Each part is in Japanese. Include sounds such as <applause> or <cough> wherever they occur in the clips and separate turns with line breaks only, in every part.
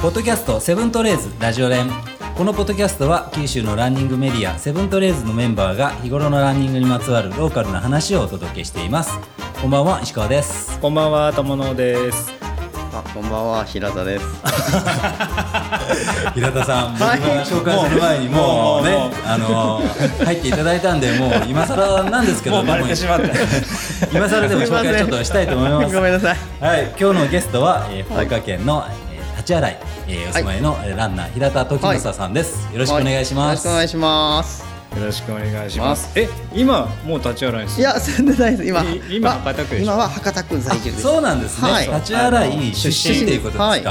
ポッドキャストセブントレーズラジオ連このポッドキャストは九州のランニングメディアセブントレーズのメンバーが日頃のランニングにまつわるローカルな話をお届けしていますこんばんは石川です
こんばんは、友野です。
あ、こんばんは、平田です。
<laughs> 平田さん <laughs> 僕
はい
が紹介する前にも
もう
うね
もうもう
あの入っていただいたんでもう今更なんですけど
もうバレてしまった。
<laughs> 今更でも紹介ちょっとしたいと思います
<laughs> ごめんなさい。
はい、今日のゲストは、えー、福岡県の、えー立ち洗い、えー、お住まいの、えーランナー平田時正さんです、よろしくお願いします、
はいよろしくお願いします。
よろしくお願いします。え、今もう立ち洗いです。
いや、住んでないです。今
い、今
ま
博多区でしょ
今は博多区在住です。
そうなんですね、
はい
立ち洗い出
出
身
身
っていうことですか、
はい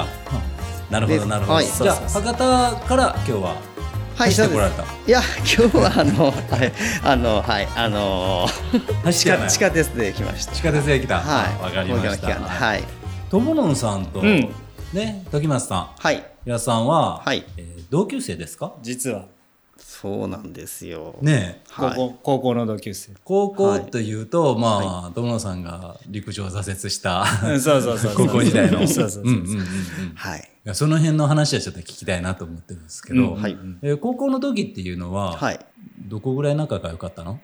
なるほどなるほど、
はい
じゃあ
そう
博多から今日は
はい、
走
そ
っ
う
て
で
こ
す
られた、
いや、今日はあの、 <laughs> はい、あの、はい、あの
走
地
ってな
下
い
地
<laughs> 地
下鉄で来ました。
下鉄で来た
はい、
わ、かりました
東京の地下はい、
友野さんと、
うん
ね時正さん
はい、
平田さんは、
はい
えー同級生ですか
実は
そうなんですよ。
ねえ
高
はい、
校、高校の同級生。
高
は
校
い
というと、まあ、友野さんが陸上を挫折した
うんそうそうそうそう。
<laughs> 高校時代の。
<laughs> そうそうそううん
うんうんうんい
はい、
やその辺の話はちょっと聞きたいなと思ってるんですけど、
うん
はい、
えー高校の時っていうのは、
はい。
どこぐらい仲が良かったの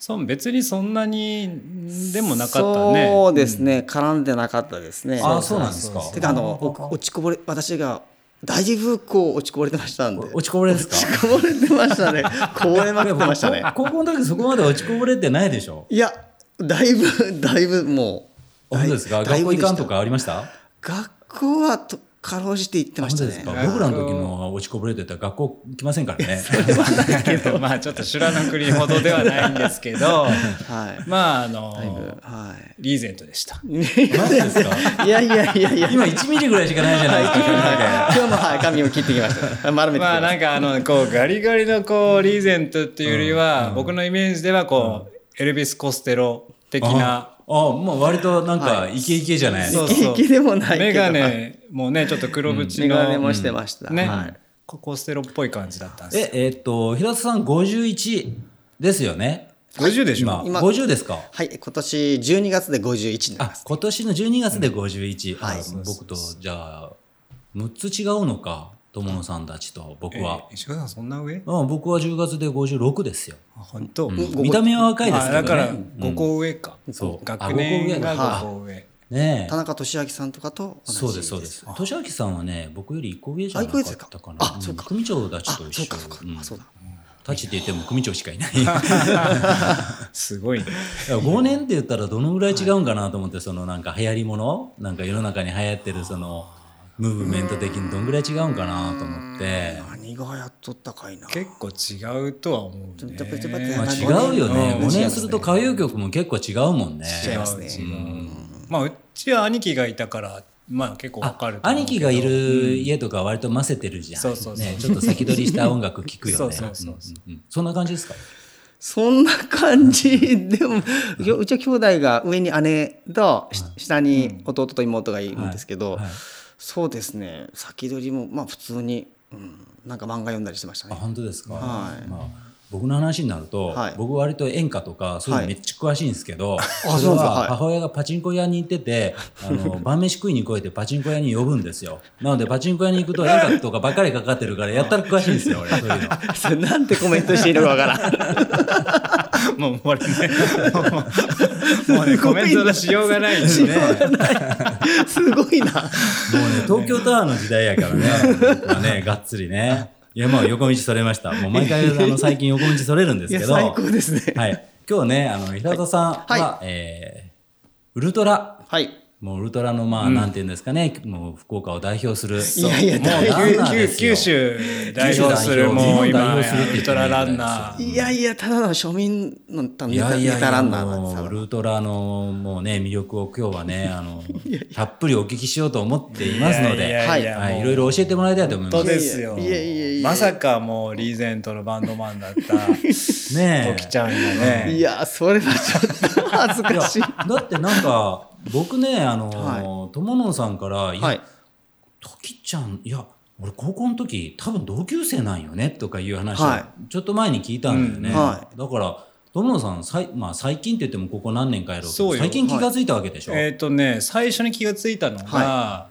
そう、別にそんなにでもなかったね。
そうですね、絡んでなかったですね。
あそうなんですか
そうそうそう
てかあのお落ちこぼれ私がだいぶこう落ちこぼれてましたんで
落ちこぼれですか
落ちこぼれてま
<laughs>
したねこぼれまくってましたね
いや高高校の時そこまで落ちこぼれてないでしょ
いやだいぶだいぶもう
あ本
だい
当ですか
だ
学
い
校行
ぶでし
か
た
んとかありました
学校はとかろうじて行ってま
本
し
当
た
です
ね
か僕らの時の落ちこぼれてたら学校来ませんから
<laughs>
ね。
けど、まあちょっと修羅の国ほどではないんですけ <laughs> ど、
はい
まああ
だいぶ
の、
は
リーゼントでした。
マジですか
いいやいやいやいや
<laughs> 今1ミリぐらいしかないじゃないですか髪の毛。
今日もはい髪を切ってきましたね丸めてき
まあ
ま
な
し
んかあのこうガリガリのこうリーゼントっていうよりは僕のイメージではこうエルビス・コステロ的な
ああ、まあ割となんかイケイケじゃない、
そう
た
そう
生きでもない
メ
けど
ガネもねちょっと黒縁
眼鏡
の
もしてました
ね、
はい
ココステロっぽい感じだったんで
え、
す
えーっと、平田さん51ですよね。
50でしょ
今、
今
50ですか
はい今年12月で51になり
あ
ま、す
今年の12月で51。
はい
あ僕と、じゃあ、6つ違うのか、友野さんたちと僕は。
え石川さんそんな上
あ僕は10月で56ですよ。
あ本当、
んごこ
見た目は若いですけど
あだ
ね。
から5個上か、
そう
学年が
あ
5
五個
個上
ね
田
え。
中俊明さんとかと同じ
そうです、そうです。俊明さんはね、僕より1個上じゃなかったかな。
あ一個上ですかあそうか
組長たち
あ
と一
そ
緒。
うかそうか、
うん
あそうだ
たちって言っても組長しかいない。
すごいね
いや5年って言ったらどのぐらい違うんかなと思って、そのなんか流行りものなんか世の中に流行ってるそのムーブメント的にどんぐらい違うんかなと思って、
何がやっとったかいな
結構違うとは思うね
ちょっとちょっと待って
まあ、
何
違うよね
うん
5年すると歌謡曲も結構違うもんね
違いますね
違う違うまあうちは兄貴がいたからまあ結構わかる
あ
と思うけ
兄貴
ど
がいる家とか割と混ぜてるじゃん、
そうそうそう
ね、ちょっと先取りした音楽聴くよね
そうそうそうそ
うんうんうんそんな感じですか
そんな感じでもいやうちは兄弟が上に姉とし下に弟と妹がいるんですけど、
はいはい
そうですね先取りもまあ普通に、うん、なんか漫画読んだりしてました
あ
ね
本当ですか、
はい
まあ、僕の話になると、
はい
僕割と演歌とかそういうのめっちゃ詳しいんですけど、
あ
そ
そ
れ
うなんですか
は
はい
母親がパチンコ屋に行っててあの晩飯食いに来いってパチンコ屋に呼ぶんですよなのでパチンコ屋に行くと演歌とかばっかりかかってるからやったら詳しいんですよ俺そういうの。
それなんてコメントしていいのかわからん
<laughs>
<laughs>
もう
<laughs>
俺ね、もうもうね、コメントのしようがないんでね。
すご
<laughs>
いな
もうね、東京タワーの時代やからね、まあね、がっつりね。いや、まあ、横道それました。もう毎回、あの、最近横道それるんですけど。
いや最高ですね
はい。今日ね、あの、平田さんは、
はい
えーウルトラ。
はい
もうウルトラの、まあ、なんていうんですかね、もう福岡を代表する。
いやいや
もう
大
ランナーで
九九
すよ
九州代表する、
九州代表
もう
日本代
今、ウ
表するって言ってる
ルトラランナー。
いやいやただの庶民のネタ
いやいや
ネ
い
タラ
や、
ンナーなんで
もう、
す
ウ
よ
ルトラの、もうね、魅力を今日はね、あ
<laughs>
の、たっぷりお聞きしようと思っていますの
い
で、
やいや
はい、
も
いうろいろ教えてもらいたいと思い
本
ま
当ですよ
いやいやいやい。や
まさかもうリーゼントのバンドマンだった、
<laughs> す。ね
ト
え
キちゃんがね。
いやそれはちょっと恥ず
いや
かしい
だってなんか僕ねあの、
は
友野さんから「いや、
はい
時ちゃんいや俺高校の時多分同級生なんよね」とかいう話
は
をちょっと前に聞いたんだよね、
うんは
だから友野さんさい、まあ、最近って言ってもここ何年かやろうけ
そう
ど
よ
最近気がついたわけでしょ、
えっとね、最初に気がついたのが、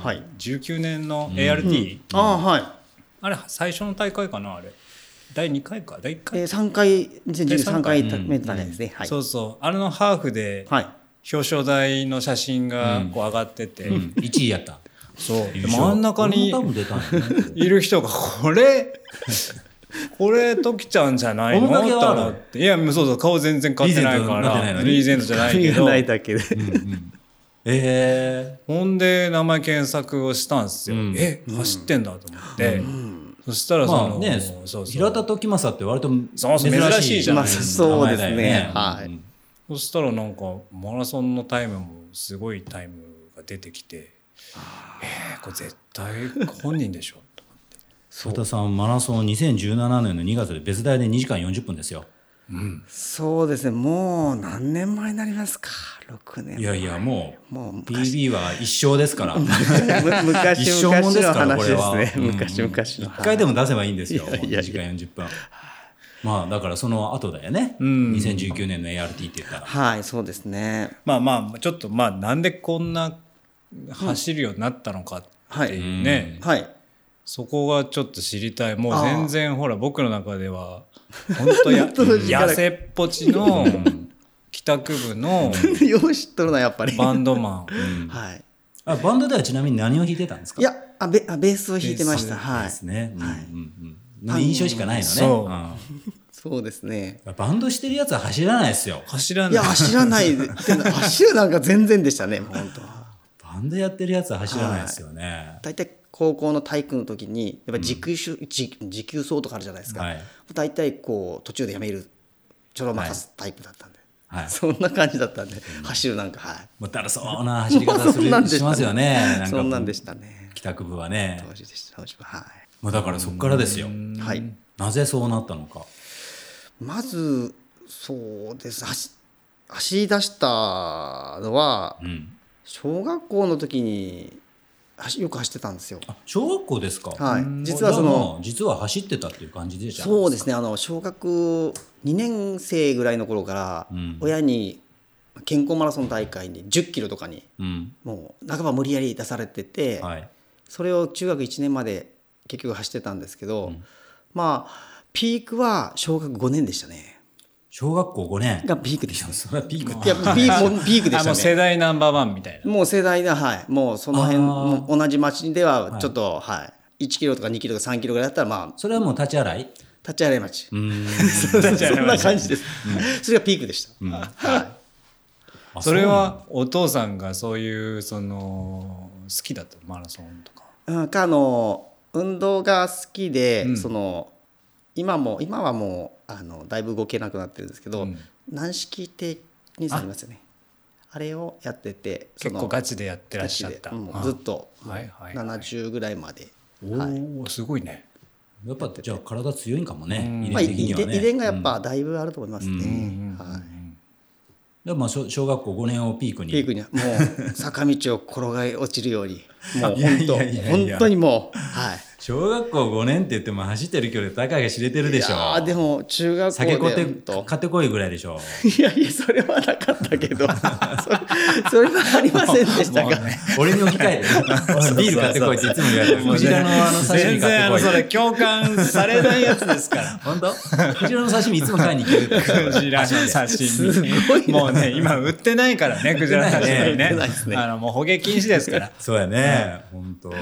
2019年の ART、
ああはい、
あれ最初の大会かなあれ第2回か第1回、
えー、3回2013回
で
目だねですね、はい
そうそうあれのハーフで
はい
表彰台の写真がこう上がってて、
うん、1位やった
そうで
優勝
真ん中に
これも多分出たんや
<laughs>
ね
いる人がこれこれトキちゃんじゃないの
面影
と
はある
思っていやもうそうそう顔全然変わってないか
リーゼントになってないの
ら
に
リーゼントじゃない
髪
け
が
ど
ないだけで、 <laughs>
<laughs>
え
ほんで名前検索をしたんですよ、
うん
え走ってんだと思って、そしたら
え
その、
まあね
そうそう
平田時政って割と珍
そうそう珍しいじゃん
ま
ない
あそうですねはい、
そしたらなんかマラソンのタイムもすごいタイムが出てきてえー、これ絶対本人でしょ <laughs> と思って
平田さんマラソン2017年の2月で別大で2時間40分ですよ
そうですねもう何年前になりますか6年
いやいやもう
もう
PB は一生です
<laughs>
から一
む昔
一生もん
昔
です
の
からこ
話
れ
で
は
すね、
うん
<laughs> 昔昔の
回でも出せばいいんですよ
いやいやいや
2時間40分まあだからその後だよね
うん
2019年の ART って言ったら
はいそうですね
まあまあちょっとまあなんでこんな走るようになったのかっていうね、
うん
はい <laughs>
そこがちょっと知りたいもう
ああ
全然ほら僕の中では
<laughs>
本当や
当だ
痩せっぽちの帰宅部
<laughs>
の
よう知っとるなやっぱり
バンドマン
はい
あバンドではちなみに何を弾いてたんですか
いやあベあベースを弾いてましたはい
ですね。うんうん
はい
うんの印象しかないのね。
そ
そうですね
うんバンドしてるやつは走らないですよ。
走ら
いや
ない
走らないでっ
<laughs>
てな走るなんか全然でしたねもう本当
バンドやってるやつは走らないですよね。
大体高校の体育の時にやっぱ時給しゅ、時時給走とかあるじゃないですか、
はい
大体こう途中でやめるちょろまかすタイプだったんで、
はい。
そんな感じだったんで、走るなんかはい
もうだるそうな走り方す
そんなん
る
でし
し
た
ますよね。か
そんなんでしたね
帰宅部はね
当。時でした当時はは
もうだからそこからですよ。
い、はい、
なぜそうなったのか。
まずそうです走走り出したのは
うん。
小学校の時に走よく走ってたんですよ
あ、小学校ですか。
はい
うん
実はその
じゃあもう実は走ってたっていう感じでした。
そうですねあの小学2年生ぐらいの頃から
うん
親に健康マラソン大会に1 0キロとかに
うん。
もう半ば無理やり出されてて、
はい。
それを中学1年まで結局走ってたんですけど、
うん
まあピークは小学5年でしたね
小学校五年。
がピークでした
それはピーク
いやピ
<laughs>
ーもうピークで
あもう
した
世
ね
代ナンバーワンみたいな
もう世代だはいもうその辺
あー
もう同じ町ではちょっとはい、1キロとか2キロとか3キロぐらいだったらまあ
それはもう立ち洗い。
立ち洗い町
うん。
<laughs> そんな感じです、それがピークでした、はい
あ
それ。はお父さんがそういうその好きだったマラソンとか
うん、かあの運動が好きで、
うん
その今も今はもうあのだいぶ動けなくなってるんですけど、
うん
軟式テニスありますよねあれをやっててそ
結
の
構ガチでやってらっ
ガ
し
チ
ゃっ
で
た、
うん
あ
ずっと
はいはいはい
70ぐらいまで、
おーすごいね
やっぱじゃあ体強いんかもね
うん。
遺
まあ、
伝的
遺
には
伝
ね。
遺伝がやっぱだいぶあると思いますね、
うん
はい、
でもまあ小小学校5年をピークに
ピークにはもう坂道を転がり落ちるよう
<laughs>
にもう
いや
本
い
当
やいやいや
本当にもうはい
小学校5年って言っても走ってる距離で高が知れてるでし
いやー
ょ
でも中学校で
酒こて
本当
買ってこいぐらいでしょ
<laughs> いやいや、それはなかったけど、それそれはありませんでした
も
が、
うね
俺に置き換えて
<laughs>
ビール買ってこいっていつも言われてる
<laughs>
クジラのあの刺身
全然あの
買って
そ
こい
れ共感されないやつですから
本当クジラの刺身いつも買いに行けるって
クジラの刺身。もうね、今売ってないからね、クジラの刺身
売
ね
って
ないです。ね
あの、もう捕鯨禁止ですから。
そうやね本当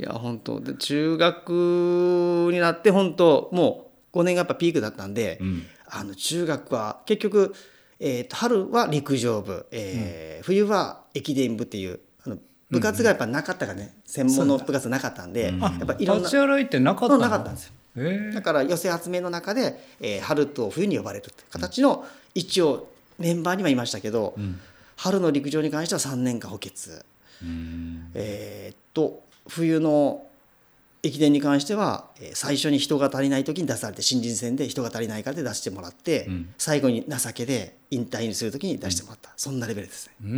いや、本当で、中学になって、本当もう5年がやっぱピークだったんで、
うん
あの中学は結局、えーと春は陸上部、えー冬は駅伝部っていう、あの部活がやっぱなかったからね、専門の部活なかったんで、やっぱいろんな
立ち、洗いってなかった
そう
の
なかったんですよ。
え
だから寄せ集めの中で、えー春と冬に呼ばれるって形の一応メンバーにはいましたけど、春の陸上に関しては3年間補欠、えーっと冬の駅伝に関しては、えー最初に人が足りない時に出されて新人戦で人が足りないからで出してもらって、
うん
最後に情けで引退にする時に出してもらった、そんなレベルです
ー
ね。
う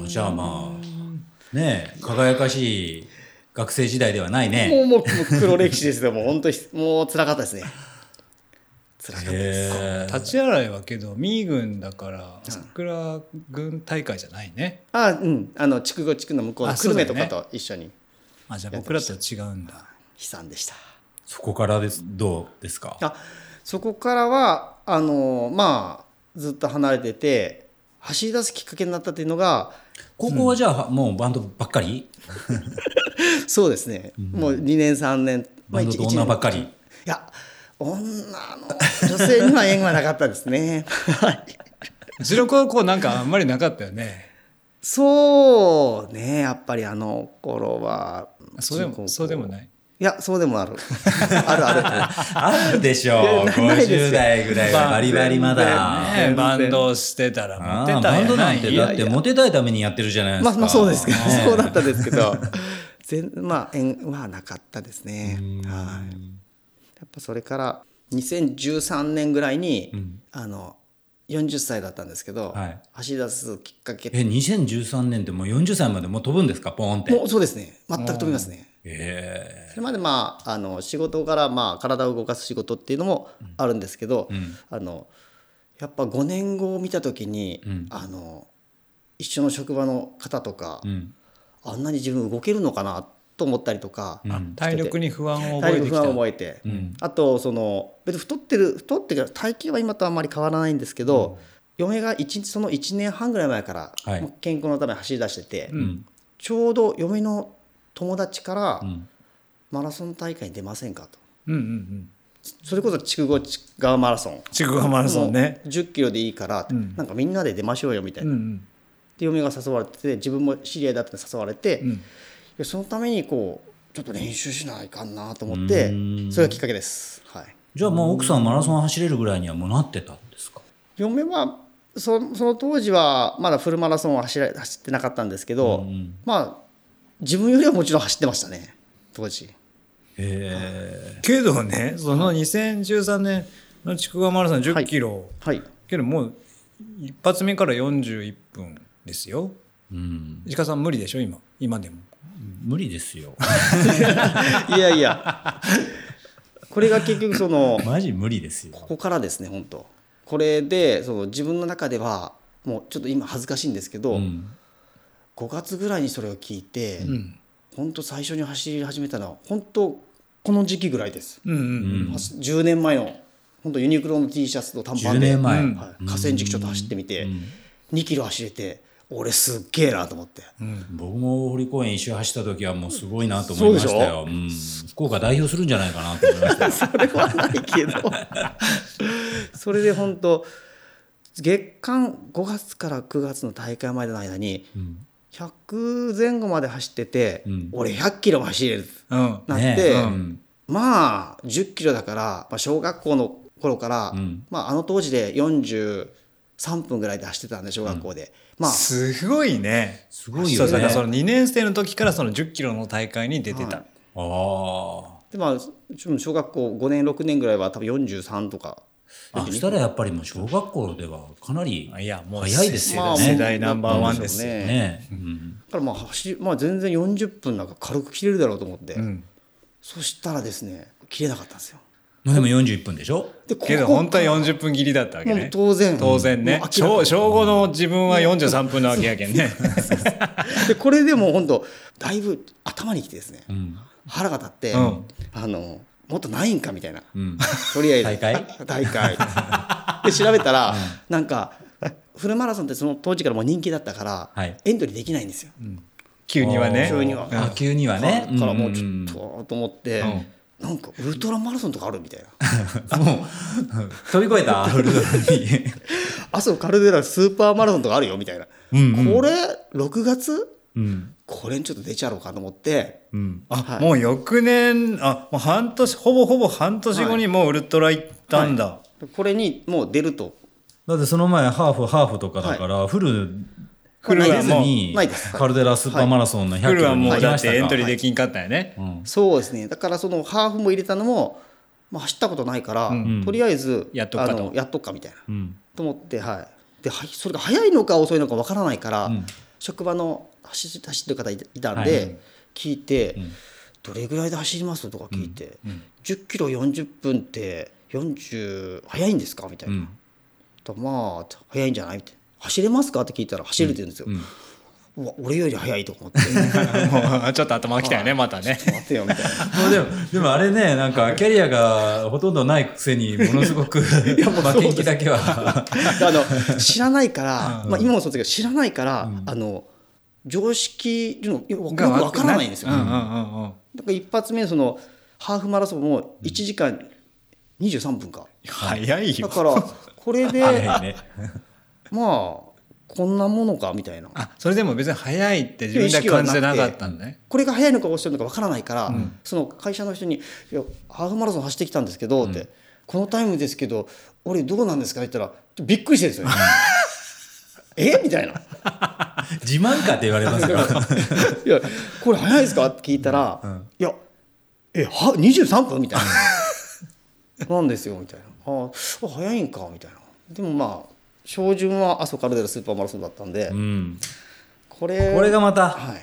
ーん
あじゃあまあねえ輝かしい学生時代ではない
も
ね
うもうもう黒歴史ですけどもう本当にもう辛かったですね辛かったです。
へー
立ち洗いはけどミー軍だから桜軍大会じゃないね
あうん、あの筑後地区の向こうの
あ
久
そう
留
だ
米
よ
と
ね
かと一緒に
あじゃあ僕らとは違うんだ
悲惨でした。
そこからですどうですか
あそこからはあのまあずっと離れてて走り出すきっかけになったっていうのが
高校はじゃあ、もうバンドばっかり
そうですね、もう2年3年
バンドと
一一
女
年
ばっか
<laughs>
り
いや女の女性には縁はなかったですねはい
後ろ高校なんかあんまりなかったよね
そうねやっぱりあの頃は
そうでもそうでも
い
ない
いやそうでもあるあるあ
<laughs>
る
あるでしょう
いやなないですよ
50代ぐらいはバリバリまだ
ねバンドしてたら
あ
モ
ー
テた
バ
や
ンドなん
い
て
や
だってモテたいためにやってるじゃないです
ま
か
あまあそうですけど、
ね
そうだったですけど全まあ縁はなかったですねはいやっぱそれから2013年ぐらいに、あの40歳だったんですけど、
はい
走り出すきっかけ
え2013年ってもう40歳までもう飛ぶんですかポーンって
もうそうですね全く飛びますね。
え
それまで、まあ、あの仕事から、まあ、体を動かす仕事っていうのもあるんですけど、あのやっぱ5年後を見た時に、あの一緒の職場の方とか、
えうん
あんなに自分動けるのかなと思ったりとか、
体力に不安を覚
体
え
力
てき
不安を
た
覚えて、あとその別に太ってる太ってる体型は今とあんまり変わらないんですけど、嫁が一日その1年半ぐらい前から、
はい
もう健康のために走り出してて、
ん
ちょうど嫁の友達から、
ん
マラソン大会に出ませんかと
うんうんうん
それこそ筑後川マラソン
筑後マラソンね
1 0キロでいいから、
ん
なんかみんなで出ましょうよみたい
うん
な、
うん
で嫁が誘われてて自分も知り合いだったんで誘われて、
う
い
ん
やそのためにこうちょっと練習しないかんなと思って
うん
それがきっかけです。はい
じゃあもう奥さんマラソン走れるぐらいにはもうなってたんですか
嫁はそその当時はまだフルマラソンは走ら走ってなかったんですけど、
ん
まあ自分よりはもちろん走ってましたね当時
え
けどねその2013年の筑後マラソン1 0キロ、
はい
けどもう一発目から41分ですよ
えうん
石川さん無理でしょ今今でも
無理です <laughs> よ
いやいやこれが結局その
マジ無理ですよ
ここからですね本当これでその自分の中ではもうちょっと今恥ずかしいんですけど、
うん
5月ぐらいにそれを聞いて、
うん
本当最初に走り始めたのは本当この時期ぐらいです、
うんうん
うん
10年前の本当ユニクロの T シャツと短パ
10
ンで
年前、
うん
はい、河川敷ちょっと走ってみて、
ん
2キロ走れて俺すっげえなと思って
うん
僕も大堀公園一周走った時はもうすごいなと思いましたよ、うん、福岡代表するんじゃないかなと思いましたよ
<laughs> それはないけどそれで本当月間5月から9月の大会までの間に
<laughs> うん
100前後まで走ってて、
うん
俺100キロも走れる
うん
なっ
ね
て、
え
うん
まあ10キロだから、まあ、小学校の頃から、
うん
まあ、あの当時で43分ぐらいで走ってたんで小学校で、まあ
すごいね
すごい
そ
よ
うだ
ね
からその2年生の時からその1 0キロの大会に出てた、
は
あ
でまあちょ小学校5年6年ぐらいは多分43とか
ああしたらやっぱりもう小学校ではかなり
いやもう
早いですよね
世代ナンバーワンですよ
まあ
ねえ、うん
だからまあ走り、まあ、全然40分なんか軽く切れるだろうと思って、
うん、
そしたらですね切れなかったんですよ
まあでも41分でしょ
でここ
けど本当は40分切りだったわけ
もう
ね
当然
当然ね
もう明ら
小
か
小5の自分は43分なわけやけんね
でこれでもう本当だいぶ頭にきてですね、
うん
腹が立って、
うん
あのもっとないんかみたいな、
うん
とりあえず
大会
大会で調べたら、なんかフルマラソンってその当時からもう人気だったから、
はい
エントリーできないんですよ、
<laughs> 急にはね
急には
あ急にはね
だからもうち
ん
ょっとと思って、なんかウルトラマラソンとかあるみたいな
もう飛び越え
<laughs>
たフルドラに
阿蘇カルデラスーパーマラソンとかあるよみたいな、これ6月
<laughs> うん
これにちょっと出ちゃろうかと思って
うん
あ、
はい
もう翌年あもう半年ほぼほぼ半年後にもうウルトラ行ったんだ、
これにもう出ると
だってその前ハーフハーフとかだから、フル
フル
出
は
ず
もう
に
ないです
カルデラスーパーマラソンの100
フ
キ
ル
ロ
は
に
も
行
う
き
だ
ま
っ
した
てエン
か
トリーできんかったよね、
うん
そうですねだからそのハーフも入れたのも、まあ、走ったことないから、とりあえず
やっとくかと
あのやっとくかみたいな、
うん
と思ってはいではそれが早いのか遅いのかわからないから、
ん
職場の走走ってる方いいたん
は
で聞いて、どれぐらいで走りますとか聞いて、10キロ40分って40早いんですか?」みたいうな、
ん
とまあ早いんじゃない?」みたいな「走れますか?」って聞いたら「走る」って言うんですよ。
うん
うわ俺より早いと思って <laughs>
<laughs> もうちょっと頭きたよねまたね
待てよみたいな
まあ <laughs> でも、でもあれね、なんか、キャリアがほとんどないくせに、ものすご
<laughs>
く、まあ、元気だけは。
であの知らないから、まあ、今もそうですけど知らないから、あの常識っていうのよくよくわからないんですよ。
う
だ
ん
か
うんうんうん
ら一発目そのハーフマラソンも1時間23分か。
早い
だ
よ
からこれ <laughs> で
早いね。
まあこんなものかみたいな
あそれでも別に早いって自分では感じてなかったんだね
これが早いのか遅いのかわからないから、その会社の人に「いやハーフマラソン走ってきたんですけど」って、このタイムですけど俺どうなんですか?」って言ったらちょっとびっくりしてるんですよ、ね。 <laughs> えみたいな「
自慢かって言われますよ。
いやこれ早いですか?」って聞いたら「いやえは23分?」みたいな「なんですよ」みたいな「ああ早いんか」みたいなでもまあ照準は阿蘇カルデラスーパーマラソンだったんで、
うん。
これ
これがまた、
はい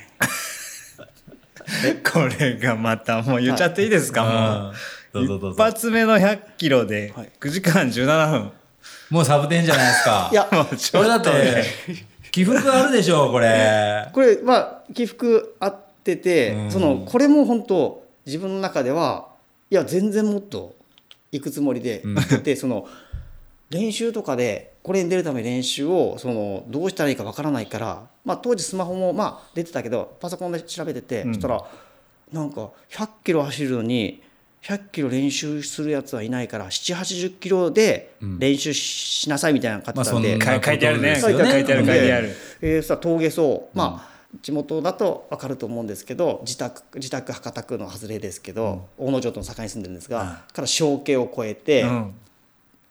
<laughs> これがまたもう言っちゃっていいですか、
う
も
ん
う
どうぞどうぞ
一発目の100キロで
はい
9時間17分、
もうサボテンじゃないですか。<laughs>
いや
もうちょ
これだ
っ
っ
とね
て、起伏あるでしょう、こ
<laughs>
れ。
これは起伏あってて、
うん
そのこれも本当自分の中ではいや全然もっと行くつもりで、
うん
でその練習とかでこれに出るための練習をそのどうしたらいいかわからないから、まあ、当時スマホもまあ出てたけどパソコンで調べてて、
うん
そしたらなんか100キロ走るのに100キロ練習するやつはいないから780キロで練習しなさいみたいなの買ってたん
ま
で、
あそんな
か書いてあるね
書
書
い
い
て
て
ある
ある書いてある
書いてあ
るえー、さ峠荘、まあ地元だと分かると思うんですけど自宅自宅博多区の外れですけど、大野城との境に住んでるんですが、から小径を越えて、
うん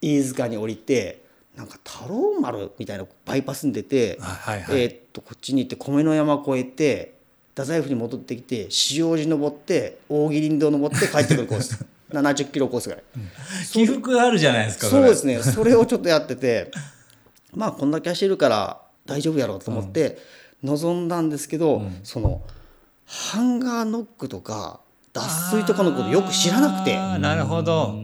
飯塚に降りてなんか太郎丸みたいなバイパスに出て、
あはいはい
えーっとこっちに行って米の山越えて太宰府に戻ってきて塩路登って大喜林道登って帰ってくるコ
<laughs>
ース70キロコースぐらい。
起伏あるじゃないですか、こ
そう
れ
ですねそれをちょっとやってて <laughs> まあこんだけ走るから大丈夫やろうと思って臨んだんですけど、そのハンガーノックとか脱水とかのことよく知らなくて
あ
か
ーなるほど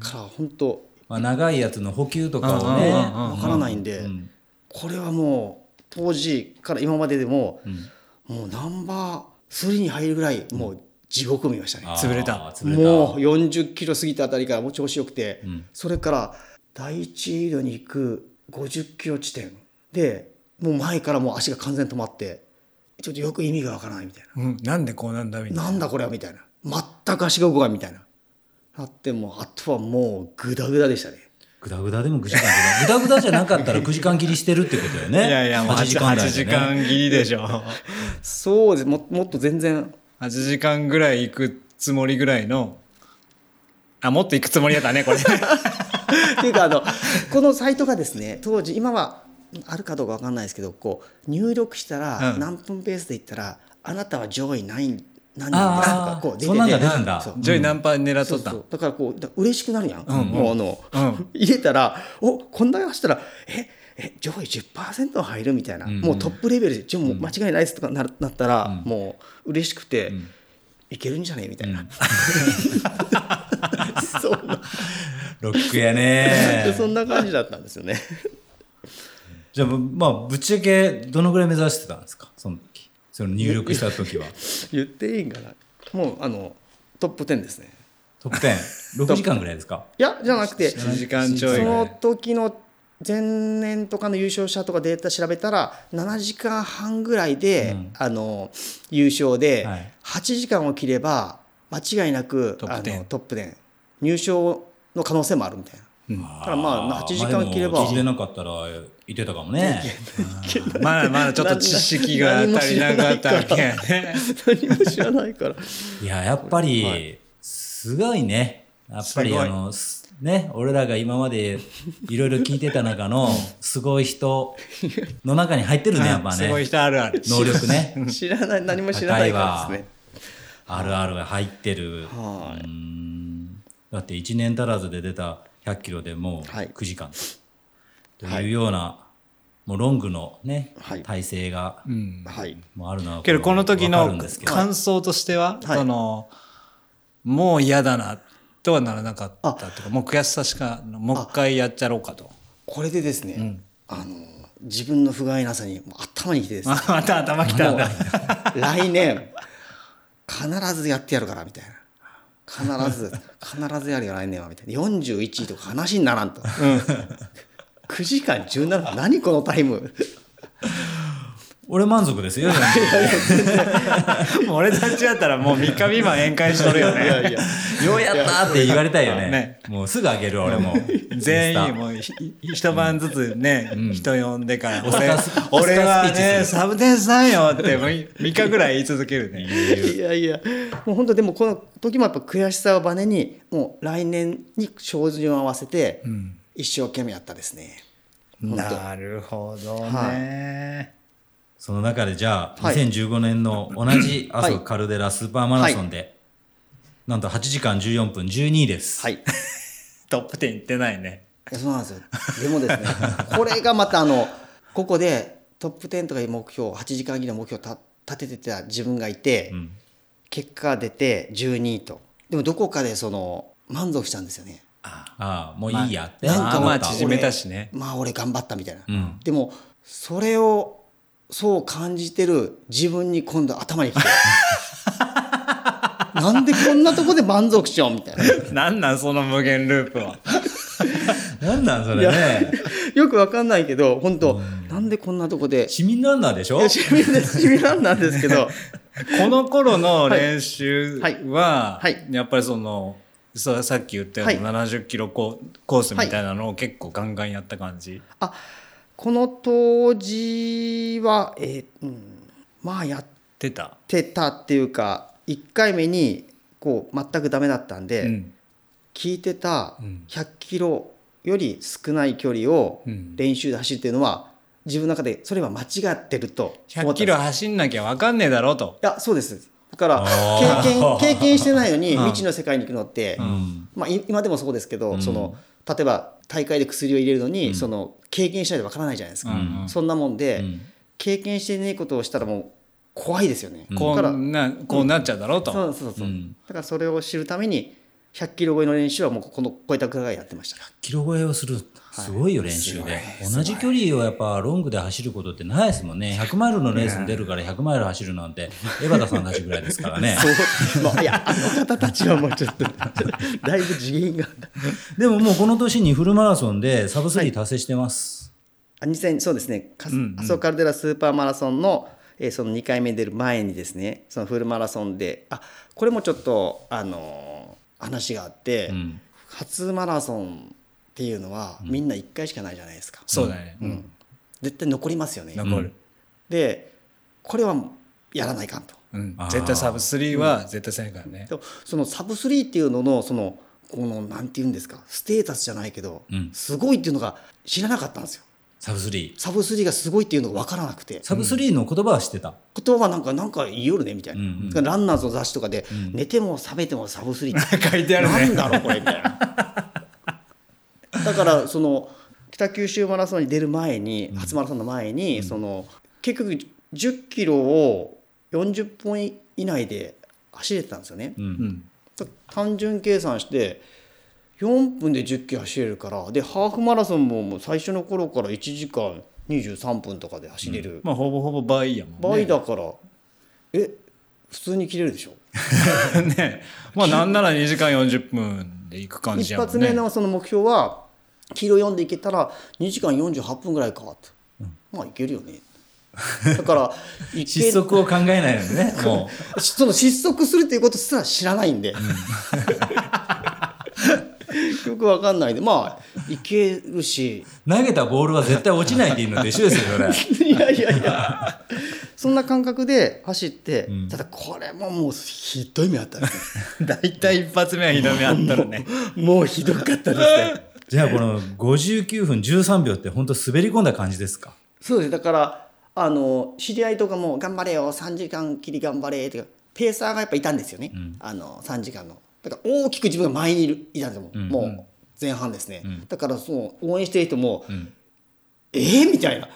ら本当
まあ、長いやつの補給とかを
うんうん
ね
うん。
わからないんで、
うん
これはもう当時から今まででも、もうナンバー3に入るぐらいもう地獄見ましたね。
潰れた
あー潰れた。
もう40キロ過ぎたあたりからもう調子よくて、それから第一エイドに行く50キロ地点でもう前からもう足が完全に止まってちょっとよく意味がわからないみたい
うん、なんでこうなんだみたい
な、
な
なんだこれはみたいな全く足が動かないみたいななってもうあとはもうグダグダでしたね
グダグダでも9時間切り。グダグダじゃなかったら9時間切りしてるってことよね。
いやいやもう
8
8
時
時
間
間
台でね
切りでしょ
そうですももっと全然
8時間ぐらい行くつもりぐらいのあもっと行くつもりだったねこれ
っていうかあのこのサイトがですね当時今はあるかどうかわかんないですけどこう入力したら
うん
何分ペースでいったら、あなたは上位何位何人ですとか
あー
こう出てて
そんなんが出るんだ
そう
ジョイナンパ狙っと
そう
った
そうだからこうだ嬉しくなるやん、
んうん
もうあの、
うん
入れたらおこんだけ走ったらええ上位10%入るみたいな、
うんうん
もうトップレベルでじゃあもう間違いないですとかなるなったら、
うん
もう嬉しくて、
ん
いけるんじゃねみたいな、 <laughs> そんな。
ロックやね
<laughs>
そんな感じだったんですよね。
じゃあ、まあ、ぶっちゃけ、どのぐらい目指してたんですかその時。その入力した時は。
言っていいんかなもうあのトップ10ですね
トップ10。6時間ぐらいですか
いやじゃなくて
1時間ちょい
そ
ぐら
の
い
時の前年とかの優勝者とかデータ調べたら7時間半ぐらいで、
うん
あの優勝で、
はい
8時間を切れば間違いなく
トップ10
あのトップ10入賞の可能性もあるみたいな。
だ
からまあ8時間切れば
聞いてなかったら、いてたかもね。
まだまだちょっと知識が足りなかったわけや
<laughs>
ね
<laughs> 何も知らないから
いや、やっぱり、すごいね。やっぱ
す
り、
ごい
あの、すね、俺らが今までいろいろ聞いてた中の、すごい人の中に入ってるね、やっぱ
すごい
ね。
人あるある
能力ね。
知らない何も <laughs> 知らないからですね。
あるあるが入ってる。
はい
ー
う
んだって1年足らずで出た100キロでもう
はい
9時間と,、、
はいいう
ようなもうロングのね、
はい
体制が
うん
はい
もうあるのは
けどこの時
わか
の
るんですけど
感想としては、
はい
そのもう嫌だなとはならなかったとかもう悔しさしかもう一回やっちゃろうかと
これでですね、
ん
あの自分の不甲斐なさにもう頭にきてですね
あまた頭きたんだ
来年必ずやってやるからみたいな必ず必ずやるよ来年はみたいな41位とか話にならんと、9時間17分何このタイム
俺満足ですよ。
もう俺たちやったらもう3日未満宴会しとるよね
い
<laughs>
や
ようやったーって言われたいよね。
ね
もうすぐあげる俺も。
全
インス
員もうひ一晩ずつね、人呼んでから
オスカ
俺
ース
俺は
オスカースピーチす
ね
る
サブテンさんよって3日ぐ <laughs> らい言い続けるね
いやいやもう本当でもこの時もやっぱ悔しさをバネにもう来年に照準を合わせて一生懸命やったですね、
なるほどね、
その中でじゃあ、
はい
2015年の同じ阿蘇カルデラスーパーマラソンで、なんと8時間14分12位です。
はい
トップ10いってないね
いやそうなんですよでもですねこれがまたあのここでトップ10とかいう目標8時間切りの目標をた立ててた自分がいて、
うん
結果が出て12位とでもどこかでその満足したんですよね
ああ、もういいやって。
なんか
ま
な
あ
った
縮めたしね
まあ俺頑張ったみたいな、
うん
でもそれをそう感じてる自分に今度頭
<laughs>
にきてなんでこんなとこで満足しようみたいな
なんなんその無限ループは
なんなんそれね。
よくわかんないけど本当、なんでこんなとこで
市民ランナーでしょ
いや趣味です趣味なんなんですけど
この頃の練習
はい
は、
はい
やっぱりそのささっき言ったような70キロココースみたいなのを結構ガンガンやった感じ、
あこの当時は、えーうん、まあやっ
出た、
てたっていうか1回目にこう全くダメだったんで、
うん
聞いてた
うん
100キロより少ない距離を
うん
練習で走るっていうのは自分の中でそれは間違ってると思
100
った
キ
んで
ロ
す
走んなきゃ分かんねえだろうと
いやそうですだから
あー
経験経験してないの
<laughs>
に
うん
未知の世界に行くのって、
うん。
まあ、い今でもそうですけど、
うん
その例えば大会で薬を入れるのに、その経験しないとわからないじゃないですか、
うんうん
そんなもんで、
うん
経験してねえことをしたらもう怖いですよね、
うん
だから
こんなこうなっちゃうだろうと、
そうそうそう、
うん
だからそれを知るために100キロ超えの練習はもうこの超えたくらいやってました
キロ超えをする。すごいよ、練習で。同じ距離をやっぱロングで走ることってないですもんね。100マイルのレースに出るから100マイル走るなんて、江端さんたちぐらいですからね。
そうまあい <laughs> やあの方たちはもうちょっと <laughs> だいぶ次元が
でももうこの年にフルマラソンでサブスリー達成してます。
あ2000そうですねかす
うんうん
阿蘇カルデラスーパーマラソンの,、えーその2回目に出る前にですねそのフルマラソンであこれもちょっと、あのー話があって、
うん。
初マラソンっていうのはみんな1回しかないじゃないですか、
そうだね、うん
絶対残りますよね、
残る、
でこれはやらないかんと
うん
あー
絶対サブ3は絶対せないからね、
でもそのサブ3っていうののそのこのなんて言うんですかステータスじゃないけど、
うん
すごいっていうのが知らなかったんですよ
サブスリー。
サブ3がすごいっていうのが分からなくて
サブスリーの言葉は知ってた。
言葉はなんかなんか言いよるねみたいな、
うんうん
だからランナーズの雑誌とかで、寝ても覚めてもサブ3って
書いてある
なん
ね
だろうこれみたいなだからその北九州マラソンに出る前に初マラソンの前に、その結局10キロを40分以内で走れてたんですよね、
う。
うんん
単純計算して4分で1 0キロ走れるからでハーフマラソンももう最初の頃から1時間23分とかで走れる
まあほぼほぼ倍やもんね
倍だから、え普通に切れるでしょ
ねまあなんなら2時間40分で行く感じ
一
やもんね
発目のその目標はキロ4でいけたら2時間48分ぐらいかと、まあいけるよねだ
<laughs>
からいけ
失速を考えないの <laughs> ね。も
その失速するということすら知らないんで、 <laughs> よくわかんないんでまあいけるし
う、投げたボールは絶対落ちないっていうのと一緒ですよ、それ。
<laughs> いやいやいやそんな感覚で走って、
うん
ただこれももうひどい目あったですね
大体一発目はひどめあったらね
もうひどかったですね
<laughs> じゃあこの59分13秒って本当滑り込んだ感じですか
そうですだからあの知り合いとかも「頑張れよ3時間切り頑張れ」ってペーサーがやっぱいたんですよね、
ん
あの3時間のだから大きく自分が前にいるいたんですよ、
うん
もう前半ですね、
ん
だからその応援してる人も「
ん
えーみたいな、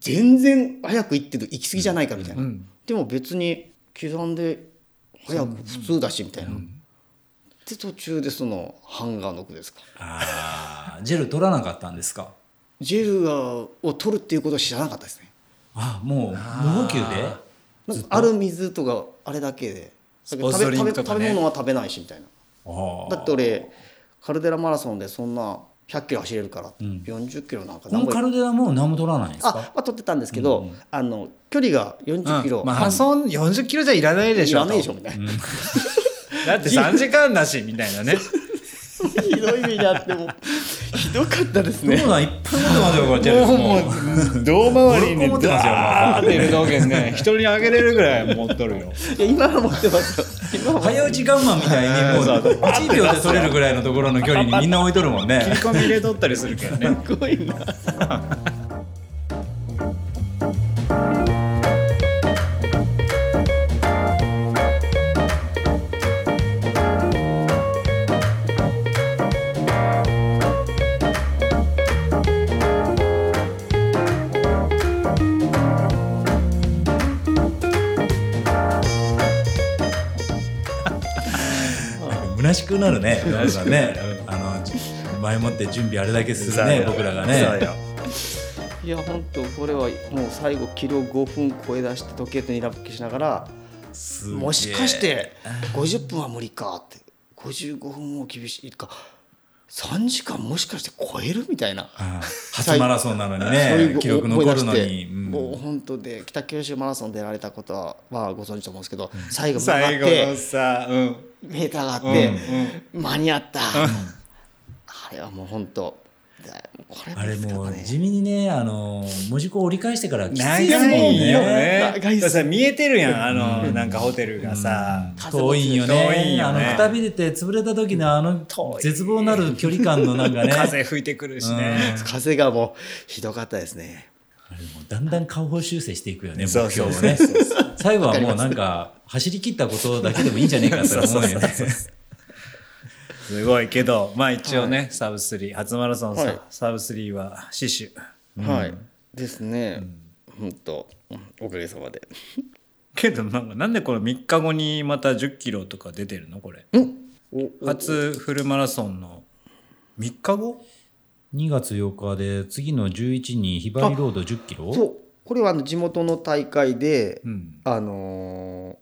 全然早く行ってる行き過ぎじゃないかみたいな、
うん
でも別に刻んで早く普通だしみたいな、で途中でそのハンガーの句ですか
あージェル取らなかったんですか
ジェルがを取るっていうことを知らなかったですね
あもう無呼吸で
なんかある水とかあれだけで食
ポン
べ
サ
食
リン
べ
とか
食
ね
べ物は食べないしみたいな
あー
だって俺カルデラマラソンでそんな100キロ走れるから、
ん
40キロなんか
このカ
あ、
ルデラもう何も取らないんです
あ
か
まあ、取ってたんですけど、あの距離が40キロ、
うんマラソン40キロじゃいらないで
い
しょ
ら
と
ねえでしょみたいな、
だって3時間だしみたいなね
ひどい目にあってもひどかったです
どう <laughs>
ね
なんいっぱい持ってますよこれジェルもう
う胴回りに
ボロボロ持ってますよ
ダーって入れたわけですね人にあげれるぐらい持っとるよ
いや今は持ってますよ今は持って
早打ちガンマンみたいにもう
そうそう
1秒で取れるぐらいのところの距離にみんな置いとるもん <laughs>
切り
ね
込み入れとったりするけどね
すごいな
虚しくなるね
虚しくなる
ねあのじ前もって準備あれだけする
そう
ね
よ
僕らが
そうよ
ね
いや本当これはもう最後キロ5分超え出して時計とにらめっきしながら
すげえ
もしかして50分は無理かって55分も厳しいか3時間もしかして超えるみたいな、
あー初マラソンなのに
そういう
ね
ご
記録残るの
思い出
に
して
うん
もう本当で北九州マラソン出られたことはまあご存知と思うんですけど最後曲が
最
っ
後の
て
さうん
メーターがあっ
うん
て、
うん
間に合った、あれはもう本当だこれ
あれもう
ね
地味にねあの文字工折り返してからきつ
長
いですもん
いよ
ね
ね
長いっす
だからさ見えてるやんあのなんかホテルがさ
遠いんよね
風も強いし遠いんよね
あのくたびれて潰れた時のあの絶望なる距離感のなんかね
<laughs> 風吹いてくるしね
風がもうひどかったですね
あれもうだんだん下方修正していくよね目
そう
標
そ
を
うそう
ね最後はもうなんか走り切ったことだけでもいいんじゃねえかって思うよね
すごいけどまあ一応ねサブ3初マラソン
は
さ
い
サブ3は死守
はい、ですね、本当おかげさまで
けどなんかなんでこれ3日後にまた1 0キロとか出てるのこれ初フルマラソンの3日後
2月8日で次の11にひばりロード10キ
そ
ロ
うこれはあの地元の大会で、
うん
あの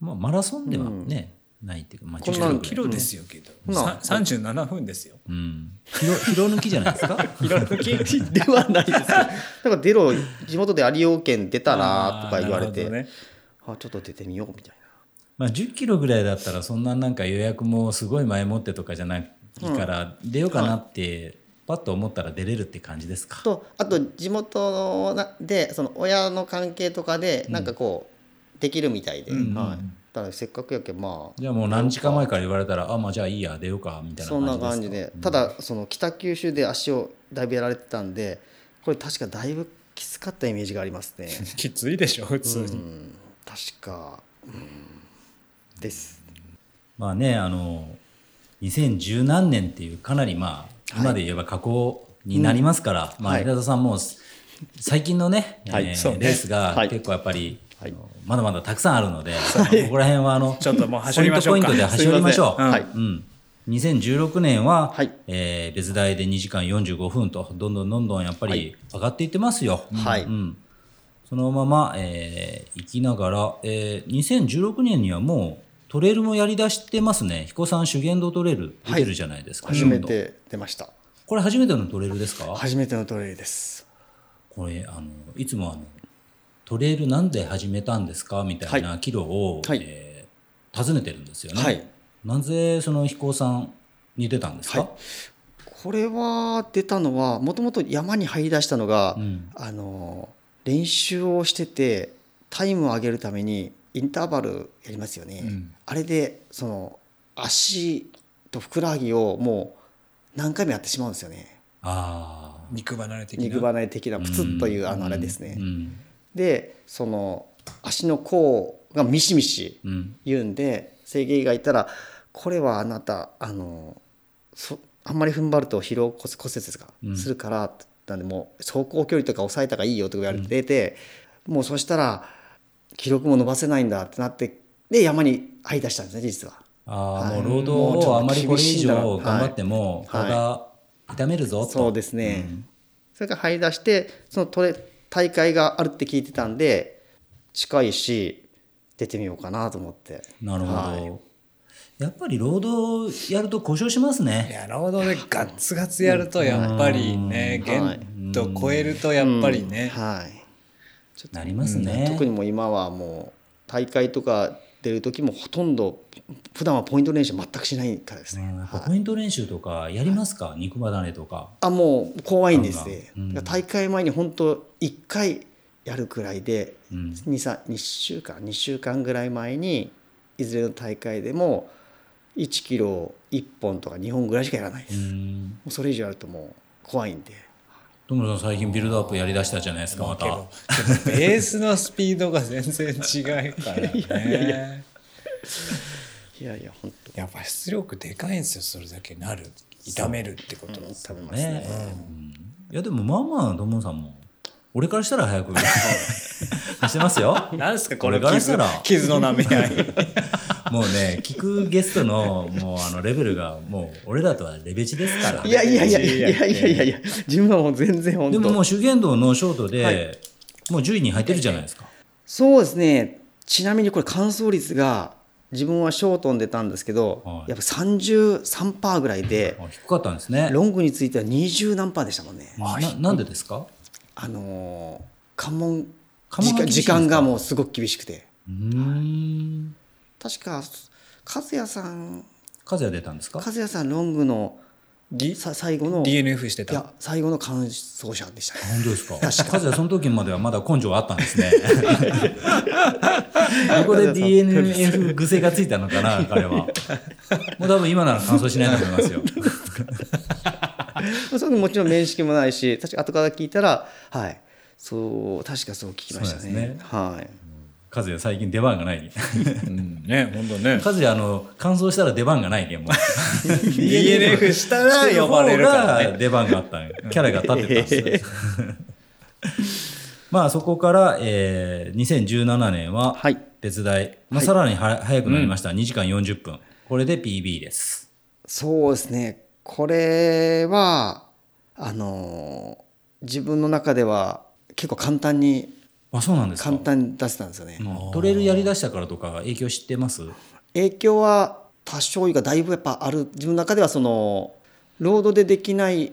ー
まあマラソンではね、ないっていうか、まあ、
こんな
10
の
キ
キロぐらい
ロですよけど
うん
さ37分ですよ
うんキロキロ抜きじゃないですか <laughs>
いろいろ聞いて
ではないですけどだから出ろ地元で有岡県出たらとか言われ
あ
て
ー
あ、
なるほどね
ちょっと出てみようみたい
まあ10キロぐらいだったらそんななんか予約もすごい前もってとかじゃないから出ようかなってパッと思ったら出れるって感じです
な
か、
とあと地元のでその親の関係とかでなんかこう、できるみたいで、
うん
はい、だからせっかくやけんまあ
じゃあもう何時間前から言われたらあまあじゃあいいや出ようかみたいな
そんな感
感じ
じ
ですか
で、ただその北九州で足をだいぶやられてたんでこれ確かだいぶきつかったイメージがあります
<laughs>
ね
きついでしょ普通に
うん確かうんです
まあねあの2010何年っていうかなりまあ今で言えば過去になりますから、まあ
はい
平田さんも最近のね,、
はい
えー
そうね
レース
は
が
い
結構やっぱり、
はい
あのまだまだたくさんあるので、ここら辺はあの
ちょっともう端折りましょうか
ポイントポイントで端折りましょう。
ん
はい
うん、2016年は、
はい
えー別大で2時間45分とどんどんどんどんやっぱり上がっていってますよ。
はい
うん、そのまま、えー、行きながら、えー、2016年にはもうトレイルもやりだしてますね彦さん修験道トレイル出てるじゃないですか、
初めて出ました
これ初めてのトレイルですか、
初めてのトレイルです
これあのいつもあのトレイルなんで始めたんですかみたいな岐路を、
はい
えー尋ねてるんですよね。
はい
なぜその彦さんに出たんですか、
はいこれは出たのはもともと山に入り出したのが、
うん
あの練習をしててタイムを上げるためにインターバルやりますよね、
うん
あれでその足とふくらはぎをもう何回もやってしまうんですよね
ああ
肉離れ的な
肉離れ的なプツッというあのあれですね、
うん
でその足の甲がミシミシ
うん
言うんで整形がいたらこれはあなたあのそあんまり踏ん張ると疲労骨骨折ですか、
うん
するからって言ったんでもう走行距離とか抑えた方がいいよとか言われてて、もうそしたら記録も伸ばせないんだってなってで山に入り出したんですね実は。
ああ、
はい
もう労働
もうちょっ
を
と
あまりこれ以上
厳しいんだな
頑張っても、
は
顔
い
が痛めるぞと。
そうですね、それから張り出してそのトレ大会があるって聞いてたんで近いし出てみようかなと思って
なるほど。
はい
やっぱり労働やると故障します
い
ね。
や労働でガッツガツやるとやっぱりね
うんはい
限度超えるとやっぱりね、
はい
なりますね。
特にもう今はもう大会とか出る時もほとんど普段はポイント練習全くしないからですね、
うんやっぱ
はい
ポイント練習とかやりますか、肉離れとか。
あもう怖いんですね、
うん
だから大会前に本当1回やるくらいで
うん。
2, 3 2週間2週間ぐらい前にいずれの大会でも1キロ1本とか2本ぐらいしかやらないで
う
す、も
ん
うそれ以上やるともう怖いんで
トムさん最近ビルドアップやりだしたじゃないですか、また。
けどちょっとベースのスピードが全然違うから <laughs> ね
いやいや本
やっぱ出力でかいんですよそれだけなる痛めるってことは、
当食べますね
ね、うんいやでもまあまあトムさんも俺からしたら早
<laughs>
く走ってますよ
なんですかこれ
俺からした
傷
ら
傷の舐め合 <laughs> い
もうね聞くゲストのもうあのレベルがもう俺らとはレベチですから
いやいやいやいやいやいやいやいや自分はもう全然本
で
当
ももう修験道のショート
は
でもう10位に入ってるじゃないですか
そうですねちなみにこれ完走率が自分はショートに出たんですけど、
はい
やっぱ33%ぐらいで
あ低かったんですね
ロングについては20何パーでしたもんね。
ななんでですか
あのー関門
関門が厳しいんです
時
か
間時間がもうすごく厳しくて
うーん
確か和也さん
和也出たんですか
和也さんロングの
ぎ
さ最後
<laughs>
のい
DNF してた
や最後の完走者でした <laughs> ね。
本当ですか和也その時まではまだ根性はあったんです
<laughs>
ねどこで DNF 癖がついたのかな彼はもう多分今なら乾燥しないと思い
<laughs>
ますよ
それもちろん面識もないし確か後から聞いたらはいそう確かそう聞きました
そうなんで
ね
すね
はい。
和也最近出番がない
うんね本当ね
和也あの乾燥したら出番がないけんもう
DNF し
し
た
てる
ら呼ばれるから
方
ね
が出番があったんよキャラが立ってたんですよ <laughs> まあそこから、えー2017年は
はい
手伝い、まあ、さらには、早くなりました、2時間40分これで PB です
そうですねこれはあのー自分の中では結構簡単に
あそうなんですか
簡単に出せたんですよね、
うんトレイルやりだしたからとか影響知ってます
影響は多少いうかだいぶやっぱある自分の中ではそのロードでできない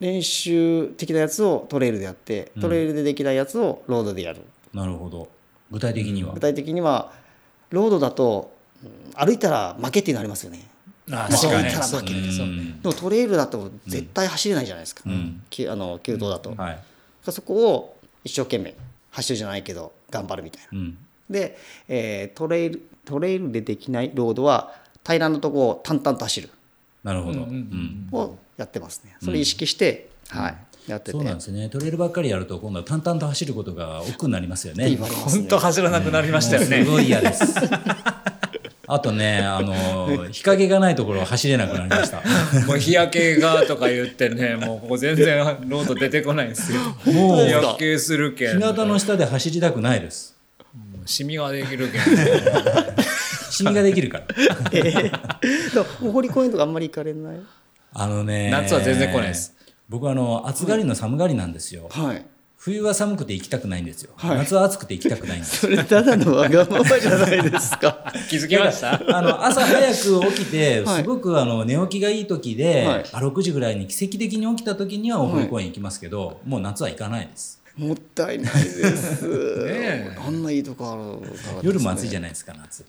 練習的なやつをトレイルでやってトレイルでできないやつをロードでやる、
なるほど具体的には
具体的にはロードだとうん歩いたら負けっていうのありますよね
あ
まあ
そうね
いたら負け
う
る
ん
そうでもトレイルだと絶対走れないじゃないですか、
ん
きあの急登だと、
はい、
そこを一生懸命走るじゃないけど頑張るみたいな
うん、
で、えートレイルトレイルでできないロードは平らなとこを淡々と走る
なるほど、
うんうん
うん
をやってますねそれ意識して、はいやってて
そうなんですねトレイルばっかりやると今度は淡々と走ることが億劫になりますよね
って言われます
本
ね
当走らなくなりましたよ
もう
ね
すごい嫌
<laughs>
です。あとね、あの、日陰がないところは走れなくなりま
<laughs>
した。
もう日焼けがとか言ってね、もうここ全然ロード出てこないんですよ。
もう
日焼けするけ
日
ん。
向の下で走りたくないです。
シミができるけん。
シミができるから。
<laughs>
<laughs> でも堀公園とかあんまり行かれない
あのね。
夏は全然来ないです。
僕はあの、暑がりの寒がりなんですよ。
はい
冬は寒くて行きたくないんですよ。
はい
夏は暑くて行きたくないんです。
それただのわがままじゃないですか
気づきました
<laughs> あの朝早く起きて、
は
す
い
ごくあの寝起きがいい時で、
はい
あ6時ぐらいに奇跡的に起きた時にはお風呂公園行きますけど、もう夏は行かないです
もったいないです、
え
あんないいとこあるからですね、
夜も暑いじゃないですか夏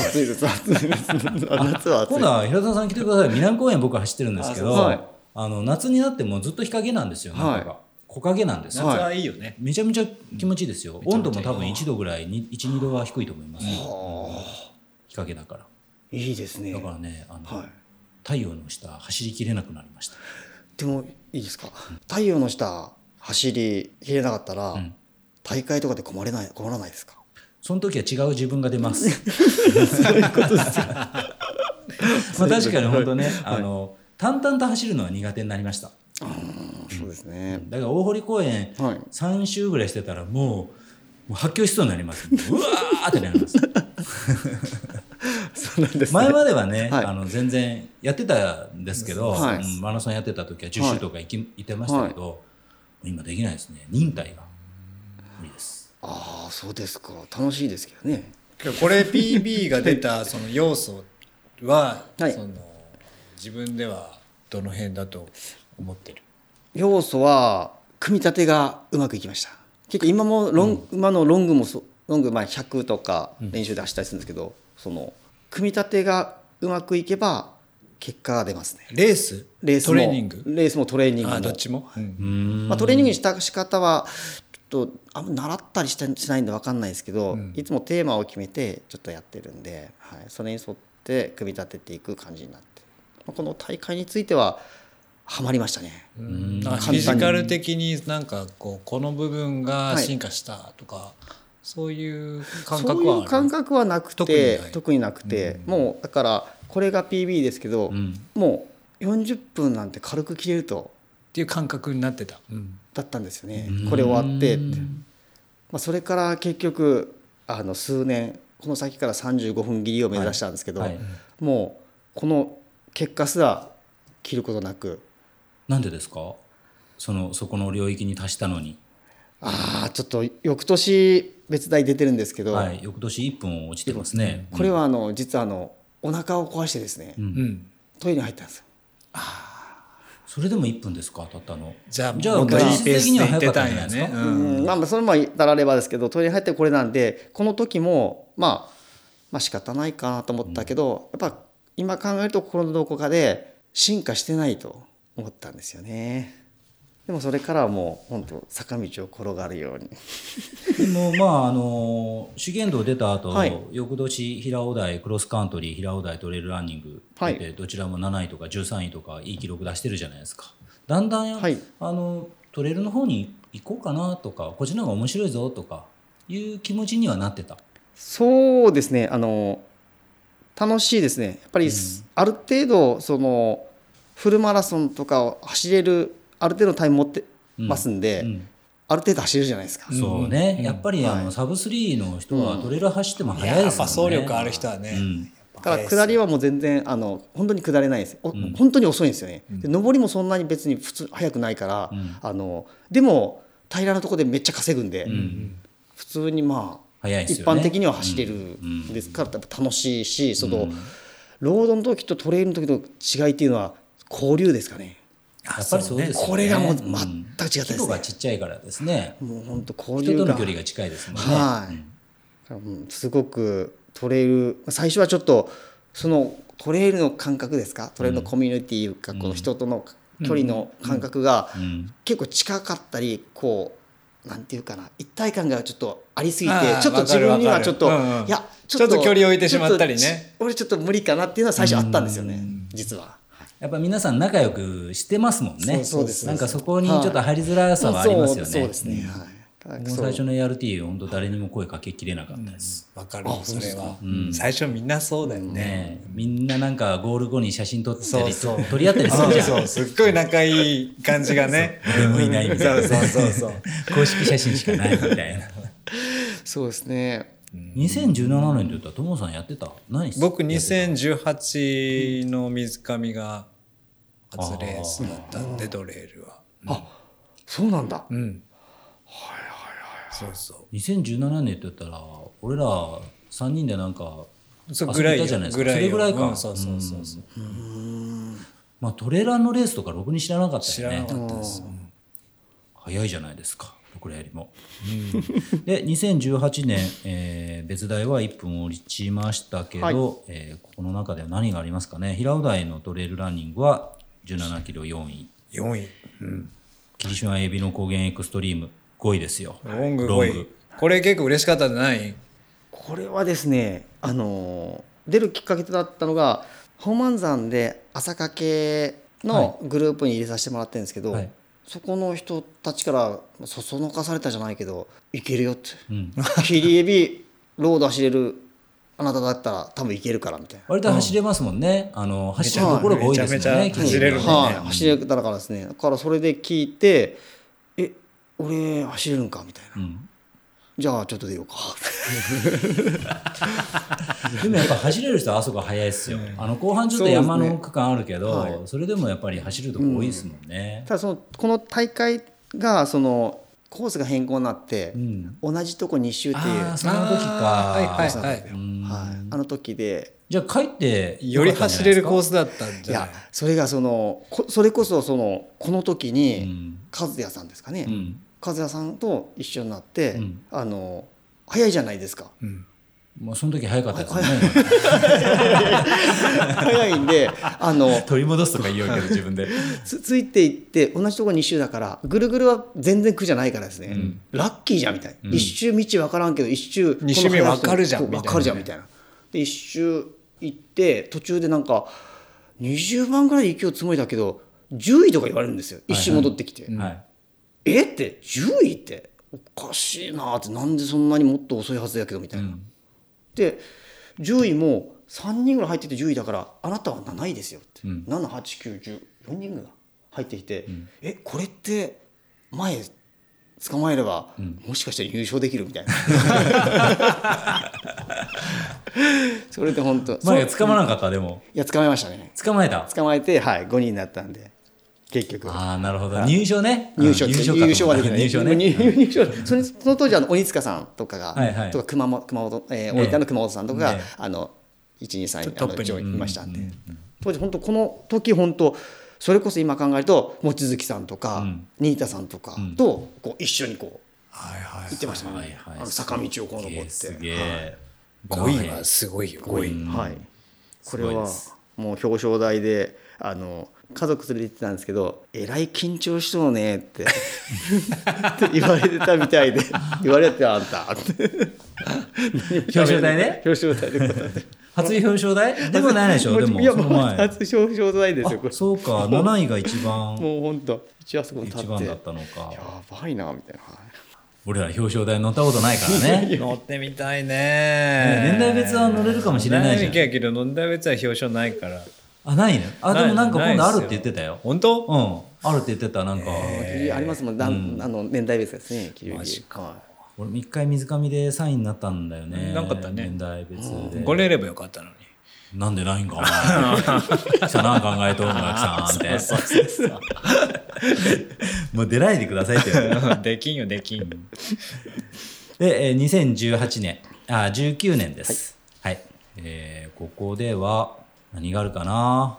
暑いです暑いです夏は暑い
今度は平田さん来てください南公園僕走ってるんですけど
あそうですはい
あの夏になってもずっと日陰なんですよ中が、
は
木陰なんです
夏
よ、
はいいよね。
めちゃめちゃ気持ちいいですよ、
ちゃ
温
めち
度
ゃいい
も多分1度ぐらい12度は低いと思います、日陰だから
いいですね
だからねあの、
はい
太陽の下走りきれなくなりました
でもいいですか太陽の下走りきれなかったら、大会とかで困れない困らないですか
その時は違う自分が出ます。まあ確かに本当ね、あの淡々と走るのは苦手になりました。
そうですね
だから大堀公園
はい
3周ぐらいしてたら
<laughs>
もうもう発狂しそうになります。うわーってなります。
そうなんです、ね
前。まではね、
はい
あの全然やってたんですけど、
はい
うんマラソンやってた時は10周とか行き、行ってましたけど、今できないですね忍耐が無理です
ああそうですか楽しいですけどね。
これ PB が出たその要素は、
はい
その自分ではどの辺だと思ってる
要素は組み立てがうまくいきました結構今もロン、今のロングもそロングまあ100とか練習で走ったりするんですけど、その組み立てがうまくいけば結果が出ますね
レース
レース
ト
も
レーニング
レースもトレーニング
あど
も
っちも、うん
うーん
まあ、トレーニングにした仕方はちょっとあんま習ったりしてしないんで分かんないですけど、
うん
いつもテーマを決めてちょっとやってるんで、はい、それに沿って組み立てていく感じになって、まあ、この大会についてはハマりましたね。
うん
うん
あフィジカル的になんかこうこの部分が進化したとか、そういう感覚はあ
そう
る
いう感覚はなくて
特
特
に
に
ない
なくて、
うん
もうだからこれが PB ですけど、
うん
もう40分なんて軽く切れると
っていう感覚になってた、うん
だったんですよね、
うん
これ終わってって、まあ、それから結局あの数年この先から35分切りを目指したんですけど、
はい、
もうこの結果すら切ることなく
なんでですかそのそこの領域に達したのに、
ああちょっと翌年別大出てるんですけど、
はい、翌年1分落ちてますね
これはあの実はあのお腹を壊してですね、
うん
うん、
トイレに入ったんですよ。
それでも1分ですか当たったの
じゃあ
じゃあ
もっといいペースでい
実質的には
って
早かった
た
ん
ん
じゃない
や
ですか
ね、う
うんんまあ、それもたらればですけどトイレに入ってこれなんでこの時も、まあ、まあ仕方ないかなと思ったけど、やっぱ今考えると心のどこかで進化してないと思ったんですよね。でもそれからはもう本当坂道を転がるように
でもまああの修験道出た後、
はい
翌年平尾台クロスカントリー平尾台トレイルランニング
はい
出てどちらも7位とか13位とかいい記録出してるじゃないですかだんだん、
はい
あのトレイルの方に行こうかなとかこっちの方が面白いぞとかいう気持ちにはなってた
そうですねあの楽しいですねやっぱりす、ある程度そのフルマラソンとかを走れるある程度のタイム持ってますんで、
うん
ある程度走れるじゃないですか。
そうね、
うん
やっぱりあの、
はい
サブ3の人
う
は
ん
トレイル走っても
い
速
や
いで
やっ
すも
ぱ
んね
走力ある人はね、
うん
だから下りはもう全然あの本当に下れないですお、
ん
本当に遅いんですよね、
うん
で上りもそんなに別に普通速くないから、
うん
あのでも平らなとこでめっちゃ稼ぐんで、
うん
普通にまあ、
速いです
一
よね
般的には走れるんですから、やっぱ楽しいしその、ロードの時とトレイルの時の違いっていうのは交流ですかね
やっぱりそうですよね
これがもう全く違
ん
ったですね
規模がちっちゃいからですね
もう本当交
人
流
と
が
の距離が近いですもんね、
はい、うんすごくトレイル最初はちょっとそのトレイルの感覚ですかトレイルのコミュニティか、この人との距離の感覚が
うん
結構近かったりこうなんていうかな一体感がちょっとありすぎて
ああ
ちょっと自分に
わ
は
か
ち
る
ょっと、
わかるうんうん
いや
ちょっと距離を置いてしまったりね
ちょと俺ちょっと無理かなっていうのは最初あったんですよね実は。
やっぱ皆さん仲良くしてますもんね。
そうそうです
なんかそこにちょっと入りづらさはありますよね。
そうそうですね。はいただ
僕も最初の ART 本当誰にも声かけきれなかったです。
わかる
あ
そ
そうで
れ
すか
は、最初みんなそうだよね、
ねえ、みんななんかゴール後に写真撮ったり
そうそう
撮り合ったりするじゃん。
そうすっごい仲いい感じが
<laughs>
ね
誰もいないみたいな。
そうそうそうそう
公式写真しかないみたいな。
そうですね。
2017年って言ったらともさんやってた。何して
僕
やってた
2018の水上が初レースだったんでトレイルは
あ、そうなんだ。
うんはいはいはいそうそ
2017年って言ったら俺ら3人でなんか
うそれぐらい
遊
よ
びたじゃないですか
ぐらいよ
それぐらいか
うんそうそうそうそう
まあトレーラーのレースとかろくに知らなかった
知
よ
ら
ね
な。かったです
早いじゃないですか僕らよりも。で2018年、えー別大は1分落ちましたけど、
はい
えーここの中では何がありますかね平尾台のトレイルランニングは17キロ4位
4位うん
霧島エビの高原エクストリーム5位ですよ。
ロング
ロン
5位
グ
これ結構嬉しかったんじゃない
これはですね、あのー出るきっかけだったのが本満山で朝掛けのグループに入れさせてもらってるんですけど、
はい
そこの人たちからそそのかされたじゃないけどいけるよって
うん、
切りエビロード走れるあなただったら多分いけるからみたいな。
割と走れますもんね、あの走るところが多いですもんね
めちゃめちゃ走れるもんね
はい、走れたからですねだからそれで聞いて「え俺走れるんか?」みたいな
うん
じゃあちょっと出ようか
でもやっぱ走れる人はあそこ速いっすよ、あの後半ちょっと山の区間あるけどそ,、
そうですねは
れでもやっぱり走るとこ多いですもんね、
ただそのこの大会がそのコースが変更になって、
ん
同じとこ2周っていう
ああその時か
あーはい
そう
は
ないん
は
ですよ
い。
うん
はい、あの時で
じゃあ帰って
より
かったんじゃ
走
ない
れ
です
る
か
コースだったん
い
じゃな
や
い
それがそのこそれこそそのこの時
う
に、
ん
和也さんですかね、
うん
和也さんと一緒になって、
うん
あの早いじゃないですか
うん
まあ、その時早かったですよね
早いんであの
取り戻すとか言うけど自分 <laughs> で
つついていって同じとこ2周だからぐるぐるは全然苦じゃないからですね、
うん
ラッキーじゃんみたいな、
うん
一周道分からんけど一周
二周目
この速さ
分かるじゃん
そう
みたいな
分かるじゃんみたいなで一周行って途中でなんか20万ぐらいで勢いつもりだけど10位とか言われるんですよ一周戻ってきて、
ん
はい
えって10位っておかしいなってなんでそんなにもっと遅いはずやけどみたいな、
うん
で10位も3人ぐらい入ってて10位だからあなたは7位ですよって、
うん
78910 4人が入ってきて、えこれって前捕まえれば、もしかしたら優勝できるみた
<laughs>
いなそれで本当
前
そうい
捕まらなかったでも
や捕まえましたね
捕まえた
捕まえてはい5人になったんで結局
ああなるほど入賞ね
入賞
うん
優
か
勝優勝はできない
入賞
入
ね
入賞そのその当時はあの鬼塚さんとかが、
はいはい
とか熊本熊本えー
ね
大分の熊本さんとかが、
ね
あの123
トップに
いましたんで、
うんうん
当時本当この時本当それこそ今考えると望月さんとか、
うん
新田さんとか
ん
とこう一緒にこう
はいはい
行ってましたね、
はいはい
あの坂道をこう登って
すげえ
5位はすごいよ
は
5
い
位
はいこ
す
れ
ごい
は
です
もう表彰台であの家族連れて行ってたんですけど「えらい緊張しそうね」って
<laughs>
って言われてたみたいで「言われてたあんた」って
表彰台ね
<laughs> 表彰台でこうやって
初表彰台でもないでしょでも
いや
その
もう
前
初表彰台ですよこ
あ
れ
そうか7位が一番
もう本当一応あそこに立っ
一
て
番だ
や
ったのか
ばいなみたいなはい
俺ら表彰台乗ったことないからね
乗ってみたいね
年代別は乗れるかもしれないじゃん
年代別やけど年代別は表彰ないから
あないねあでもなんか
ない
今度あるって言ってたよ
本当
うんあるって言ってたなんか
いやありますもん、なんあの年代別ですね切り売り
マジ
は
俺も一回水上で3位になったんだよね
なんかあったね
年代別で
これればよかったのに
なんでないんかお前さあ何考えとんがきさん
<laughs>
って <laughs> もう出ないでくださいって言われて
<laughs> できんよできんよ
で、えー2018年あ19年ですはい、えーここでは何があるかな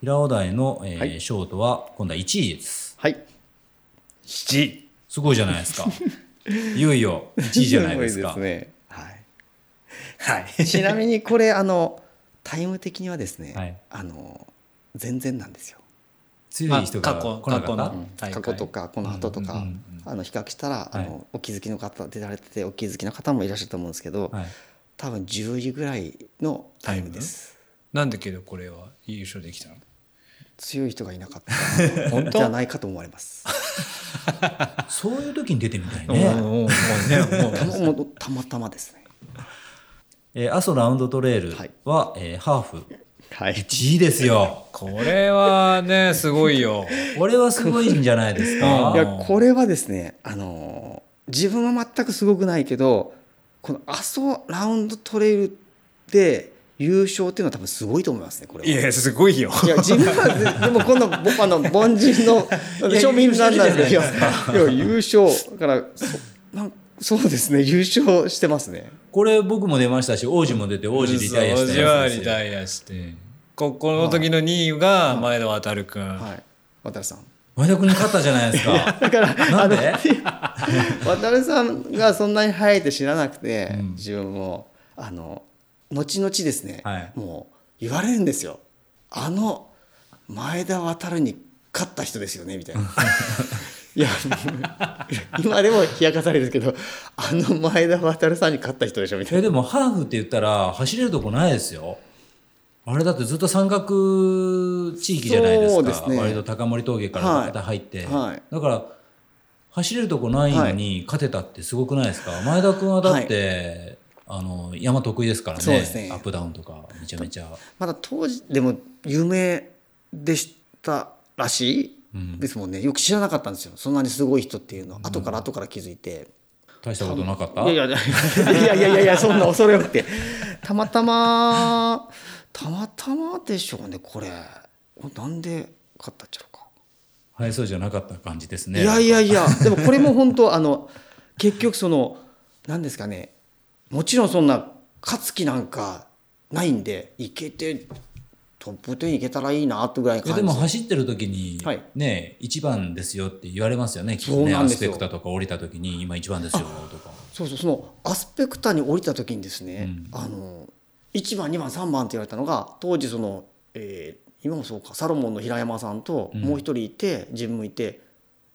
平尾台の、えー
はい
ショートは今度は1位です
はい
7位
すごいじゃないです <laughs> かいよいよ1位じゃないですか
ごねはい
はい
ちなみにこれあのタイム的にはですね、
はい
あの全然なんですよ。
強い人が
あ過去
来なかっ
過
た
去の大
過
会
去とかこの後とか、
うんうん
あの比較したら、あ
は
のお気づきの方出られててお気づきの方もいらっしゃると思うんですけど、
はい、
多分10位ぐらいのタイムです。
なんだけどこれは優勝できたの
強い人がいなかっ
本
た
当
じゃないかと思われます。
そういう時に出てみたい
もう
ね、
もうもうねもう
たまもうたまたま
<laughs>
ですね。
えー阿蘇ラウンドトレイルは、えーハーフ
はい。
1位ですよ
これはねすごいよ
これはすごいんじゃ <laughs> ないですか
いや
あー
これはですねあのー自分は全くすごくないけどこの阿蘇ラウンドトレイルで優勝っていうのは多分すごいと思いますねこれは。
いやすごいよ
いや自分はででもこんなぼあの <laughs> 凡人の庶民さん <laughs> なんですけどいや優勝だからそなんそうですね優勝してますね
これ僕も出ましたし王子も出て王子リタイアしたやつです
そ
よ
う王子はリタイアしてここの時の2位が前田航君、
はい渡さん
前田君に勝ったじゃないですか
だから
なんで
渡さんがそんなに速いって知らなくて、自分もあの後々ですね、
はい
もう言われるんですよあの前田航に勝った人ですよねみ
<laughs>
たいな。いや今でも冷やかされるけどあの前田航さんに勝った人でしょみたいな
えでもハーフって言ったら走れるとこないですよあれだってずっと山岳地域じゃないです
そ
か
うですね
割と高森峠から
はい
また入って、
はい
だから走れるとこないのに勝てたってすごくないですか、前田君はだって、あの山得意ですからね
そうですね
アップダウンとかめちゃめちゃ
まだ当時でも有名でしたらしいですもんねよく知らなかったんですよそんなにすごい人っていうの後から後から気づいて
大したことなかった
いやいや <laughs> いやいやいやいやそんな恐れ多くてたまたまたまたまでしょうねこれこれなんで勝ったっちゃろうか、
はいそうじゃなかった感じですね
いやいやいやでもこれも本当あの結局その何ですかねもちろんそんな勝つ気なんかないんでいけてトップ10いけたらいいなってぐらいの
いや
感じ
でも走ってる時に、
はい
ね一番ですよって言われますよねきっと
そう
ね
なん
ア
で
ス
す
ペ
よ
クタとか降りた時に今一番ですよとか
そうそうそのアスペクターに降りた時にですね、あの1番2番3番って言われたのが当時その、えー今もそうかサロモンの平山さんともう一人いて、自分もいて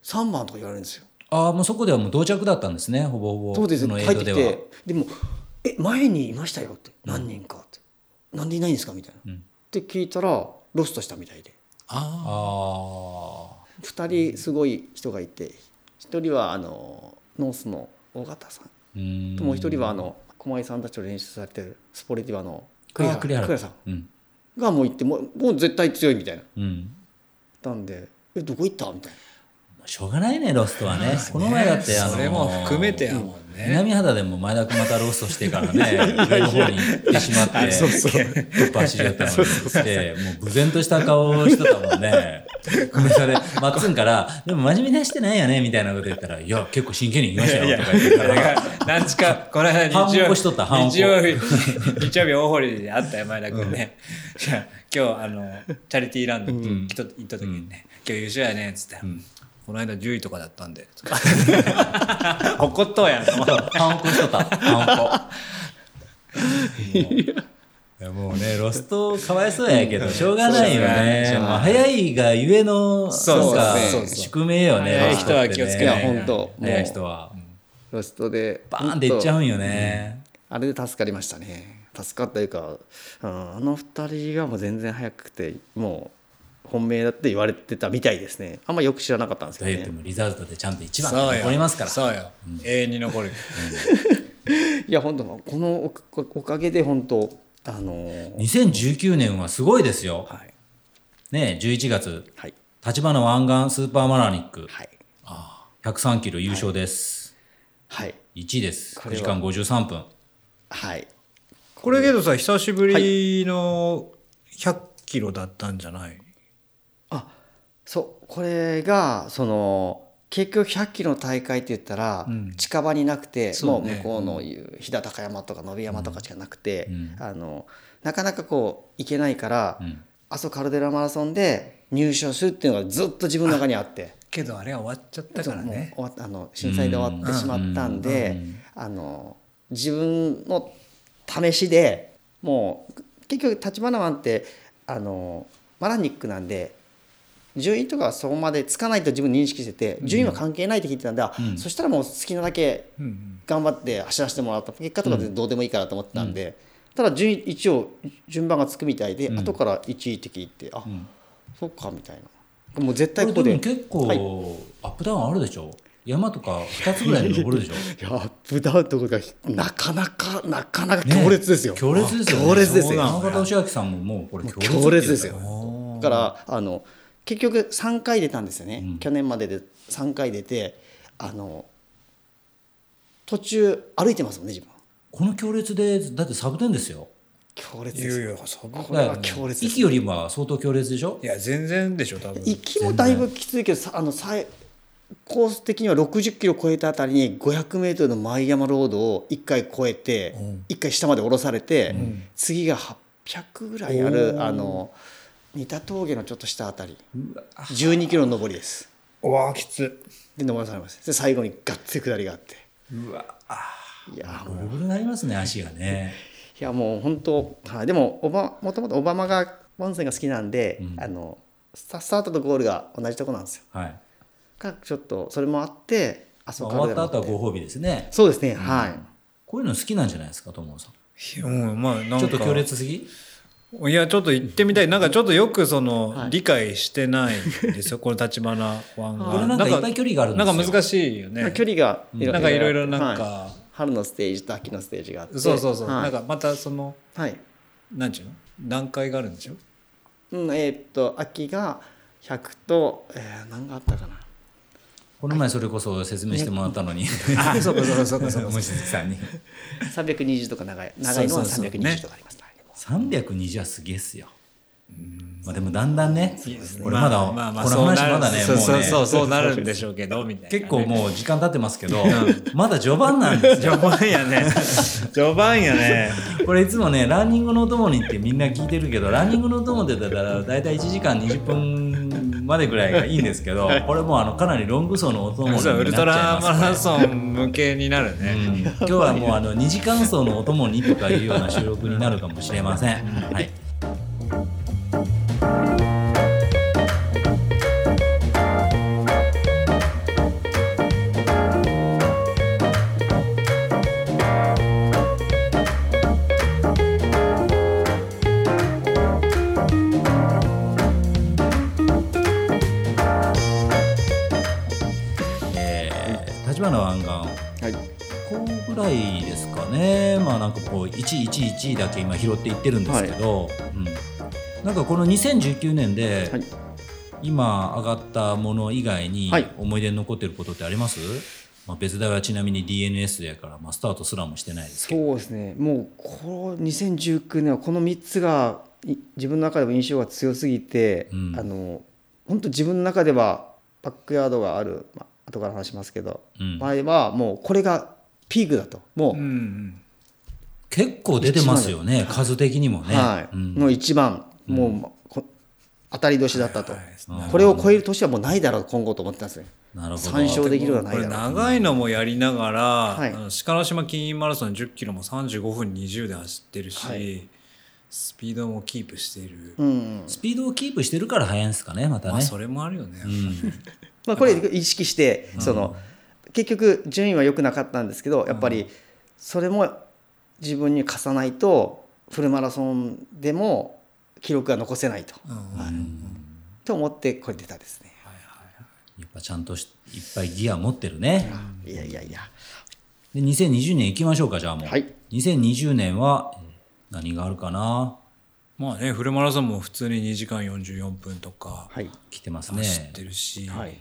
3番とか言われるんですよ。
ああもうそこではもう同着だったんですねほぼほぼ
そうです
の
ね
エイ
帰って
ドで
き
は
てでも「え前にいましたよ」って「何人か」って「なんでいないんですか?」みたいな。って聞いたらロストしたみたいで
あ
ああ
2人すごい人がいて1人はあのノースの尾形さん
うーん
ともう一人はあの駒井さんたちと練習されてるスポレティバの
あー栗原
栗原さん
うん
がもう行ってもうもう絶対強いみたいな
うん
なんで「えどこ行った?」みたい
しょうがないねロストはねこの前だってあの
それも含めてやもんね
南肌でも前田君またロストしてから
<laughs>
ね上の方に行ってしまってト
あ <laughs> そうそう
ップ走りだったのにしてもう無然とした顔をしてたもんねごめんなさいねマッツンから「でも真面目に走ってないよね」みたいなこと言ったら「いや結構真剣に行きましたよ」とか言ってから
何日かこの間日
半
曜
音しとった半音
日曜日日曜日大堀で会ったよ前田君ね、じゃあ今日あのチャリティーランド行った行った時にね「今日優勝やね」っつって、この間10位とかだった
<laughs>
んで」とか怒っとうやんと思って
ハンコしとったハンコもういやもうねロストかわいそうやけどしょうがないよ
し
ね
ょうがない
もう早いがゆえの
そう
なんか
そうそう
宿命よね
早い人は気をつけない
や本当
早い人は
なロストで
バーンっていっちゃう
本
んよね
当あれで助かりましたね助かったというか、うん、あの二人がもう全然早くてもう本命だって言われてたみたいですねあんまよく知らなかったんです
と
け
言っ
ど
て
ね
もリザルトでちゃんと一番
そうよ
残りますから
そうよ、永遠に残る
いや本当このおかおかげで本当あのー
2019年はすごいですよ
はい
ね11月
はい
立花湾岸スーパーマラニック
はい
103キロ優勝です
はい
1位です9
これは
時間53分
はい
これけどさ久しぶりの100キロだったんじゃない、
あそうこれがその結局100キロの大会って言ったら
うん
近場になくて、
そ
も
う
う
ね
向こうのいう飛騨高山とか野山とかしかなくて、
うん
あのなかなかこう行けないから、
うん
阿蘇カルデラマラソンで入賞するっていうのがずっと自分の中にあって。
けどあれは終わっちゃったからね
もう終わっあの震災で終わってしまったんで、あの自分の試しでもう結局橘湾ってあのマラニックなんで順位とかはそこまでつかないと自分認識してて順位は関係ないって聞いてたんで、あそしたらもう好きなだけ
うんうん
頑張って走らせてもらった結果とかでどうでもいいかなと思ってたんで、ただ順位一応順番がつくみたいで、後から1位って聞いてあ、そっかみたいなもう絶対こ
こ
こ
れ
で
でも結構、
はい
アップダウンあるでしょ山とか2つぐらい登るでしょ
いやアップダウンとかなかなかなかなか強烈ですよ、
強烈ですよ、ね、
強烈ですよ
山形義明さんももうこれ強烈って言う
強烈ですよ
おー
だからあの結局3回出たんですよね、去年までで3回出てあの途中歩いてますもんね自分
この強烈でだってサブ10ですよ
強烈
い
です
や
よ
いやそこ
これは強烈です
息よりは相当強烈でしょ
いや全然でしょ多分
息もだいぶきついけどさあのさいコース的には60キロ超えたあたりに500メートルの舞山ロードを1回越えて、一1回下まで下ろされて、次が800ぐらいあるあの仁田峠のちょっと下あたり12キロの上りです
うわーきつ
で登らされますで最後にがっつり下りがあって
うわ
いやー
ボ
もう
ロボロになりますね足がね
いやもう本当、はい、でもオバもともとオバマが温泉が好きなんで、あのスタスタートとゴールが同じとこなんですよ
はい、
かちょっとそれもあってあそ
まあ
こ
終
から
わ
で
った後は
もあって
ご褒美ですね
そうですね、はい。
こういうの好きなんじゃないですか友野さん
いうんまあなんか
ちょっと強烈すぎ
いやちょっと行ってみたいなんかちょっとよくその、
はい
理解してないんです
<laughs>
よこの立花湾が
これなんかいっぱい距離があるんです
な
よ
んか難しいよね
距離が
なんかいろいろなんか、
はい春のステージと秋のステージがあって、
そうそうそう、
はい、
なんかまたその
はい、
なんちゅうの段階があるんでしょ
うん、えーっと秋が100と、えー、何があったかな。
この前それこそ説明してもらったのに、
あそうかそうかそう
<laughs>
かそうか
望月さんに。
320とか長い長いのは
そうそうそう
320とかあります。はい
320はすげえっすよ。まあでもだんだんね、これまだ、
まあまあ
この
そう
話
なる
まだね、
そう
もう
そう
ね、
そうそうなるんでしょうけどみたいな
結
<laughs>
構もう時間経ってますけど、まだ序盤なんですよ。
序盤やね序盤や
<laughs>
ね
これいつもね、ランニングのお供にってみんな聞いてるけど、ランニングのお供でだったら大体1時間20分までぐらいがいいんですけど、これもうあのかなりロング走のお供になっちゃい
そ
う
ウルトラ
ま
マ
すから
ラソン向けになるね、
うん今日はもうあの2時間走のお供にとかいうような収録になるかもしれません。はいえー橘湾岸
はい、
こうぐらいですかねまあなんかこう111だけ今拾っていってるんですけど、うん、なんかこの2019年で
はい
今上がったもの以外に
はい
思い出に残ってることってあります、まあ、別大はちなみに DNS やから、まあ、スタートすらもしてないですけど
そうですねもうこの2019年はこの3つがい自分の中でも印象が強すぎて、
うん
あの本当自分の中ではバックヤードがある、まあ後から話しますけど、
うん
前はもうこれがピークだともう、
うん
結構出てますよね数的にもね。
はい
うん
の一番、もうこ当たり年だったと、
うん
これを超える年はもうないだろう今後と思ってたんですね
なるほど
参照できるは
こ
ない
れ
だろう
長いのもやりながら、
はい
あの鹿の島金銀マラソン10キロも35分20で走ってるし、
はい
スピードもキープしている、
うんうん
スピードをキープしてるから早いんですかねまた
まあ
ね。
それもあるよね、
まあ、これ意識してその結局順位は良くなかったんですけどやっぱりそれも自分に貸さないとフルマラソンでも記録が残せないと
うん
と思ってこれ出たですね。
やっぱちゃんとしいっぱいギア持ってるね。
いやいやいや
で2020年行きましょうかじゃあもう。
はい
2020年はえー何があるかな
まあねフルマラソンも普通に2時間44分とか
はい
来てます
走っ
ね
て。るし、
はい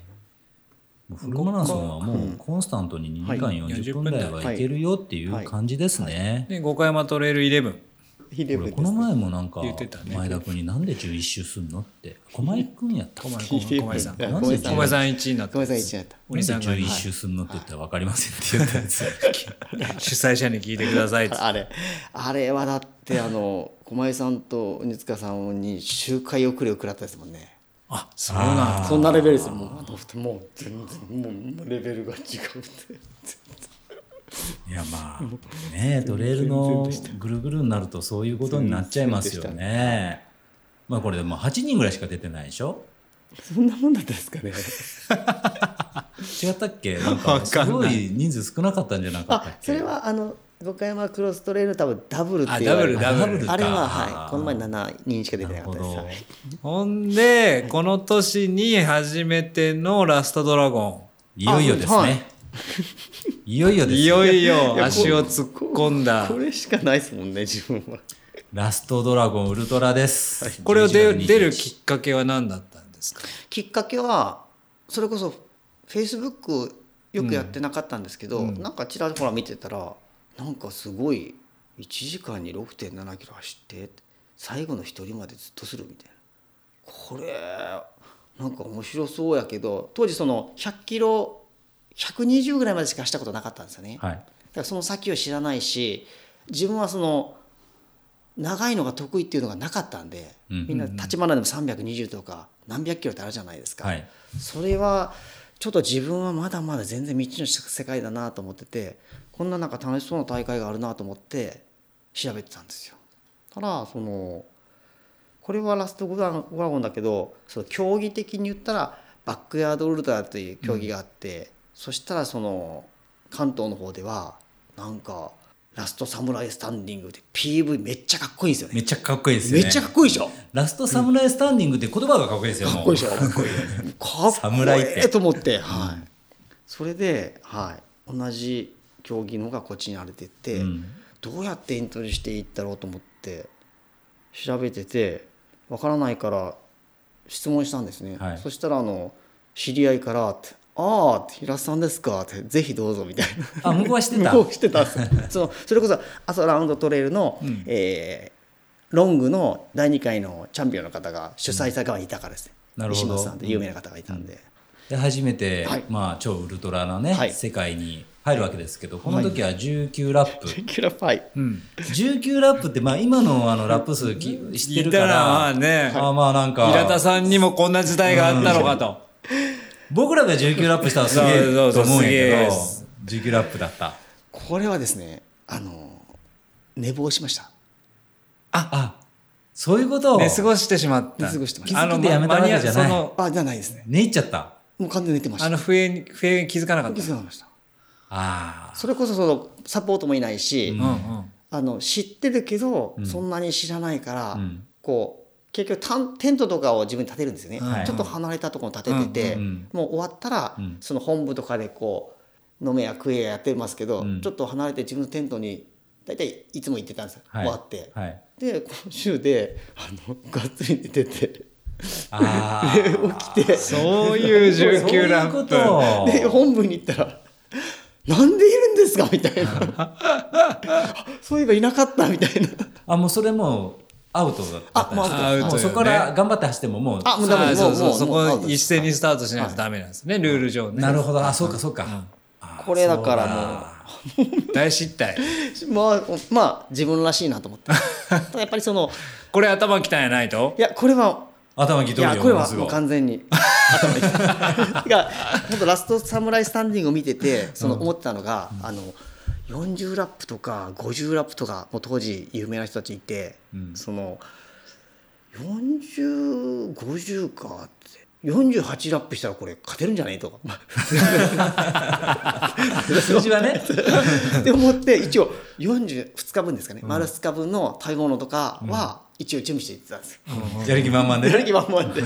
もうフルマラソンはもうコンスタントに2時間40分台はいけるよっていう感じですね。
で五回山トレイル11
イレ
こ
ブ
れ
ン
こ
で
の
す
前もなんか
言ってたね
前田君になんで11周すんのって駒井君やったっ
小前
け
小前小前さん
いや
小
小
前
前
さ
さ
ん
ん1位になっ
ご
た
めんなさい一年だった。
お兄さんが
なんで11周すんのって言ったら分かりませんって言ったや
<laughs>
つ。
主催者に聞いてくださいっつって
あれあれはだってあの駒井さんと鬼塚さんに周回遅れを食らったですもんね。
あそうなんだ
そんなレベルですよもうあのもう全然もうもうレベルが違うって。
いや
<laughs>
まあねトレイルのぐるぐるになるとそういうことになっちゃいますよね。まあこれでも8人ぐらいしか出てないでしょ
そんなもんだったんですかね。
違った
<laughs>
っけなんかすごい人数少なかったんじゃなかったっ
あ
け
それはあの五回山クロストレイルの多分ダブルっていう
あダブルダブル
あれは
あ
はい
ー
この前7人しか出て
な
な
る
かっ
ほ
たです
ど
は
ほ
い。
んでこの年に初めてのラストドラゴ
いよいよですね、
あはい
い、よいよ
ン
です
い
よ
よいよ足を突っ込んだ
これしかないですもんね自分は
ラストドラゴンウルトラです、
これを出
11
出るきっかけは何だったんですか
きっかけはそれこそフェイスブックよくやってなかったんですけど、
うん
なんかちらほら見てたらなんかすごい1時間に6 7キロ走って最後の1人までずっとするみたいなこれなんか面白そうやけど当時その100キロ120ぐらいまでしか走ったことなかったんですよね。
はい
だからその先を知らないし自分はその長いのが得意っていうのがなかったんで、
うん
みんな立ち回らでも320とか何百キロってあるじゃないですか、
はい
それはちょっと自分はまだまだ全然未知の世界だなと思っててこんななんか楽しそうな大会があるなと思って調べてたんですよ。ただそのこれはラストグラゴンだけどその競技的に言ったらバックヤードウルトラという競技があって、そしたらその関東の方ではなんかラストサムライスタンディングで PV めっちゃかっこいいんですよね
めっちゃかっこいいですよ
め
ね
っちゃかっこいいでしょ
ラストサムライスタンディングって言葉がかっこいいですよ
かっこいいでしょ
もう
かっこいいかっこ
侍っ
い
て
いと思って、はい、それで、はい、同じ競技のがこっちに荒れてって、
うん
どうやってエントリーしていったろうと思って調べててわからないから質問したんですね、
はい
そしたらあの知り合いからって「ああ、平田さんですかって、ぜひどうぞみたいな。
あ向こうはしてた
向こうしてたんですよ <laughs> そのそれこそ、阿蘇ラウンドトレイルの、えーロングの第2回のチャンピオンの方が主催者側にいたからですね。
うんなるほど
石本さんって有名な方がいたんで。
で初めて、
はい
まあ、超ウルトラなね、
はい
世界に入るわけですけどこの時は19ラップ、
キュラファイ。
うん。
19ラップって、まあ、今のあのラップ数き知ってるか
いたらま
ら
あね
あまあなんか
平田さんにもこんな時代があったのかと。
僕らが19ラップしたらすげ
そ
え
う
と
そうそう
思うんやけど
す
19ラップだった
これはですね、あの、寝坊しました。
あそういうことを
寝過ごしてしまった。
寝過ごしてま
した気づいてやめたわけじゃない
あのま間に合その
あ、じゃないですね。
寝入っちゃった
もう完全に寝てました。
あの不縁に、不縁に気づかなかっ
気
た。
づかなかったでした。
あ
それこそそのサポートもいないし、
うん
うんうん。
あの知ってるけど、そんなに知らないから、
ん
こう結局たんテントとかを自分で建てるんですよね、
はい
ちょっと離れたところに建ててて、
うんうん
もう終わったら、
うん
その本部とかでこう飲めや食えややってますけど、
うん
ちょっと離れて自分のテントに大体いつも行ってたんですよ、
あ、はい
終わって。
はい、
で今週であのがっつり寝てて
あー
<laughs> 起きて
そういう19ランプ。
そういうこと
で本部に行ったら「なんでいるんですか?」み
<laughs>
たいなあそういえばいなかったみたいな
あもうそれもうアウトだった
あもうアウト
アウトよ
も
ね
うそこから頑張って走ってももう
あもうダメ
あ
ですも
そううそうそ
もうもうアウ
こ
トで
一
す
斉にスタートしないとダメなんですね、ルール上ね。
なるほどあそうかそうか、あー
これだから
そう
大失態。
<laughs> まあまあ自分らしいなと思って
<laughs>
ただやっぱりその
これ頭鍛えないと
いやこれは
頭き
い
とる
や
よ
これ
もの
は
す
も
ご
う
い
完全に頭 <laughs> いいが本当ラストサムライスタンディングを見ててその思ってたのが、あの40ラップとか50ラップとかもう当時有名な人たちいて、
うん
その4050かって。48ラップしたらこれ勝てるんじゃないとか
数字は
<laughs>
ね
って思って一応42日分ですかね、丸2日分の食べ物とかは一応準備していってたんですよ。
やる気満々で
や
ね
る気満々で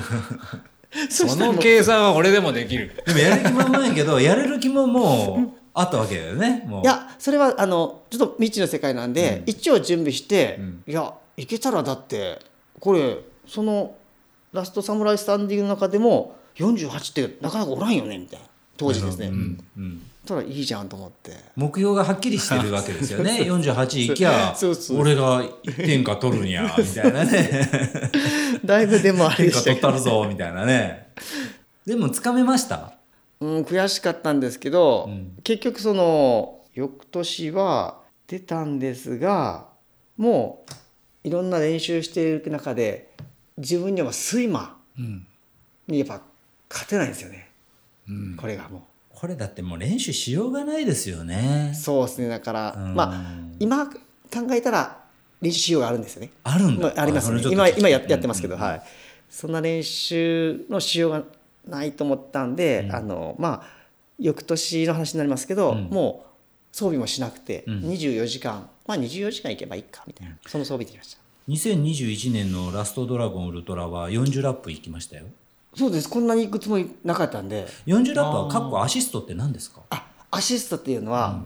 そ
そ
したら
の
もう
計算は俺でもできる
でもやる気満々やけどやれる気ももうあったわけだよねもう
いやそれはあのちょっと未知の世界なんで、一応準備して、いやいけたらだってこれそのラストサムライスタンディングの中でも48ってなかなかおらんよねみたいな当時ですね、
うんうん
たらいいじゃんと思って
目標がはっきりしてるわけですよ
<laughs>
ね48いきゃ
そうそう
俺が1点か取るん
<laughs>
やみたいなね
だいぶでもあれ
天
で
下
した
取っ
け
た
ど、
るぞみたいなねでもつかめました
うん、悔しかったんですけど、
うん
結局その翌年は出たんですがもういろんな練習している中で自分には睡魔
うん
にやっぱ勝てないんですよね、
うん
これがもう。
これだってもう練習しようがないですよね
そうですねだから、
うん
まあ今考えたら練習しようがあるんですよね。
あるん
ま
だ、
あ、ありますね
それちょっと
今
聞き
今や
た
やってますけど、はい、そんな練習のしようがないと思ったんで、あのまあ翌年の話になりますけど、
ん
もう装備もしなくて、
ん
24時間まあ24時間いけばいいかみたいなその装備できました。
2021年のラストドラゴンウルトラは40ラップ行きましたよ
そうですこんなにいくつもりなかったんで
40ラップはかっこアシストって何ですか
あアシストっていうのは、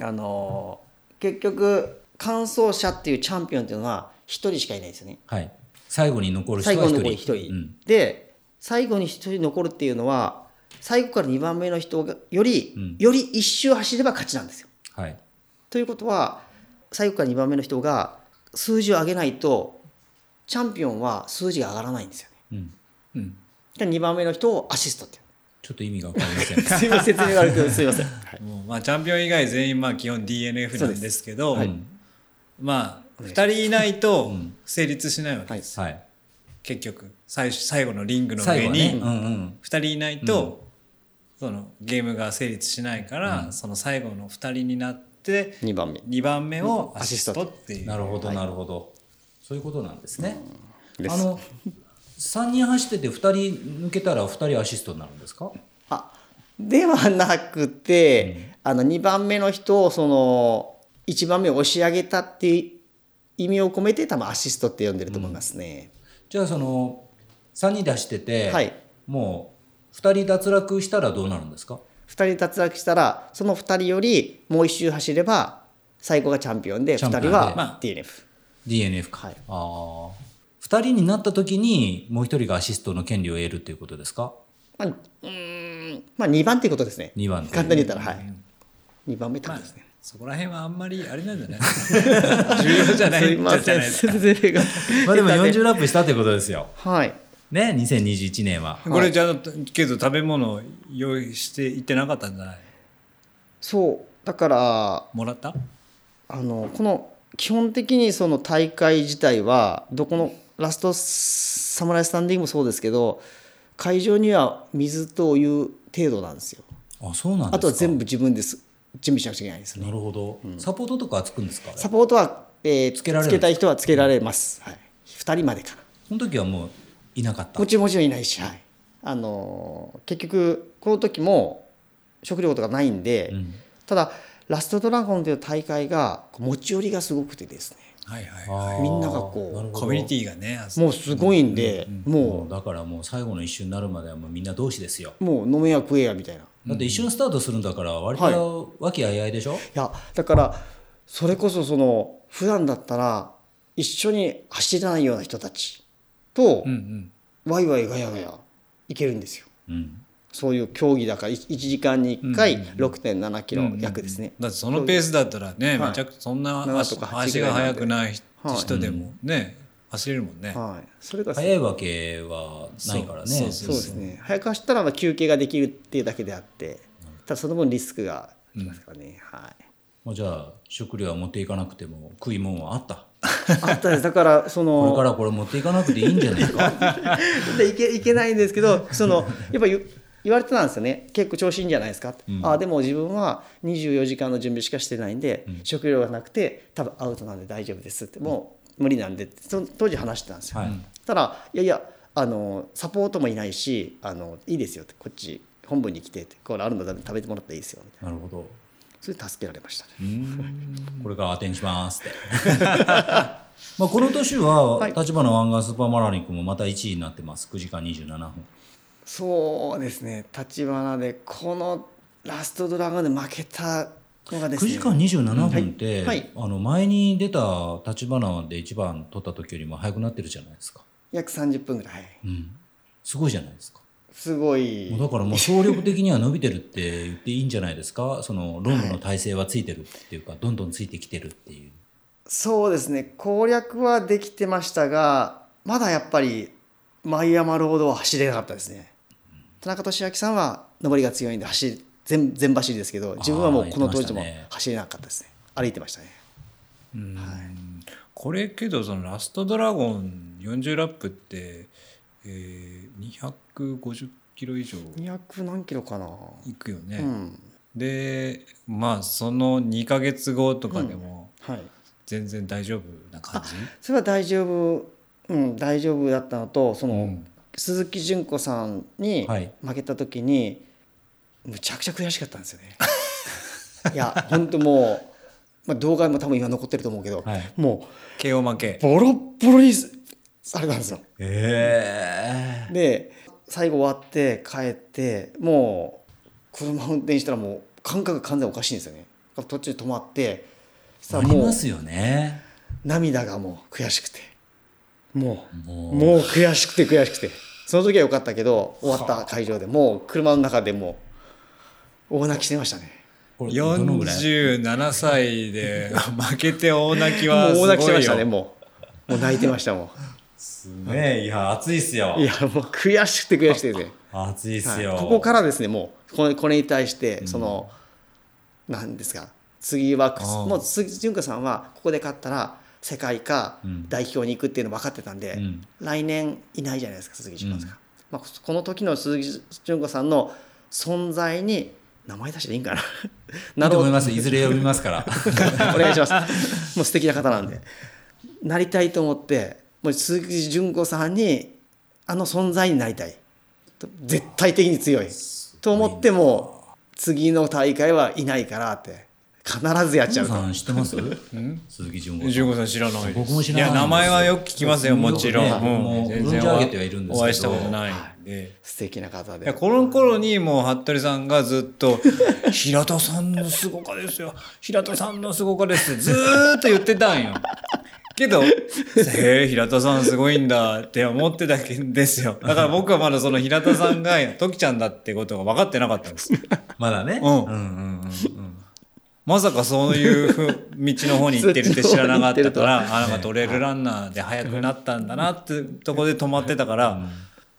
あの結局完走者っていうチャンピオンっていうのは1人しかいないんですよね。
はい最後に残る人
最後
は1
に残
人
る一人、
うん
で最後に一人残るっていうのは最後から2番目の人がより、
うん
より一周走れば勝ちなんですよ。
はい
ということは最後から2番目の人が数字を上げないとチャンピオンは数字が上がらないんですよね。
うん
うん
で2番目の人をアシストって。
ちょっと意味がわかりません
<laughs> すいません説明があるけどすいません。はい
もうまあチャンピオン以外全員まあ基本 DNF なんですけど
い
まあ
お
2
願いし
人いないと成立しないわけ
は
で
い
す、
はい
結局最終最後のリングの
最
上
後は
に
ねうんうん
2人いないと、そのゲームが成立しないから、その最後の2人になって
2番目
2番目をアシストっていう、
なるほどなるほど、そういうことなんですね、
です
あの3人走ってて2人抜けたら2人アシストになるんですか
あではなくて、あの2番目の人をその1番目を押し上げたっていう意味を込めて多分アシストって呼んでると思いますね。
じゃあその3人で走ってて、
はい
もう2人脱落したらどうなるんですか
2人脱落したらその2人よりもう1周走れば最後がチャンピオンで
チャンピオン
2
で
人
ま
は
あ
DNF。
DNF か、
はい
ああ2人になった時にもう1人がアシストの権利を得るっていうことですか
まあ、うーん、まあ2番っていうことですね。
2番っていう
簡単に言ったら、はい。2番目ってことですね。
そこら辺はあんまりあれなんじゃない <laughs> 重要じゃない
すい
じ
ま
ゃ
せ
ないで
ん、
すか。
先生が。
<laughs> まあでも40ラップしたってことですよ。
はい。
ね、2021年は。
これじゃあけど食べ物用意していってなかったんじゃない
そう。だから、
もらった
あのこの基本的にその大会自体はどこのラストサムライスタンディングもそうですけど会場には水とお湯程度なんですよ
あ、そうなんですか。
あとは全部自分です準備しなくちゃいけないですね
なるほど。サポートとかはつくんですか。
サポートは、えー
つけられる
たい人はつけられます、はい、2人までかな
その時はもういなかった
も。ちろんもちろんいないし、はい、あのー結局この時も食料とかないんで、
ん
ただラストドラゴンという大会が持ち寄りがすごくてですね
はいはい
あ
は
ー
みんながこう
なる
い。
ほど
コミュニティがね、あそ
もうすごいんで、も
もうだからもう最後の一周になるまではもうみんな同士ですよ。
うもう飲めや食えやみたいな
だって一瞬スタートするんだから割
はい
と和気あいあいでしょ、
いやだからそれこそその普段だったら一緒に走らないような人たちと
うんうん。
ワイワイガヤガヤいけるんですよ
うん、
そういう競技だからい1時間に1回6 7キロ約ですね
だってそのペースだったらね、
はい
めちゃくちゃそんな
7
足
とか
足
8
が速くない
はい
人でもね、走れるもんね。
はいそれがそう
早いわけはないからね
そうそう
ですね早く走ったらまあ休憩ができるっていうだけであってただその分リスクがきますからねはい
まあじゃあ食料は持っていかなくても食い物はあった
あったですだからそ
これ
の
からこれ持っていかなくていいんじゃない
<laughs>
か
でいけいけないんですけどそのやっぱ言言われてたんですよね結構調子いいんじゃないですかって、ああでも自分は24時間の準備しかしてないんで、食料がなくて多分アウトなんで大丈夫ですってもう無理なんでってその当時話してたんですよ、
はい
たらいやいやあのサポートもいないしあのいいですよってこっち本部に来てってこれあるのだ食べてもらっていいですよみたいな
なるほど
それで助けられましたね
これから当てにしますって <laughs> まあこの年は
はい
立花湾岸スーパーマラリンクもまた1位になってます9時間27分
そうですね立花でこのラストドラゴンで負けたのがです
9
ね
時間27分って、
うんはいはい
あの前に出た立花で1番取った時よりも早くなってるじゃないですか、
約30分ぐらい、はい
うん、すごいじゃないですか
すごい
もうだからもう総力的には伸びてるって言っていいんじゃないですかそのロンドの体制はついてるっていうかどんどんついてきてるっていう
そうですね攻略はできてましたがまだやっぱり舞山ロードは走れなかったですね田中俊明さんは上りが強いんで走り全全走りですけど自分はもうこの当時も
言ってましたね
走れなかったですね歩いてましたね
うんこれけどそのラストドラゴン40ラップって、えー、250キロ以上
200何キロかな、
いくよね。
うん
でまあその2ヶ月後とかでも
はい
全然大丈夫な感じ、 <laughs>
それは大丈夫うん大丈夫だったのとその、
うん
鈴木純子さんに
はい
負けた時に、むちゃくちゃ悔しかったんですよね <laughs> いや本当もう、まあ、動画も多分今残ってると思うけど、
はい
も
KO 負け
うボロッボロにすされたんですよ
え
で最後終わって帰ってもう車運転したらもう感覚が完全におかしいんですよね途中で止まって
え
さ
あ
あ
り
もう
ますよね
涙がもう悔しくてもう
もう
もう悔しくて悔しくてその時は良かったけど終わった会場でもう車の中でもう大泣きしてましたね
これどのぐらい
47歳で負けて大泣き
も
は
う
すご
大
いよ
泣きしてましたねもうもう泣いてましたも
ねえいや暑いっすよ
んいやもう悔しくて悔しくてね、
暑いっす
はい
よ、
ここからですねもうこれこれに対してその、なんですか次は
あー
もう鈴木純子さんはここで勝ったら世界か
うん
代表に行くっていうの分かってたんで、
うん
来年いないじゃないですか鈴木純子さん、まあ、この時の鈴木純子さんの存在に名前出していいんか
い
なない
と思い
ど
ますいずれ呼びますから
<laughs>
<laughs> お願いしますもう素敵な方なんでなりたいと思ってもう鈴木純子さんにあの存在になりたいと絶対的に強いと思っても次の大会はいないからって必ずやっちゃうと
さん知ってます鈴木純子さん
15歳知らないです
僕も知らないんですよ
いや名前はよく聞きますよもちろん、
よくねもう存じ上げてはいるんですけど
お会いしたことないんで、
素敵な方
い
で
やこの頃にもう服部さんがずっ
<laughs>
と「平田さんのすごかですよ平田さんのすごかです」ってずーっと言ってたんよ。けど、へえ、平田さんすごいんだって思ってたんですよ。だから僕はまだその平田さんが時ちゃんだってことが分かってなかったんです。
まだね。う
うん
んうんうん
まさかそういうふう道の方に行ってるって知らなかっ
<laughs>
たから、あ、なんかトレイルランナーで速くなったんだなってとこで止まってたから、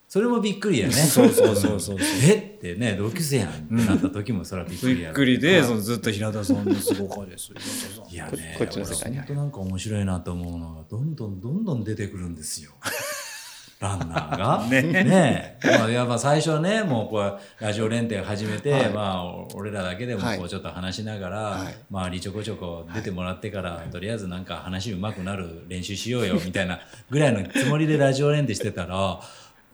それもびっくりやね。
そうそうそうそう
<laughs> えってね、同級生やんってなった時もそれはびっく
び
りや
っくりで、そのずっと平田さんのすごかです。
いやね、
こっちの世界に
本当なんか面白いなと思うのが、どんどんどんどん出てくるんです
<laughs>
よ。ランナーが。
ね
ねえまあ、いやまあ最初はね、もうこう、ラジオ連携始めて、
はい
まあ、お俺らだけでも
は
こう、
い
ちょっと話しながら、
はい
まあ、りちょこちょこ出てもらってから、とりあえずなんか話うまくなる練習しよう <laughs> よ、みたいなぐらいのつもりでラジオ連携してたら、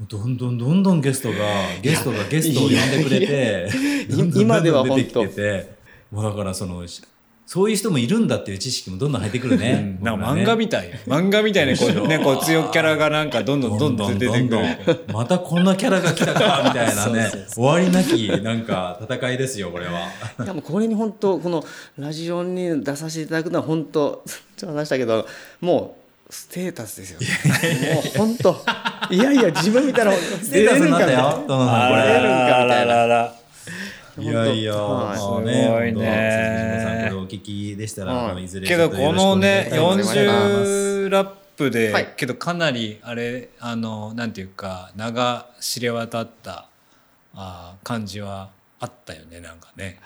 どんどんどんどんゲストが、ゲストがゲストを呼んでくれて、どんどんどんどん
今では本当
出てきてて、もうだからその、しそういう人もいるんだっていう知識もどんどん入ってくるね。
なんか
僕
漫
ら
画
ね
みたい。漫画みたいなこう、ね、こう強キャラがなんかどんどん
ど
ど
ん
んど
ど
ん
ん
出
ど
て
ん
く
ど
る
ん。またこんなキャラが来たか、みたいなね
そうそう。
終わりなき、なんか、戦いですよ、これ
<laughs>
は。
いやもうこれに本当このラジオに出させていただくのは本当ちょっと話したけどもうステータスですよ、ね、もう本当いやいや自分みたいなス
ステータスになったよ、殿さん、こ
あ
れ。
らららら。
いやいや、
は
ま
い
あ
すご
本
いね
当辻島さん、これお聞きでしたら、
はい
あのいずれち
け
ょ
ど
っとよ
こ
ろしくお
の
願い
ね
いたします。
40ラップで、
はい
けどかなりあれあのなんていうか名が知れ渡ったあー感じはあったよねなんかね。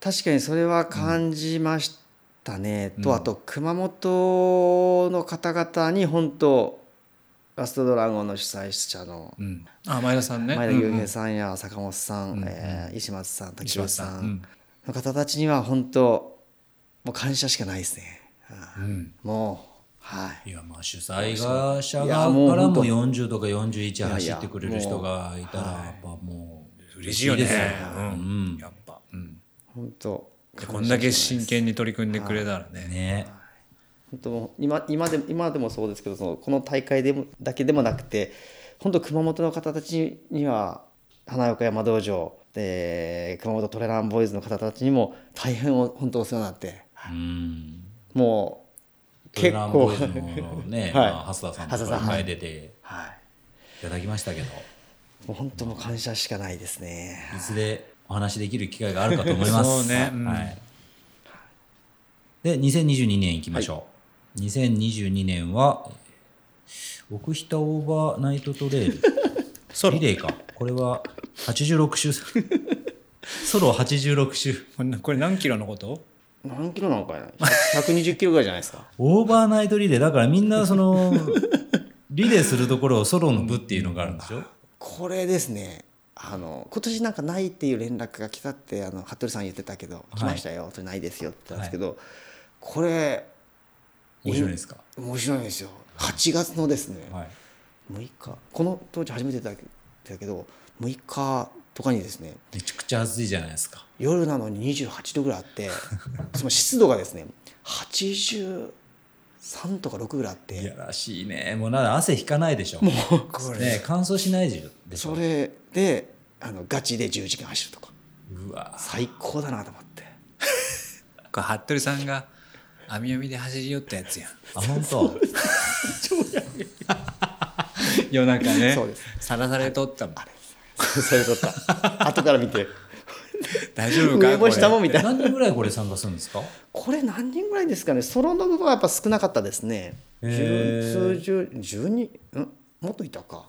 確かにそれは感じましたね、とあと熊本の方々に本当ラストドラゴンの主催者の
うん、あ前田さんね。
前田
うん
悠平さんや坂本さん、えー石松さん
石
滝
橋
橋
さ
さ
んうん
んの方たちには本当もう感謝しかないですね、はい
うん
もうはい
いやまあ主催が者
い
側
やもう
からも
本当
40とか41
や
走ってくれる人がいたら
もう
やっぱもう
嬉しいよね。
です
うん
うん
やっぱ、うん、
本当
でこんだけ真剣に取り組んでくれたらね。
ね
本当もう今今でも今でもそうですけどそのこの大会でもだけでもなくて本当熊本の方たちには花岡山道場で熊本トレランボーイズの方たちにも大変お本当お世話になって
うん
もう
トレ
結
ラン
構、
ボーイズのねま
はい
あ、蓮田さん
蓮
と
田さん
か前出て
はい
ただきましたけど
いもう本当もう感謝しかないですね
いずれお話できる機会があるかと思います
<laughs> そうねうん
はい、で2022年いきましょう、2022年は奥日田オーバーナイトトレイル
<laughs> ソロ
リレーかこれは86周 <laughs> ソロ86周
これこれ何キロのこと？
何キロなのかな120キロぐらいじゃないですか
オーバーナイトリレーだからみんなそのリレーするところをソロの部っていうのがあるんでしょ
これですねあの今年なんかないっていう連絡が来たってあの服部さん言ってたけど
い
来ましたよ、それないですよって言ったんですけど、これ
面白いですか、
面白いんですよ8月のですね
はい、
6日この当時初めてだけど6日とかにですね
めちゃくちゃ暑いじゃないですか
夜なのに28度ぐらいあって
<laughs>
その湿度がですね83とか6ぐらいあっ
いや
て
らしいねもうなんか汗引かないでしょもうね乾燥しないでし
そ
ょ
れであのガチで10時間走るとか
うわ
最高だなと思って
<laughs>
これ服部さんが網読みで走り寄った
<laughs>
やつやん。
あ本当
夜中ね。
そうです。
さらされとったもん。
それ撮った <laughs> 後から見て
大丈夫か？
上も下も
これ
みたいな
何人ぐらいこれ参加するんですか
これ何人ぐらいですかねソロの部分はやっぱ少なかったですね
へ
十
ー
数十十二んもっといたか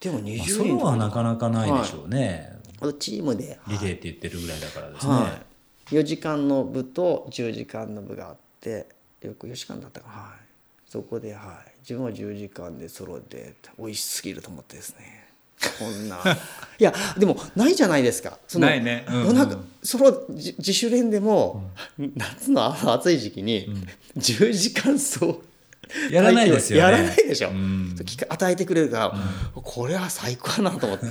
でも20
まあ
人
ソロはなかなかないでしょうね、
あとチームで、
リレーって言ってるぐらいだからですね、
はい、4時間の部と10時間の部があってよく4時間だったかな、はい、そこで、はい、自分は10時間でソロで美味しすぎると思ってですねこ
<laughs>
んないやでもないじゃないですかその
ないねうんうん
夜中ソロじ自主練でも、夏のあの暑い時期に、10時間そう
やらないですよね
やらないでしょ、
うん
機会与えてくれるから、これは最高だなと思って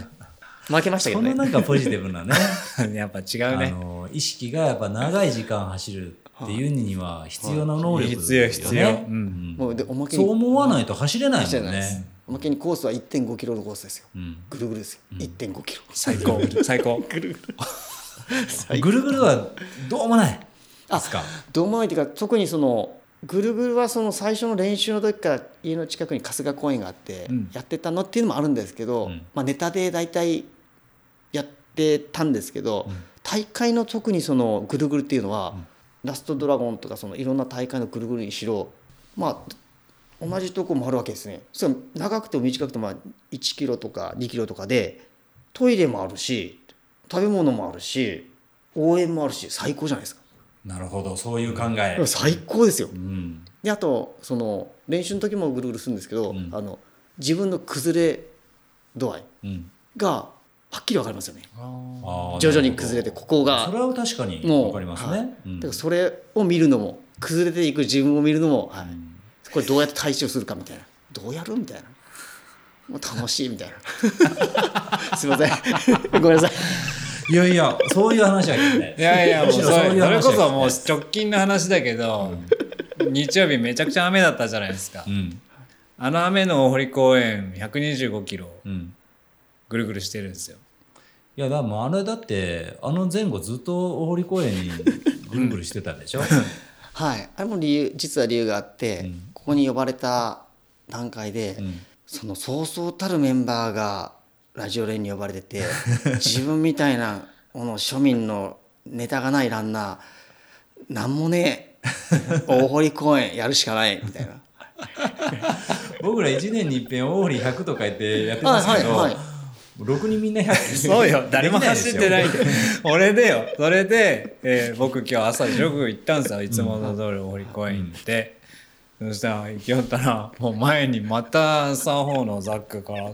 負けましたけ
そ
ど
の
ね
なんかポジティブなね
<laughs> やっぱ違う
あ
ね。
の意識がやっぱ長い時間走るっていうには必要な能力です
必
よ
要
ね
必要。
う
う
ん
ん。
もうでおまけに
そう思わないと走れない
じゃ
もん
ないです
ね。
おまけにコースは1.5キロのコースですよ。
ん
ぐるぐるですよ。1.5キロ。
最 <laughs> 高最高。
ぐるぐるはどうもないで
あ
すか
どうもないというか特にそのぐるぐるはその最初の練習の時から家の近くに春日公園があって
うん
やってたのっていうのもあるんですけど、
うん
まあ、ネタで大体やってたんですけど、
うん
大会の特にそのぐるぐるっていうのは、
うん
ラストドラゴンとかそのいろんな大会のぐるぐるにしろまあ同じとこもあるわけですね。それは長くても短くてもまあ1キロとか2キロとかでトイレもあるし食べ物もあるし応援もあるし最高じゃないですか。
なるほどそういう考え、
最高ですよ。
うん
であとその練習の時もぐるぐるするんですけど、
うん
あの自分の崩れ度合い
うん、
がはっきり分かりますよね。
あー
徐々に崩れてここが
それは確かに
もう
分かりますね、
はい
うん
だからそれを見るのも崩れていく自分を見るのも、はい
ん
これどうやって対処するかみたいなどうやるみたいなもう楽しいみたいな <laughs> すいませんごめんなさい
いやいやそういう話は聞い
<laughs>
ない
いやいやもう
む
そ
し
れ
ろそういう話
それこそもう
は聞
直近の話だけど、日曜日めちゃくちゃ雨だったじゃないですか
き。ない
あの雨の大堀公園125キロ
うんうん
ぐるぐるしてるんですよ。
いやだからもうあれだってあの前後ずっと大堀公園にぐるぐるしてた
<laughs>
でしょ、
はいあれも理由実は理由があって、
うん
ここに呼ばれた段階で、
うん
そのそうそうたるメンバーがラジオ連に呼ばれ
<laughs>
てて自分みたいなこの庶民のネタがないランナーなんもねえ大堀公園やるしかないみた
<laughs>
いな
僕ら1年に一遍大堀100とか言ってやってますけど、
はいはいはい
ろくにみんな100
そうよ、 <laughs> 誰も
でき
走ってないいで。俺でよ、それで、えー僕今日朝ジョグ行ったんですよ、いつもの通り堀公園行って。そしたら行きよったら、もう前にまたサーホーのザックから、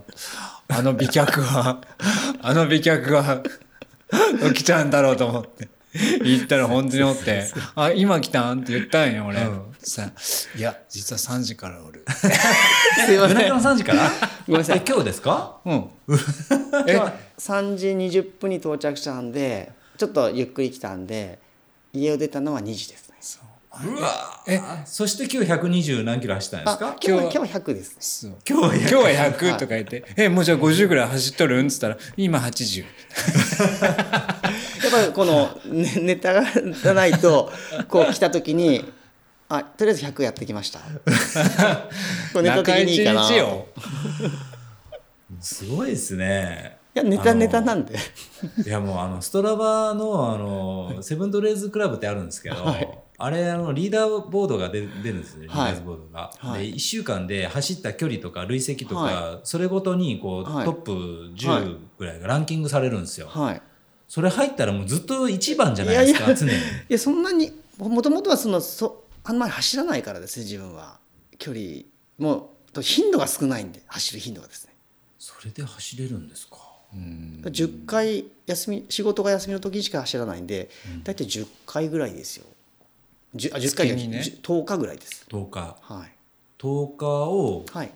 あの美脚 <laughs> は、あの美脚は、浮きちゃんだろうと思って。行ったら本当にお <laughs> って「あ今来たん?」って言ったんよ俺、さいや実は3時からおる」
すいま
夜
せん
中の3時から
<laughs> ごめんなさい
え今日ですか
うん
今日は3時20分に到着したんでちょっとゆっくり来たんで家を出たのは2時ですね
うわえそして今日120何キロ走ったんです
あ
か
今日は
今
今
日
日は100ですね
そう
今日は
今日は100とか言って「えもうじゃあ50ぐらい走っとるん?」っつったら「今80」
やっぱりこのねネタがないとこう来た時にあとりあえず100やってきま <laughs> したこれネタ的にいいかな
中一日よ
すごいですね
いやネタ
あの
ネタなんで
いやもうあのストラバのあのセブントレーズクラブってあるんですけど、あれあのリーダーボードが出出るんですね、
は
リーダ
い
ーズボードが。
はい
で1週間で走った距離とか累積とか、
は
それごとにこう、
はい
トップ10ぐらいがランキングされるんですよ。
はい
それ入ったらもうずっと1番じゃないですか
いやいや
常に。
いやそんなにもともとはそのそあんまり走らないからですね自分は距離もと頻度が少ないんで走る頻度がですね
それで走れるんですか。
10回休み仕事が休みの時しか走らないんで大体10回ぐらいですよじゅあ10回じゃな
月にね
いじゅ10日ぐらいです
10日
はい
10日を
はい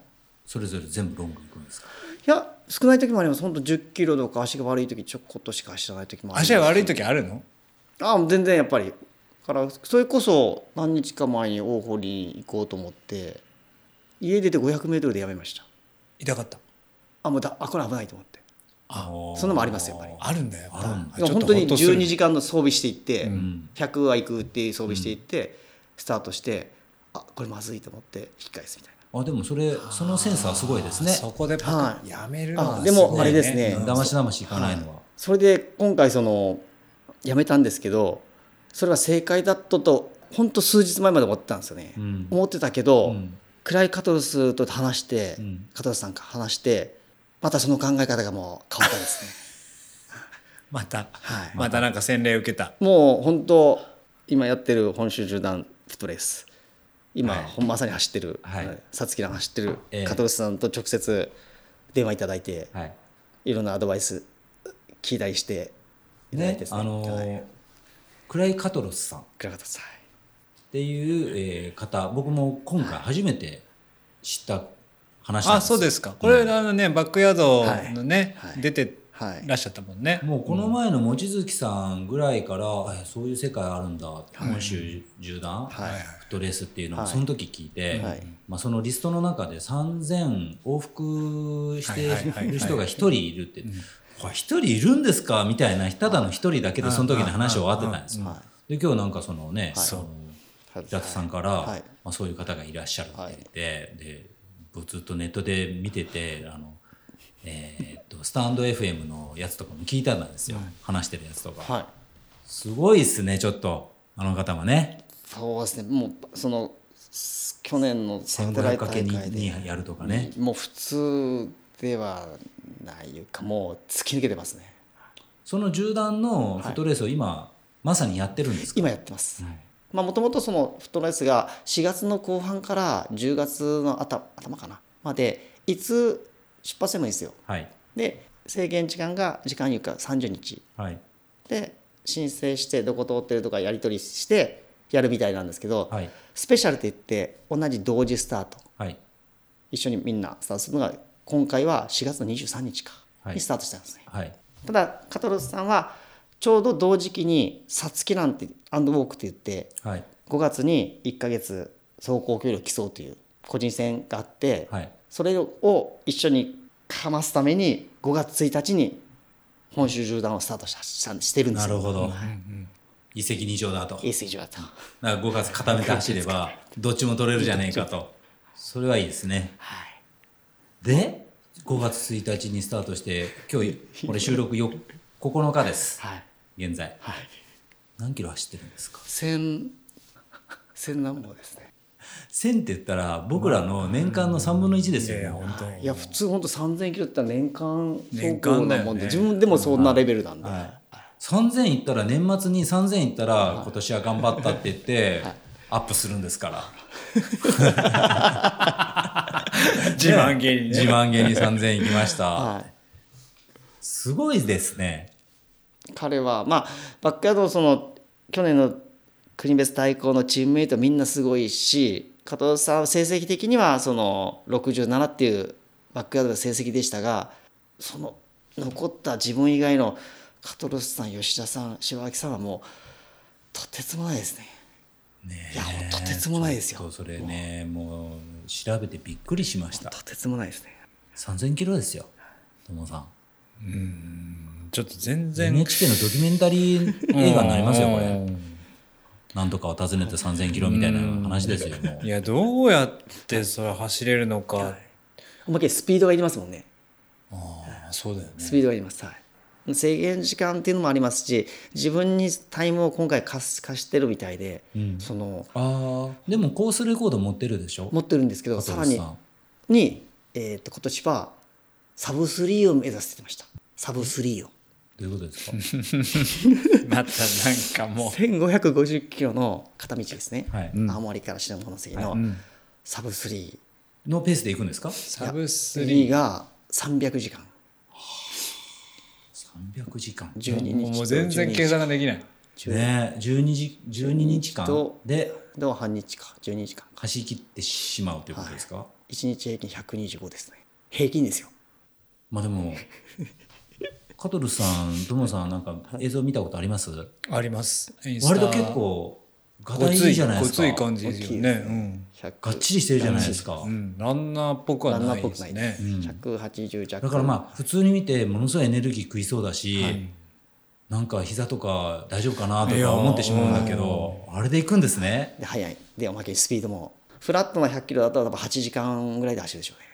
それぞれ全部ロング行くんですか。
いや少ない時もあります本当10キロとか足が悪い時ちょこっとしか走らない時もありま
足
す
が悪い時あるの
あもう全然やっぱりだからそれこそ何日か前に大堀に行こうと思って家出て 500m でやめました
痛かった
あもうだあこれ危ないと思って
あー
そんなのもありますよやっぱり
あるんだよやっぱ
あるんだ
ちょっと
本当に
ほっとする
12時間の装備していって、
ん
100は行くっていう装備していって、スタートしてあこれまずいと思って引き返すみたい
あでもそれそのセンサーすごいですね。
そこでパク
は
やめるの
な
は
あです
ごい
もあれですね、
うんだましだまし行かないのは。
それで今回そのやめたんですけどそれは正解だったと本当数日前まで思ってたんですよね、
うん
思ってたけど、
うん
クライカトルスと話して、
うん
カトルスさんか話してまたその考え方がもう変わったですね <laughs>
また
はい
またなんか洗礼受けた
もう本当今やってる本州縦断フットレース今、
はい
ほんまさに走ってる
はい
さつきらん走ってる、
ええ
カトルスさんと直接電話いただいて、
はい。
い、ろんなアドバイス聞いたりしていただ
ね
いてですね
あの
はい
ークライカトロスさんっ
クライカトルスさん
ていう、えー方僕も今回初めて知った話なん
あ
です
そうですかこれあのねバックヤードのね
はいはい
出て
はい
らっしゃったもんね
もうこの前の望月さんぐらいから、えそういう世界あるんだ、本州縦断、
はい
フットレースっていうのを
はい
その時聞いて、
はい
まあ、そのリストの中で3000往復して
はいはいはいはい
る人が1人いるって。これ一人いるんですかみたいなただの一人だけでその時の話を終わってたんですよ
は
で今日なんかそのね、
そう
あの平田さんから、
はい
まあ、そういう方がいらっしゃるって言って、で僕ずっとネットで見ててあの、えーっとスタンド FM のやつとかも聞いたんですよ、話してるやつとか、
はい、
すごいっすねちょっとあの方はね
そうですねもうそのす去年のサテライト大会で
1500×2 やるとかね
もう普通ではないいうかもう突き抜けてますね
その縦断のフットレースを今、まさにやってるんですか
今やってます
はい
まあもともとそのフットレースが4月の後半から10月の頭頭かなまでいつ出発でもいいですよ
はい
で制限時間が時間いうか30日
はい
で申請してどこ通ってるとかやり取りしてやるみたいなんですけど、
はい
スペシャルって言って同じ同時スタート
はい
一緒にみんなスタートするのが今回は4月の23日か
はい
にスタートしたんですね、
はい
ただカトロスさんはちょうど同時期に「サツキなんてアンドウォークって言って
はい
5月に1ヶ月走行距離を競うという個人戦があって、
はい
それを一緒にかますために5月1日に本州縦断をスタートしたしたんしてるんで
な
す
る
よ。
ほど、一石二鳥だと
エース以上だと。
なんか5月固めて走ればどっちも取れるじゃねえかとそれはいいですね
はい、
で5月1日にスタートして今日これ収録よ9日です
はい
現在
はい、
何キロ走ってるんですか
千千何本ですね。
1000って言ったら僕らの年間の3分の1ですよ、
いや本当
いや普通本当三千キロって言ったら年間
年間
走行
だ
な
よね
もんで、自分でもそんなレベルなんで。
3000いったら年末に3000いったら今年は頑張ったって言ってアップするんですから
自慢げにね
自慢げに3000いきました
はい
すごいですね
彼はまあバックヤードのその去年の国別対抗のチームメイトみんなすごいし加藤さんは成績的にはその67っていうバックヤードの成績でしたがその残った自分以外のカトロスさん吉田さん塩脇さんはもうとてつもないですね。
ねえ
いやもうとてつもないですよ
ちょっとそれねもう調べてびっくりしました
とてつもないですね。
3000キロですよ友さん
ちょっと全然
NHK のドキュメンタリー映画になりますよこ
う
れ
ん
なんとかを訪ねて3000キロみたいな話ですよもう
いやどうやってそれ走れるのか、
おまけにスピードがいりますもんね。
ああそうだよね
スピードがあります、はい、制限時間っていうのもありますし自分にタイムを今回貸す貸してるみたいで、その
ああでもコースレコード持ってるでしょ
持ってるんですけど
加藤
さらに
さん
に、えー、と今年はサブ3を目指してましたサブ3を
どういうことですか
またなんかも
1550キロの片道ですね、
はい
青森から白物関のサブ3、
のペースで行くんですか
うサブスリ
3が300時間
300時間
12
ー
日
も
と
う全然計
12日
算ができない
ねえ12時12日間
と
で
の半日か12時間か
走り切ってしまうということですか、
1日平均125ですね平均ですよ
まあで
<laughs>
もカトルさんトモさんなんか映像見たことあります
あります割
割と結構がたいいじゃないです
ご
か
つい感じですよねうん
100
がっちりしてるじゃないですか、
うん、ランナーっぽくは
ラン
な
ナーっ
い
ぽ
で
く
す
ない
ね
です。180弱。
だからまあ普通に見てものすごいエネルギー食いそうだし、なんか膝とか大丈夫かなと
いや
か思ってしまうんだけどあれで行くんですね
で、速い。で、おまけにスピードも。フラットな100キロだと多分8時間ぐらいで走るでしょうね。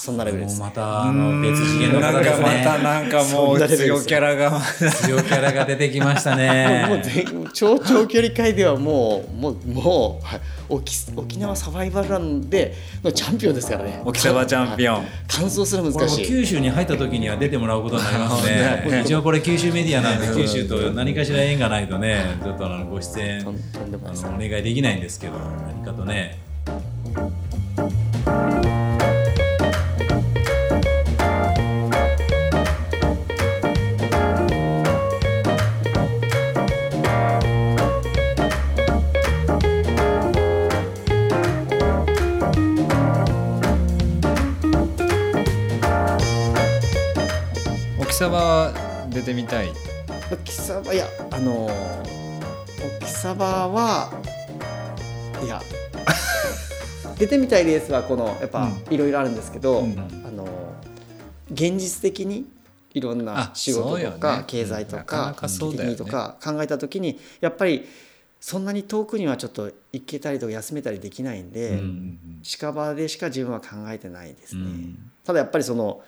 そんなレベル
も
で
う
す。
またあの別次元の
な
方
ん
で
か
す
また
ね
なんかもう強キャラが
強キャラが出てきました
も
<laughs>
う
ね
全超長距離界ではもう、もう、もう、はい沖沖縄サバイバルランでのチャンピオンですからね。
沖縄チャンピオン
完走すら
これ
難
もう
しい。
九州に入った時には出てもらうことになりますね
<laughs>
ね
一応これ九州メディアなんで九州と何かしら縁がないとねちょっとあのご出演
とんとんでもな
あ
いです
のお願いできないんですけど何かとね
沖沢は出てみたい
沖サバ、いや、あのー、沖サバは、
<laughs>
いや、出てみたいレースは、この、やっぱ、いろいろあるんですけど、
うん
あの現実的にいろんな
あ
仕事
そうよ
と
ね
か経済と
なかな
か
かそうだよね
とか考えた時にやっぱりそんなに遠くにはちょっと行けたりとか休めたりできないんで、
うん
近場でしか自分は考えてないですね、
うん
ただやっぱりその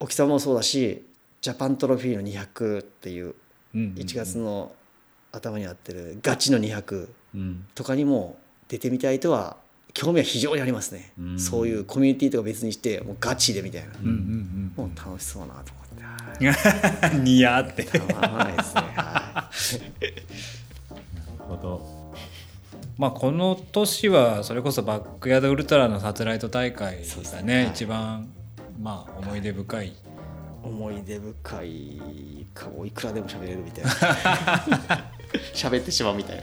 沖さんもそうだしジャパントロフィーの200っていう
うん
1月の頭にあってるガチの200
うん
とかにも出てみたいとは興味は非常にありますね、
うん
そういうコミュニティとか別にしてもうガチでみたいな、
うんうん
もう楽しそうなと思っては
うんにや <laughs> ーって
いたまらないですね、は
ほど
まあこの年はそれこそバックヤードウルトラのサテライト大会
そうです
が
ね
ね
はい
一番まあ思い出深い
い、思い出深いかもいくらでも喋れるみたいな喋ってしまうみたいな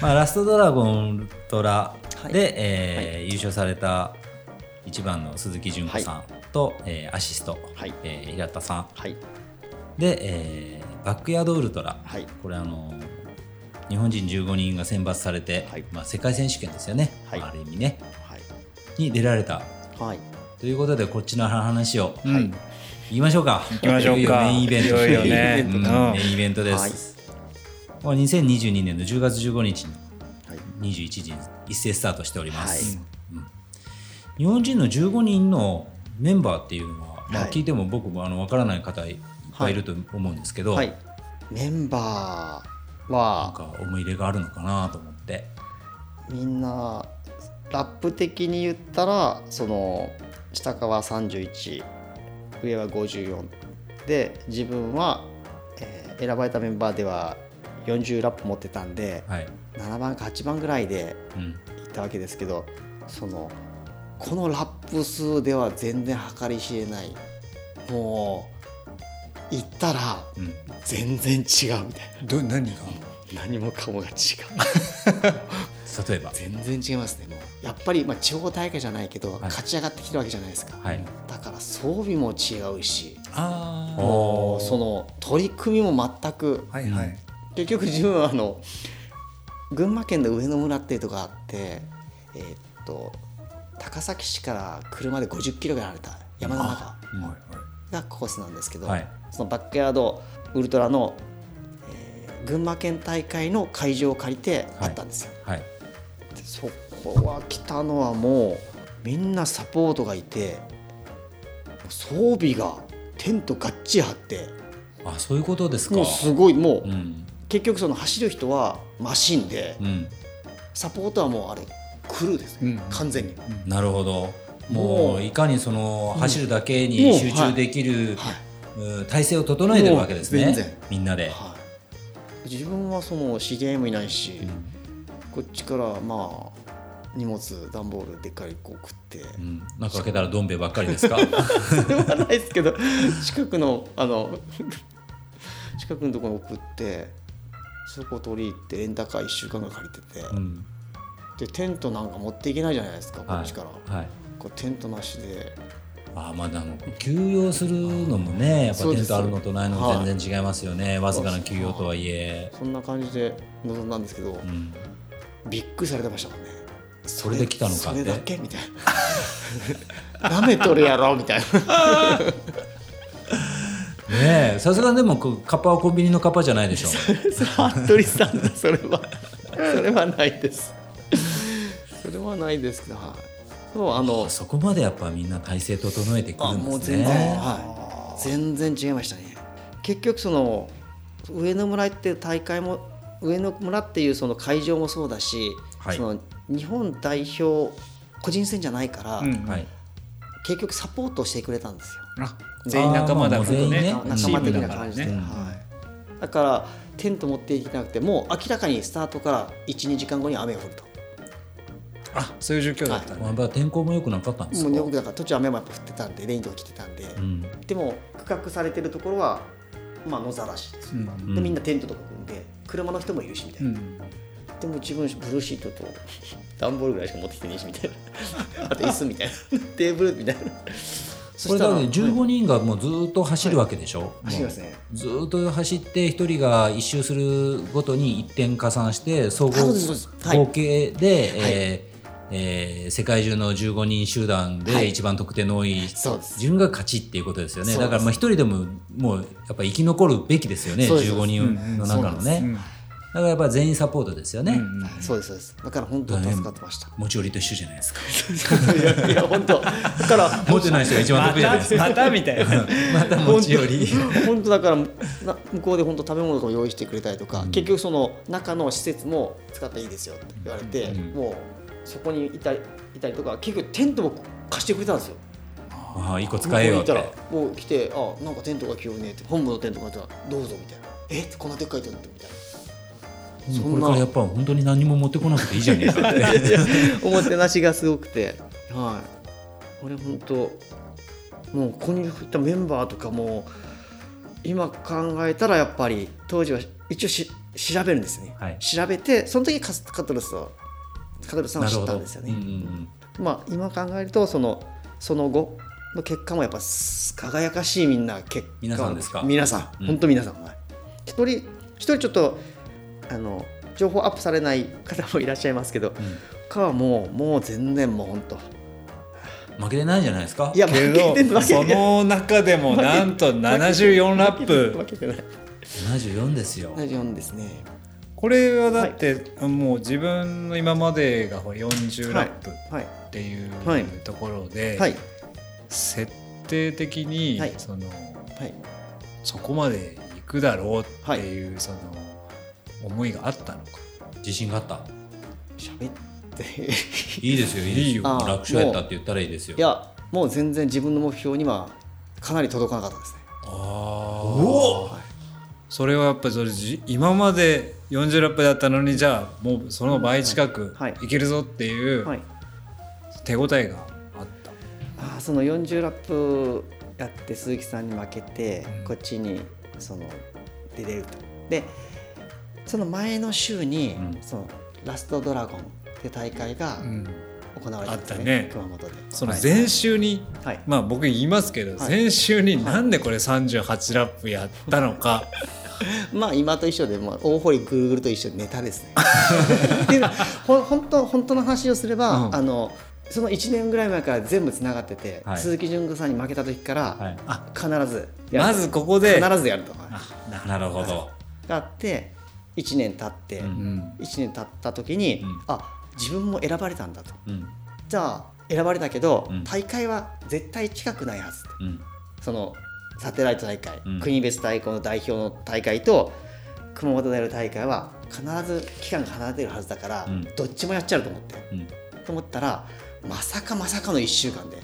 まあラストドラゴンウルトラで、
は
えー優勝された一番の鈴木純子さんと、えーアシスト、
はい
えー平田さん
はい
で、えーバックヤードウルトラ、
はい
これあの日本人15人が選抜されて、
はい
まあ、世界選手権ですよね、
はい
ある意味ね
はい
に出られた
はい
ということでこっちの話を
うん
言いましょうか、行
きましょうか
メインイベント
いよいよね
うん
うん
メインイベントです、もう2022年の10月15日
はい
に21時に一斉スタートしております、
は
日本人の15人のメンバーっていうのは、ま
は
あ、
い
聞いても僕もあの分からない方いっぱいいると思うんですけど、
はい、メンバー
なん
は
か思い入れがあるのかなと思って。
みんなラップ的に言ったらその下川31上は54で自分は、えー選ばれたメンバーでは40ラップ持ってたんで
はい。
7番か8番ぐらいで
うん。
行ったわけですけどそのこのラップ数では全然計り知れないもう行ったら
うん。
全然違うみたいな
ど何が
何もかもが違う。
例えば。
全然違いますねもうやっぱり、まあ、地方大会じゃないけど、
い
勝ち上がってきてるわけじゃないですか、
はい。
だから装備も違うし
あ
おー
その取り組みも全く
はいはい
結局自分はあの群馬県の上野村っていうとこがあってえーっと高崎市から車で50キロぐらい離れた山の中
うん
がコースなんですけど、
はい。
そのバックヤードウルトラの、えー群馬県大会の会場を借りてあったんですよ。
はい。
そこは来たのはもうみんなサポートがいて装備がテントがっちり張って
あ、そういうことですか。
もうすごいもう、
うん。
結局その走る人はマシンで、
うん。
サポートはもうあれクルーですね、
うん
完全に、
なるほど。
も
も
う
ういかにその走るだけ
もう
に集中できる
はい
うん体制を整えてるわけです
もう
ね
全然。
みんなで。
はい、自分はその知り合いもいないし、こっちからまあ荷物段ボールでっかいこう食って、
うん。なんか開けたらどん兵衛ばっかりです
<laughs>
か。
それはないですけど近くのあの近くのところに送ってそこ取り入ってレンタカー1週間ぐらい借りてて、
うん。
でテントなんか持っていけないじゃないですかこ
は
っちから、
い。はい。
こうテントなしで
あーまだあの休養するのもねやっぱ
そう
テ
で
ン
す
トあるのとないのも全然違いますよね、わずかな休養とはいえ、
そんな感じで臨んだんですけど、
うん、
びっくりされてましたもんねそ
れで来たのかって
それだけみたいななめとるやろみたいな
ねえさすがにでもこうカッパはコンビニのカッパじゃないでしょ
服部さんだそれはそれはないですそれはないですけどはいそうあの
そこまでやっぱみんな体制整えてく
あ
る
もうん
です
全然、
ね
はい、全然違いましたね結局その上野村っていう大会も上野村っていうその会場もそうだし、
はい
その日本代表個人戦じゃないから、
うん
はい
結局サポートしてくれたんですよ
あ全員仲間だから
あーもう全
ね
員ね
仲間的な感じで、
チームだからね
はい、だからテント持っていけなくてもう明らかにスタートから12時間後に雨が降ると
あそういう状況だった
まあや
ね
っぱ天候も良くなかったんです
も
か
うよくだから途中雨もやっぱ降ってたんでレインとか着てたんで、
うん
でも区画されてるところは、まあ、野ざらしです、
う
う
ん
で
ん
みんなテントとか組んで車の人もいるしみたいな、
うん
でも自分ブルーシートと段ボールぐらいしか持ってきてねえしみたい
<laughs>
なあと椅子みたいなテーブルみたいなそ
これだって
はい
15人がもうずーっと走るわけでしょ、
走り
も
ま
う
すね
ずーっと走って1人が1周するごとに1点加算して総合
あそうですそうですはい
合計で、えーえー世界中の15人集団
はい
で一番得点の多い
そうです
順が勝ちっていうことですよね
そうで
だ
す
からまあ1人でももうやっぱ生き残るべきですよね
そうです
15人の中のね、
うん
だからやっぱ全員サポートですよね、
うん
あそうですそうですだから本当に助かってました
持ち寄りと一緒じゃないですか
いやいや本当だから
持ってない人が一番
ま
得意じゃないで
た
すか
またみたいな
<laughs> また持ち寄
<laughs>
り
本当だからな向こうで本当食べ物とか用意してくれたりとか、結局その中の施設も使っていいですよって言われて、もうそこにいたいたりとか結局テントも貸してくれたんですよ
ああ一個使えようっ
向こうに
て
いたらもう来て「あなんかテントが急ね」って本部のテントがあったら「どうぞ」みたいな「えこんなでっかいテント」みたいな。
うん
そ
こ
ん
れからやっ
な
ぱ本当に何も持ってこなくていいじゃねえか
<laughs>
って
おもてなしがすごくて、はい、俺本当もうここにいたメンバーとかも今考えたらやっぱり当時は一応し調べるんですね、
はい
調べてその時カスカトルスをカトルスさんを
なる
知っ
ほ
た
ど
んですよ
<laughs>
ね
うん。うん
まあ、今考えるとそのその後の結果もやっぱす輝かしいみんな結果
皆さんですか
皆さ
うん
ん本当皆さん、はい一人一人ちょっとあの情報アップされない方もいらっしゃいますけど、他はもうもう全然もう本当
うん負けてないじゃないですか
いや負
け
けてる
ど
わけ
そ
ない
の中でもなんと74ラッ
<laughs>
プ
負けてない
74ですよ
74ですね
これはだってもう自分の今までがほら40ラップっ
はい
ていう
はい
ところで
はい
設定的に
はい
その
はい
そこまで行くだろうっていうその思いがあったのか
自信があった
喋って
いいですよいいです
いいよ
よ
ああ
楽勝やったって言ったらいいですよ
いやもう全然自分の目標にはかなり届かなかったですね
ああ
おお
それはやっぱりそれじ今まで40ラップだったのにじゃあもうその倍近く
はい
いけるぞっていう
はい
手応えがあった、
あーその40ラップやって鈴木さんに負けて
うん
こっちにその出れるとでその前の週に、
うん
そのラストドラゴンって大会が
うん
行われたんですね,、
あった
熊本で
その
はい
前週に、
はい
まあ僕言いますけど、
はい
前週になんでこれ38ラップやったのか、
まあ今と一緒で、まあ、大堀ぐるぐると一緒でネタですね
<laughs>
っていうのはほん本当本当の話をすれば、
うん
あのその1年ぐらい前から全部つながってて、
はい
鈴木純子さんに負けた時から、
はい
あ
必ずや
ま
る
ずここで、
必ずやるとはい
なるほど
があって1年経って、
う
うんん
1年経った時に、
うん
あ自分も選ばれたんだと
うん
じゃあ選ばれたけど、
うん
大会は絶対近くないはずって
うん
そのサテライト大会、
うん
国別対抗の代表の大会と熊本でやる大会は必ず期間が離れてるはずだから、
うん
どっちもやっちゃうと思って
うん
と思ったらまさかまさかの1週間で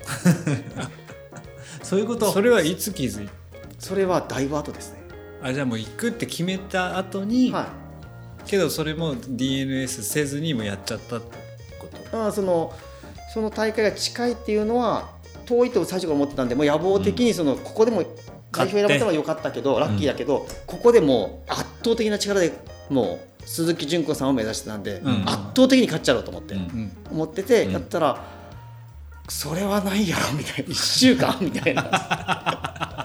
そういうこと
それはいつ気づい
それはだいぶ後ですね。
あじゃあもう行くって決めた後に、
はい
けどそれも DNS せずにもうやっちゃったってこと
あーそのその大会が近いっていうのは遠いと最初から思ってたんでもう野望的にその、ここでも代表選ばれたのは良かったけどラッキーだけど、ここでもう圧倒的な力でもう鈴木純子さんを目指してたんで、
ん
圧倒的に勝っちゃろうと思って、
うん
うん
思ってて、
うん
やったらそれはないやろみたいな
<laughs>
1週間みたいな。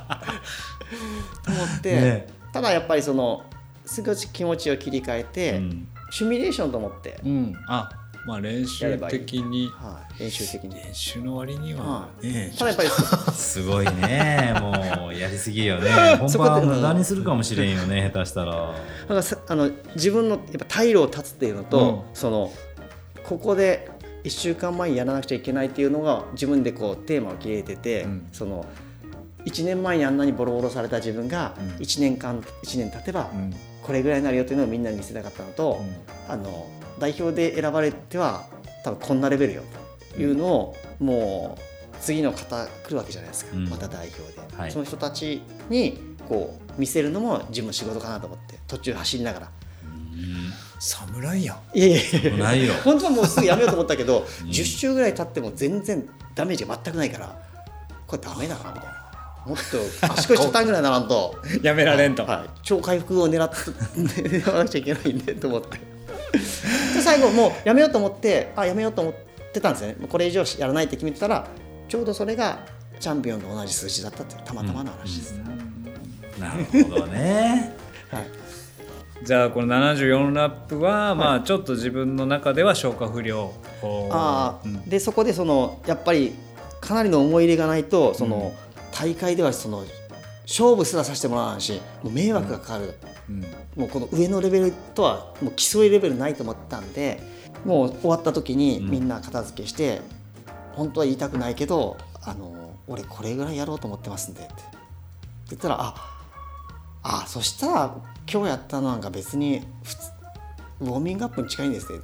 と思って、
ね
ただやっぱりその少し気持ちを切り替えて、
うん
シミュレーションと思って、
うん、あまあ練習的に
はい、練習的に。
練習の割にはね、
ただやっぱり
すごいねもうやりすぎよね本
<laughs> そこで
番無駄にするかもしれんよね下手したら
だからさあの自分のやっぱ退路を断つっていうのと、
う
そのここで1週間前にやらなくちゃいけないっていうのが自分でこうテーマを切れてて、
うん
その1年前にあんなにボロボロされた自分が
うん
1年間1年経てば
うん
これぐらいになるよっていうのをみんなに見せたかったのと、あの代表で選ばれては多分こんなレベルよというのを、もう次の方来るわけじゃないですか、
うん
また代表で、
はい
その人たちにこう見せるのも自分の仕事かなと思って途中走りながら
侍やん
いやいやい
うん
や
ないよ
<laughs> 本当はもうすぐやめようと思ったけど、
うん
10週ぐらい経っても全然ダメージが全くないからこれダメだなみたいな。もっと足腰たんぐらいならんと
やめられんと、
はい、超回復を狙って狙わなくちゃいけないんでと思
<laughs>
ってで最後もうやめようと思ってあやめようと思ってたんですよねもうこれ以上やらないって決めてたらちょうどそれがチャンピオンと同じ数字だったっていうたまたまの話です、
なるほど
<laughs>
ね
はい、
じゃあこの74ラップは、まあちょっと自分の中では消化不良こう
あー
うん
でそこでそのやっぱりかなりの思い入れがないとその、大会ではその勝負すらさせてもらわんしもう迷惑がかかる、
うん
もうこの上のレベルとはもう競いレベルないと思ったんでもう終わった時にみんな片付けして、本当は言いたくないけどあの俺これぐらいやろうと思ってますんでって言ったらああそしたら今日やったのなんか別に普通ウォーミングアップに近いんですね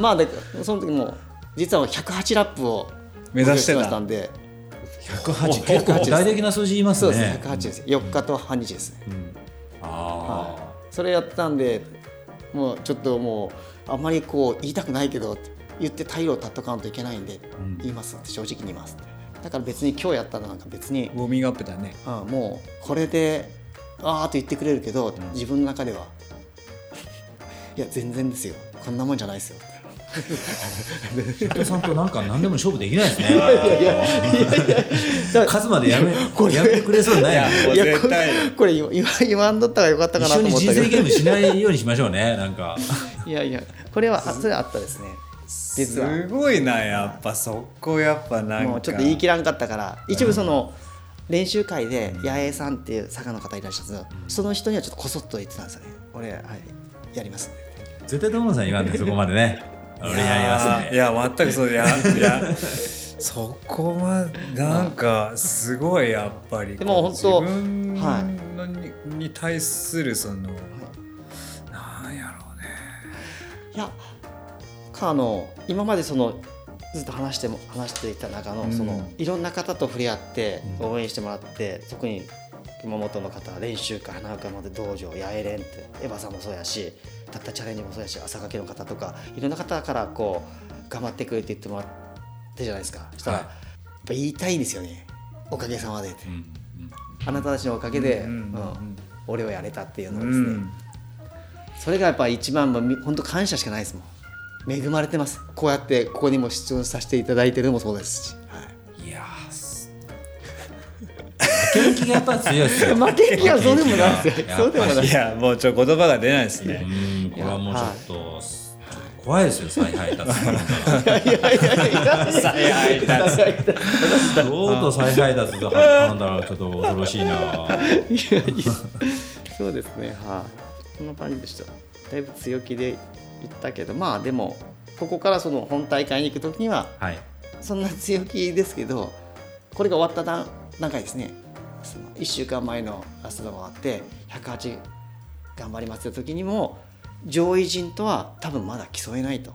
まあでその時も実は108ラップを
目指してた
ましたんで
108結構大的な数字言います
そう
ね
ですね108です4日と半日ですね、
ああ、
それやってたんでもうちょっともうあんまりこう言いたくないけどって言って退路を断っとかんといけないんで
ん
言いますって正直に言いますってだから別に今日やったのなんか別に
ウォーミングアップだね
あもうこれであーっと言ってくれるけど自分の中では「いや全然ですよこんなもんじゃないですよ」
ヒットさんとなんか何でも勝負できないですね。
<laughs> だから
数までやめやめてくれそうにないい
や
な。
もう
いや
絶対
これ言わ言わんどったらよかったか
一
なと
緒に
思った
人生
けど
ゲームしないようにしましょうね。なんか。
いやいやこれはあそれはあったですね実は
すごいなやっぱそこやっぱなんか
もうちょっと言い切らんかったから一部その練習会で八重さんっていう坂の方いらっしゃるんですけどその人にはちょっとこそっと言ってたんですよね俺はいやります
絶対友野さん言わんねそこまでね。俺やります
い
ね。
や全くそういやいやそこはなんかすごいやっぱり
でも本当
自分の
は
に,、対するその、なんやろうね
いやかあの今までそのずっと話しても話していた中のそのいろんな方と触れ合って応援してもらって特に熊本の方練習会花岡まで道場八重連ってエヴァさんもそうやしたったチャレンジもそうやし朝掛けの方とかいろんな方からこう頑張ってくれって言ってもらってじゃないですかそしたら、
はい
やっぱ言いたいんですよねおかげさまでって、
うんうん
あなたたちのおかげで、
う
うん
う
ん
んうん
俺はやれたっていうの
う
をですね、
ん
それがやっぱ一番もうみ本当感謝しかないですもん恵まれてますこうやってここにも出演させていただいてるのもそうですし、
いやー。す負ける気がやっぱ強いですよ。
<laughs> 負けん気はそうでもないです
やっ
よ
ぱり
そうでもない
いやもうちょ言葉が出ないです
う
ね、
んこれはもうちょっとちょっと怖いですよ再配
<laughs>
達するのが。
再配達
どうと再配達がなんだろうちょっと恐ろしいな。
そうですねはい、こんな感じでしただいぶ強気で言ったけどまあでもここからその本大会に行く時には
はい。
そんな強気ですけどこれが終わった段段階ですねその1週間前のラストが終わって108頑張りますって時にも上位陣とは多分まだ競えないと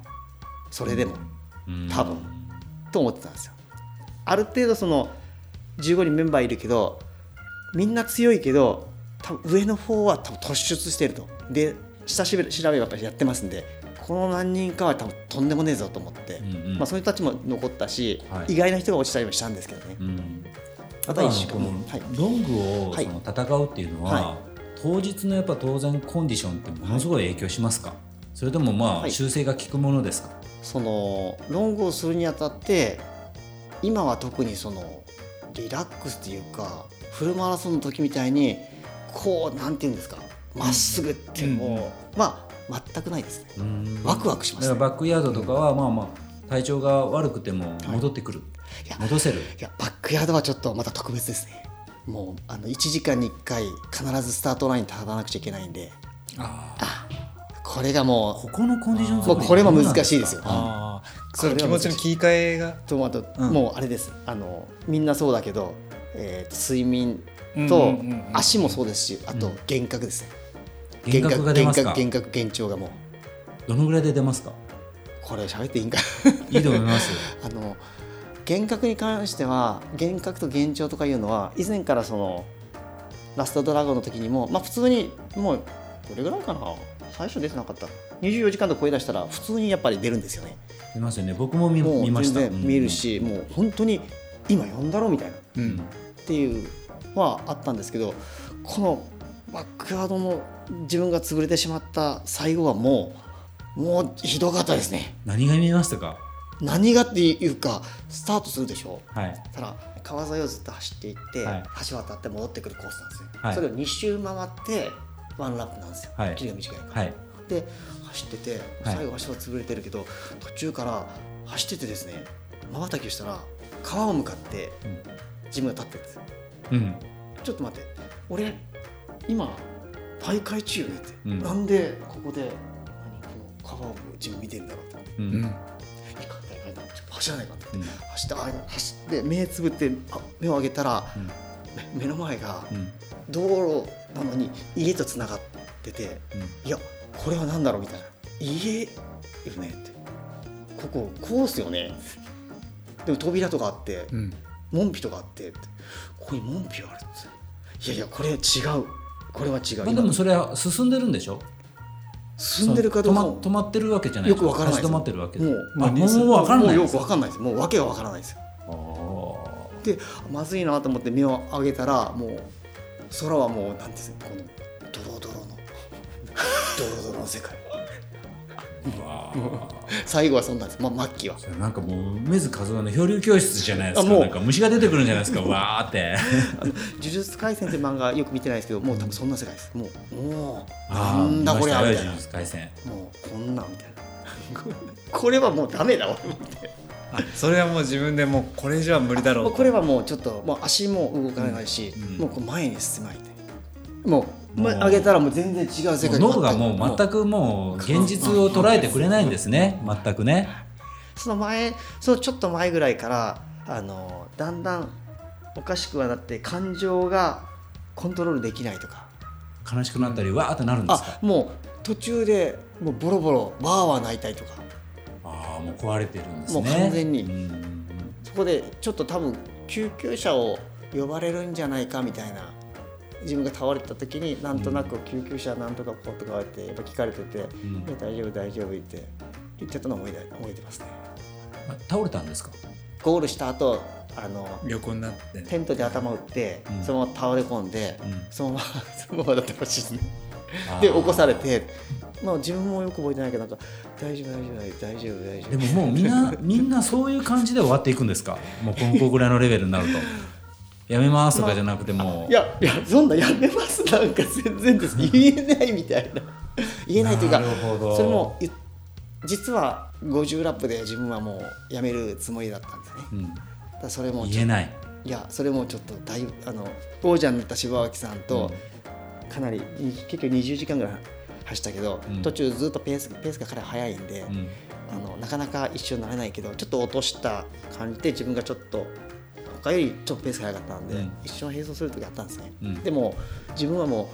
それでも、
うん
多分と思ってたんですよある程度その15人メンバーいるけどみんな強いけど多分上の方は多分突出してるとで下調べ調べやっぱりやってますんでこの何人かは多分とんでもねえぞと思って、
うんうん
まあ、そういう人たちも残ったし、
はい
意外な人が落ちたりもしたんですけどね、
うん
ま
あ
た
とは
一
あ
週
のこ
間後
の
はい
ロングを
はい
その戦うっていうのは、
は
当日のやっぱ当然コンディションってものすごい影響しますか、それともま
は
あ
い
修正が効くものですか、
その論語をするにあたって今は特にそのリラックスというかフルマラソンの時みたいにこうなんていうんですかまっすぐってもう、まあ全くないですね
うん
ワクワクしま
だ
す
か
ね
らバックヤードとかはまあまあ体調が悪くても戻ってくる、
いや
戻せる
いやバックヤードはちょっとまた特別ですねもうあの1時間に1回必ずスタートラインに立たなくちゃいけないんで
あ
これがも
ここのコンディション
うもうこれも難しいですよ
ああその気持ちの切り替えが
とあと、
うん
もうあれですあのみんなそうだけど、えーと睡眠
うんう
と
んうんうん
足もそうですしあと幻覚ですね、
幻覚が出ますか
幻覚幻覚幻聴がもう
どのぐらいで出ますか
これ喋っていいんか <laughs>
いいと思います
あの幻覚に関しては幻覚と幻聴とかいうのは以前からその「ラストドラゴン」の時にもまあ普通にもうどれぐらいかな最初出てなかった24時間と声出したら普通にやっぱり出るんですよね
出ますよね僕も見
も
見ま
う
し
全
た
然見える、し、もう本当に今呼んだろみたいな
うん
っていうのはあったんですけどこのバックヤードの自分が潰れてしまった最後はもうもうひどかったですね
うん何が見えましたか
何がっていうかスタートするでしょ
はい
たら川沿いをずっと走っていって、
はい
橋渡って戻ってくるコースなんですね、
はい
それを2周回ってワンラップなんですよ、
はい
距離が短いから、
はい
で走ってて
はい
最後足は潰れてるけど、途中から走っててですねまばたきをしたら川を向かって
うん
自分が立ってるんですよ
うん
ちょっと待って俺今大会中よねって、
うん
なんでここで何この川を自分見てんだろうって
う
うんん
いいかんだいかんだちょっと走らないかんだ走ってあ走って目つぶってあ目を上げたら、
うん
め目の前が
うん
道路なのに家とつながってていやこれは何だろうみたいな家よねってここコースよねでも扉とかあって
うん
門扉とかあってってここに門扉あるっていやいやこれ違うこれは違う、
まあ、
今
でもそれは進んでるんでしょ
進んでるかどうか
その止ま止まってるわけじゃない
よくわからない
立ち止まってるわけ
も
で
う
あもう
もう
分かんない
も
んで
うよ
す
くわかんないですもう訳がわからないです
あ
でまずいなと思って目を上げたらもう空はもうなんていうんですかこのドロドロのドロドロの世界
ーうわー
最後はそんなんです、まあ、末期は
それなんかもう梅津和夫の漂流教室じゃないです
あ
か
もう
なんか虫が出てくるんじゃないですかわー
<laughs>
って
「呪術廻戦」って漫画よく見てないですけどもう多分そんな世界ですもうもうな
あー
んだこれ
見ましたよ
はみたいな
呪術廻戦
もうこんなんみたいな <laughs> これはもうダメだ俺も
あそれはもう自分でもうこれ以上は無理だろう
もう
と
これはもうちょっともう足も動かないし、
うん
もうこう前に進まないでもう
もう
前上げたらもう全然違う世界に
脳がもう全くもう現実を捉えてくれないんですね全くね
その前そのちょっと前ぐらいからあのだんだんおかしくはなって感情がコントロールできないとか
悲しくなったりわーってなるんですか
あもう途中でもうボロボロわーわー泣いたりとか
ああもう壊れてるんですね
もう完全に
うん
そこでちょっと多分救急車を呼ばれるんじゃないかみたいな自分が倒れた時になんとなく救急車なんとかこうとかってやっぱ聞かれてて
う
「
ん
いや大丈夫大丈夫」って言ってたのを思い出覚えてますね。
あ倒れたんですか
ゴールした後あの
横になって
テントで頭打って、
うん
そのまま倒れ込んで、
うん
そのまま <laughs> そのままだったらしいですねで起こされてまあ自分もよく覚えてないけどなんか大丈夫大丈夫大丈夫大丈夫
でももうみん
<laughs>
なみんなそういう感じで終わっていくんですかもう今後ぐらいのレベルになると <laughs> やめますとかじゃなくてもう、
<laughs> いやいやそんなやめますなんか全
<laughs>
然です言えないみたいな言えないというか
なるほど
それもい実は50ラップで自分はもうやめるつもりだったんですね
うん、
ただそれもちょ
言えない
いやそれもちょっとだいぶあの王者になった柴脇さんとかなりに結局20時間ぐらい走ったけど、
うん
途中ずっとペースペースが彼は速いんで、
うん
あのなかなか一緒になれないけどちょっと落とした感じで自分がちょっと他よりちょっとペースが速かったんで、
うん
一緒に並走する時あったんですね、
うん
でも自分はも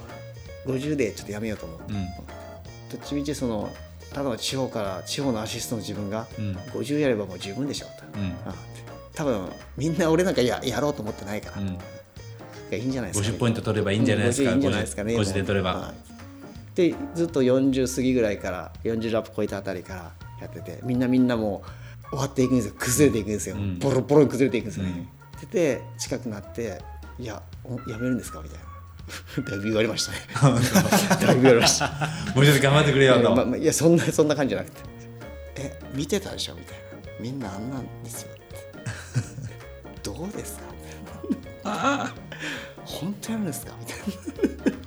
う50でちょっとやめようと思って、
うん
どっちみちそのただの地方から地方のアシストの自分が
うん
50やればもう十分でしょと。
うん
あ多分みんな俺なんかややろうと思ってないから、
うん
いやいいんじゃないですか、
50ポイント取ればいいんじゃないですか
うん50いいんじゃないですかね
50 50で取れば
はいでずっと40過ぎぐらいから40ラップ超えたあたりからやっててみんなみんなもう終わっていくんですよ崩れていくんですよ、
うん
ボロボロに崩れていくんですよ
うん
ね、でで近くなって「いやおやめるんですか?」みたいな <laughs> だいぶ言われました
<laughs>
ねだいぶ言われました
もうちょっと頑張ってくれよ
いや
と、
ままいやそんなそんな感じじゃなくて「え見てたでしょ」みたいな「みんなあんなんですよ」って「どうですか?」みたいな「本当やるんですか?」みたい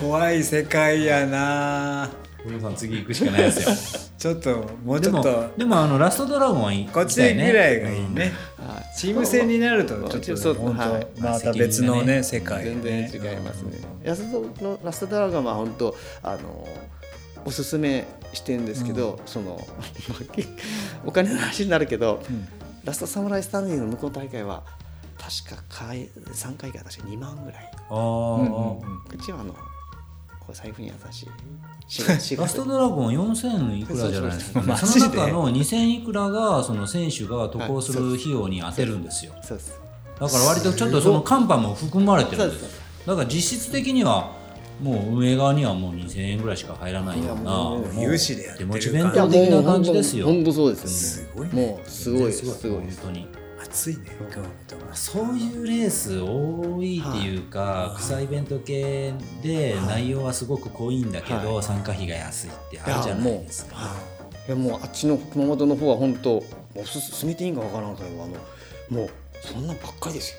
怖い世界やな
小野さん次行くしかないです
ちょっとも
よ
う
で
<laughs> ちょ
も
っと
でもあのラストドラゴンは行き
こっちぐらいがいいね、
な、はい、
チーム戦になると
そう
ちょっ
そう
と本当、
はい
また別のね世界、ね、
全然違いますね、ラストのラストドラゴンは本当あのおすすめしてんですけど、その <laughs> お金の話になるけど、
ん
ラストサムライスタンディングの向こう大会は確か回3回から確か2万ぐらい
あー、
うんうん
うちはあのこう財布に優しい仕事仕
ラスト
事
ドラゴン4000いくらじゃないですか、ね、
そうそうそう
その
マ
中
ジで
の2000いくらがその選手が渡航する費用に当てるんですよ
そうです
だから割とちょっとそのカンパも含まれてるんです
そう
よ
で
だから実質的にはもう運営側にはもう2000円ぐらいしか入らないような
う
も
ん
う
有志でやっ
手
てるから
持ち弁当的な感じですよ
本当そうです
す
よね
ごいね
もうすごいすごいすごいで
本
す
当に
熱いね今日も
そういうレース多いっていうか、草イベント系で内容はすごく濃いんだけど、参加費が安いってあるじゃないですか
いやもうあっちの熊本の方は本当おすすめていいんかわからんけどあのもうそんなんばっかりですよ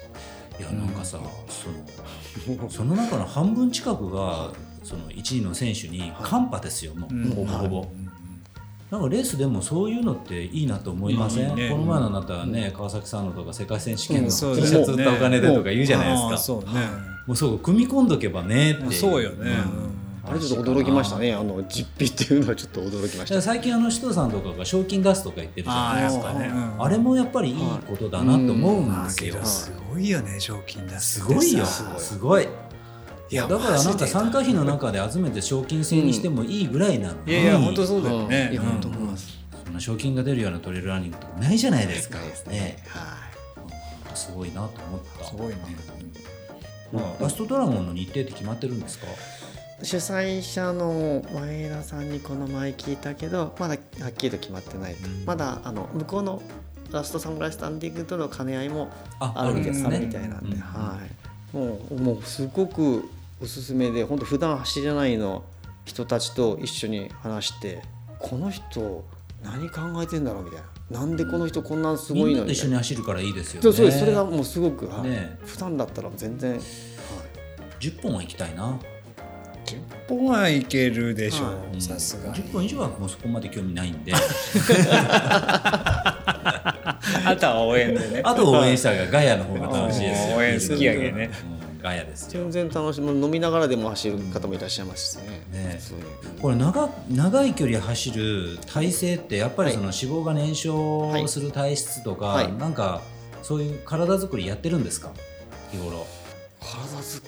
いやなんかさ、そのその中の半分近くがその1位の選手にカンパですよもう、
うん
ほぼほぼ、なんかレースでもそういうのっていいなと思いません、
いいね
この前のあなたはね、川崎さんのとか世界選手権の
うん
T シ
そう
です
ャツ売ったお金でとか言うじゃないですか、
あーそうね
もうそう組み込んどけばねってい
そうよ
う
ね
ん
あれちょっと驚きましたねあの実費っていうのはちょっと驚きま
だ
し
から
た
最近あの首藤さんとかが賞金出すとか言ってるじゃないですかね
あー
やっぱねうん
あれもやっぱりいいことだなと思うん
ま
で
あ
す
け
よ、
どすごいよね賞金だ
すごいよ
すごい
すごい
い
だからなんか参加費の中で集めて賞金制にしてもいいぐらいなの
い
に、
やいや本当そうだよね
うんいや
うん
本当思います
そんな賞金が出るようなトレイルランニングとかないじゃないですか
です
ね
ねはい
すごいなと思った。
すごいな
うん。まあ、ラストドラゴンの日程って決まってるんですか。
主催者の前田さんにこの前聞いたけどまだはっきりと決まってないと、
うん
まだあの向こうのラストサムライスタンディングとの兼ね合いも
あ
あるみたい,、
です
あ
ね
るみたいなんで、
うん
はい、もうもうすごくおすすめで本当普段走れないの人たちと一緒に話してこの人何考えてんだろうみたいななんでこの人こんなすご
み
い
んな
の
と
み
一
た
緒
い
に
な
走るからいいですよね。
そうそうですそれがもうすごく、はい
ね
普段だったら全然、はい、
十本は行きたいな。
10本はいけるでしょ
は
う
うんさすが
十
に
本以上はもうそこまで興味ないんで、 <laughs>
あとは応援でね
あと応援者がガヤの方が楽しいですよ。
応援好きやけね
うん。ガヤですよ
全。然楽しいもう飲みながらでも走る方もいらっしゃいますしね。
ね
そういう
これ長長い距離走る体勢ってやっぱりその脂肪が燃焼する体質とか、
はいはい
なんかそういう体作りやってるんですか日頃
体作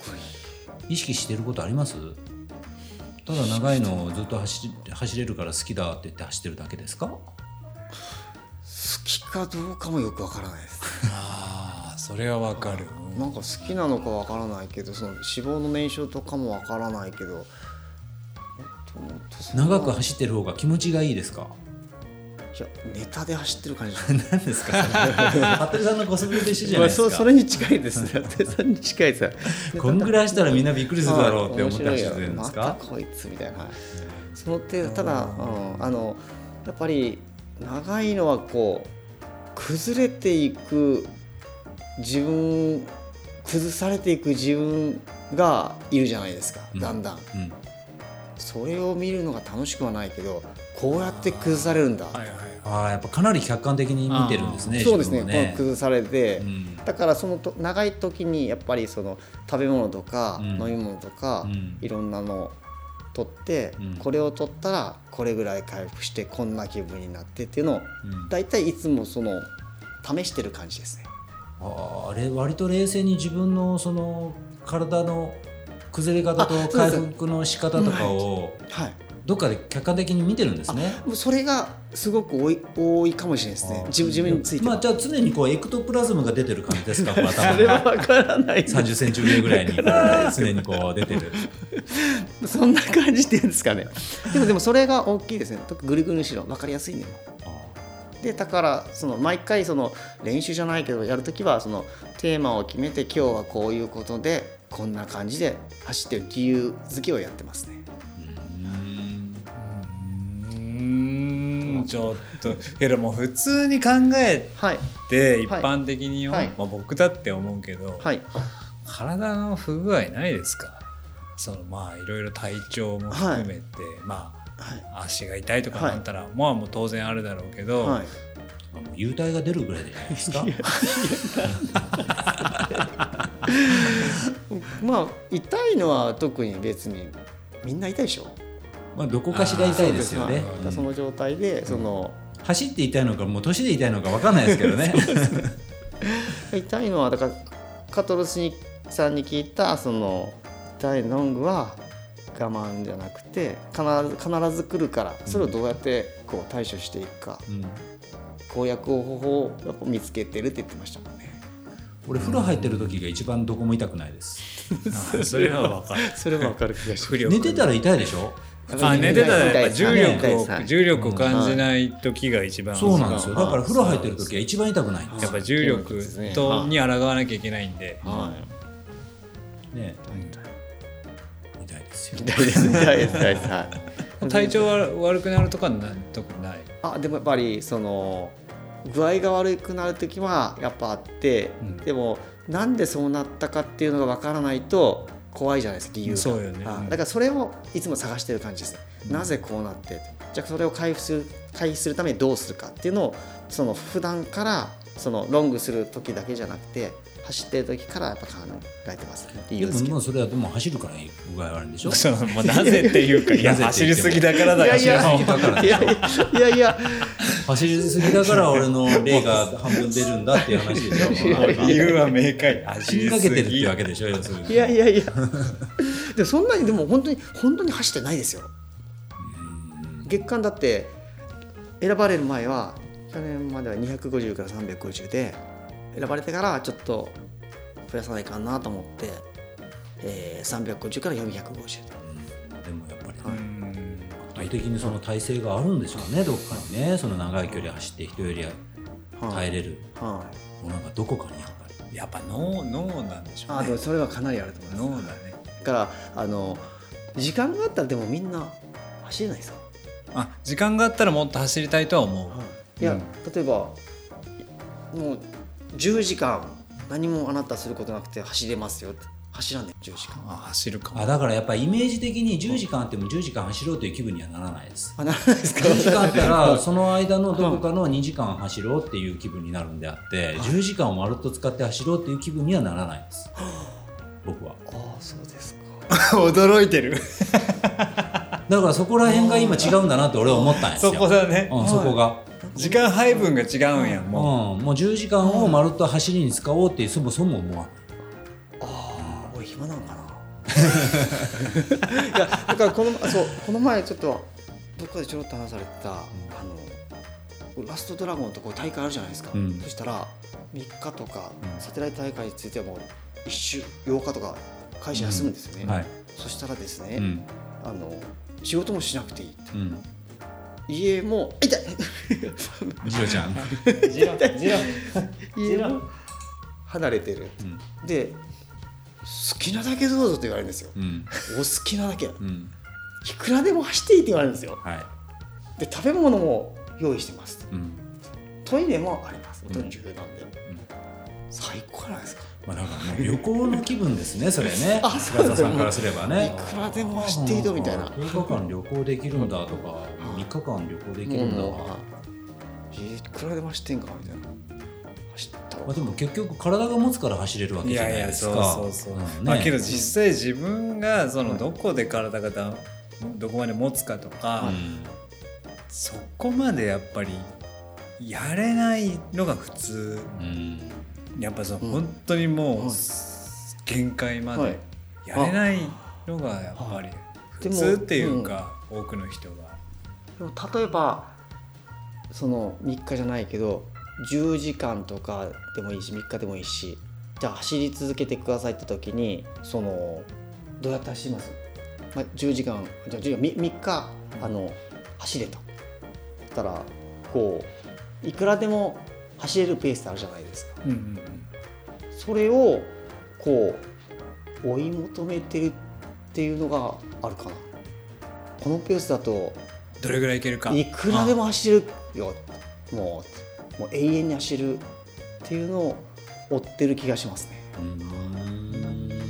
意識してることありますただ長いのをずっと走り走れるから好きだって言って走ってるだけですか
好きかどうかもよくわからないです。
ああそれはわかる
なんか好きなのかわからないけど、その脂肪の燃焼とかもわからないけど。もっともっとそんな
長く走ってる方が気持ちがいいですか
いやネタで走ってる感じ。
何ですかそれ <laughs> 服部さんのコスプレと一緒じゃないですか、
<laughs> まあそうそれに近いです <laughs> ね。手さんに近いです。
こんぐらいしたらみんなびっくりするだろうって
面
思って
白
走
いよ
ってるんです
また
か、
こいつみたいな、はいその程度ただ、うん、あのやっぱり長いのはこう崩れていく自分崩されていく自分がいるじゃないですか、
うん
だんだん
うん
それを見るのが楽しくはないけどこうやって崩されるんだ、
はいはい
ああやっぱかなり客観的に見てるんですね
そうですね
自
こ
分を
の崩されて、
うん
だからそのと長い時にやっぱりその食べ物とか
うん
飲み物とか、
うん
いろんなのを取って、
うん
これを取ったらこれぐらい回復してこんな気分になってっていうのを
うん
大体いつもその試してる感じですね。
あーあれ割と冷静に自分のその体の崩れ方
あそう
と
で
回
す
復の仕方とかを
はい、
どっかで客観的に見てるんですね。
もうそれがすごく多い多いかもしれないですね
あー
自分自分について
まあ
は。
じゃあ常にこうエクトプラズムが出てる感じです <laughs> か、こう頭
それは
に
分からないです
三十センチ上ぐらいにこう常にこう出てる。
そんな感じっていうんですかね <laughs> でもでもそれが大きいですね特にぐるぐるにしろ分かりやすいねでだからその毎回その練習じゃないけどやるときはそのテーマを決めて今日はこういうことでこんな感じで走ってる理由付けをやってますね。
うーんちょっとけどもう普通に考え
はい
て一
はい
般的によ、
はい
まあ、僕だって思うけど、
はい
体の不具合ないですかそのまあいろいろ体調も含めて、ま
はい
あ足が痛いとか
はい
なったら、まあもう当然あるだろうけど、
はい。
あの幽体が出るぐらいじゃないですか。
まあ痛いのは特に別にみんな痛いでしょ。
まあどこかしら痛いですよね。
はいだか
う
ら
ん
その状態でその
走って痛いのかもう年で痛いのかわかんないですけ <laughs> どね。
痛いのはだからカトロスにさんに聞いたその痛いロングは我慢じゃなくて必ず必ず来るからそれをどうやってこう対処していくか。
うん
攻略方法をやっぱ見つけてるって言ってましたもんね。
俺風呂入ってる時が一番どこも痛くないです。
あそれは分かる
それはわかる気がし
不良
寝てたら痛いでしょ
あ寝てたらやっぱ重
痛
力
い
を、
痛い
重力を感じない時が一番、
そうなんですよ
あー
だから風呂入ってる時は一番痛くないんです
やっ
よ、
ぱ重力とに抗わなきゃいけないんで、
はい。
ね、痛いですよ
痛いです痛いです痛いです。は <laughs>
体調は悪くなるとかはなんとかない
あでもやっぱりその具合が悪くなる時はやっぱあって、
うん
でもなんでそうなったかっていうのがわからないと怖いじゃないですか理由が。
そうよね
あ
うん
だからそれをいつも探してる感じです。なぜこうなって。じゃあそれを回復する回避するためにどうするかっていうのをその普段からそのロングする時だけじゃなくて走ってる時からやっぱ考えてますねって
で
いう
もまあそれはでも走るから具合あるんでしょ
そのもうなぜっていうかいや
なぜ
走
って言っても
りすぎだからだよ
いやいや
それはもう
だから
いやいやいや
走りすぎだから俺の例が半分出るんだっていう話でしょ
理由は明快走
死に
り
かけて
す
るって
ぎ
わけでしょ要するに
いやいやいやでもそんなにでも本当に本当に走ってないですよ月間だって選ばれる前は去年までは250から350で選ばれてからちょっと増やさないかなと思って、えー、350から450
でもやっぱり
うん
具体的にその体勢があるんでしょうねどっかにねその長い距離走って人よりは
はい
耐えれる
はい
ものがどこかにやっぱり
やっぱ脳脳なんでしょう
あで
ね
もそれはかなりあると思います
脳だね
だからあの時間があったらでもみんな走れないですよ、
あ時間があったらもっと走りたいとは思う
い、や、
うん
例えばもう10時間何もあなたすることなくて走れますよって走らんね10時間
あ走るか
<laughs>
も
あだからやっぱりイメージ的に10時間あっても10時間走ろうという気分にはならないです
<laughs> あならないですか
10時間あったらその間のどこかの2時間走ろうっていう気分になるんであって10時間をまるっと使って走ろうっていう気分にはならないです僕は
ああそうですか
驚いてる
だからそこら辺が今違うんだなって俺は思ったんです
<laughs> そ
よ
こだね
うん、そこが、
時間配分が違うんや
うん、
も
もう10時間をまるっと走りに使おうっていうそもそも思わ
ああ、俺暇なの
<laughs>
かな。いや、だからこの、あそう、この前ちょっと、どっかでちょろっと話されてた、あの。ラストドラゴンとこう大会あるじゃないですか。
うん
そしたら、3日とか、
うん
サテライト大会についてはもう、一週、8日とか、会社休むんですよね。
ない、はい
そしたらですね、
うん
あの、仕事もしなくていい。
うん、
家も、あ痛い
ジロちゃん、
うジロジロ
<laughs> 家も離れてる。
うん
で、好きなだけどうぞって言われるんですよ。
うん
お好きなだけ。
うん、
いくらでも走っていいって言われるんですよ
はい、
で食べ物も用意してます
うん
トイレもあります
うん
とにかくなんで、最高じゃないですか
まあ、なんかもう旅行の気分ですね、それね、
<laughs> あそう
平田
です
さんからすればね。
いくらでも走っていいとみたいな
10日間旅行できるんだとか、
ん
3日間旅行でき
も
る
うん
だ
もう
わ。
はいいくらでも走ってんかみたいな走った
まあ、
わ
でも結局体が持つから走れるわけ
い
じゃな
やい
い
や
です
そ
か。
うそうそう、
ん
まあけど実際自分がそのどこで体がだどこまで持つかとか、
う
そこまでやっぱりやれないのが普通
んうん
やっぱその
うん
本当にもう、
はい
限界ま
はい
でやれないのがやっぱり普通っていうか、多くの人が。
でも例えばその3日じゃないけど10時間とかでもいいし3日でもいいしじゃあ走り続けてくださいって時にそのどうやって走ります、まあ、10時間じゃあ10 3, 日あの走れとだったらこういくらでも走れるペースってあるじゃないですか
うんうん
それをこう追い求めてるっていうのがあるかなこのペースだと
うんどれぐらいいけるか
い
<laughs>
くらでも走れるよもうもう永遠に走るっていうのを追ってる気がしますねいく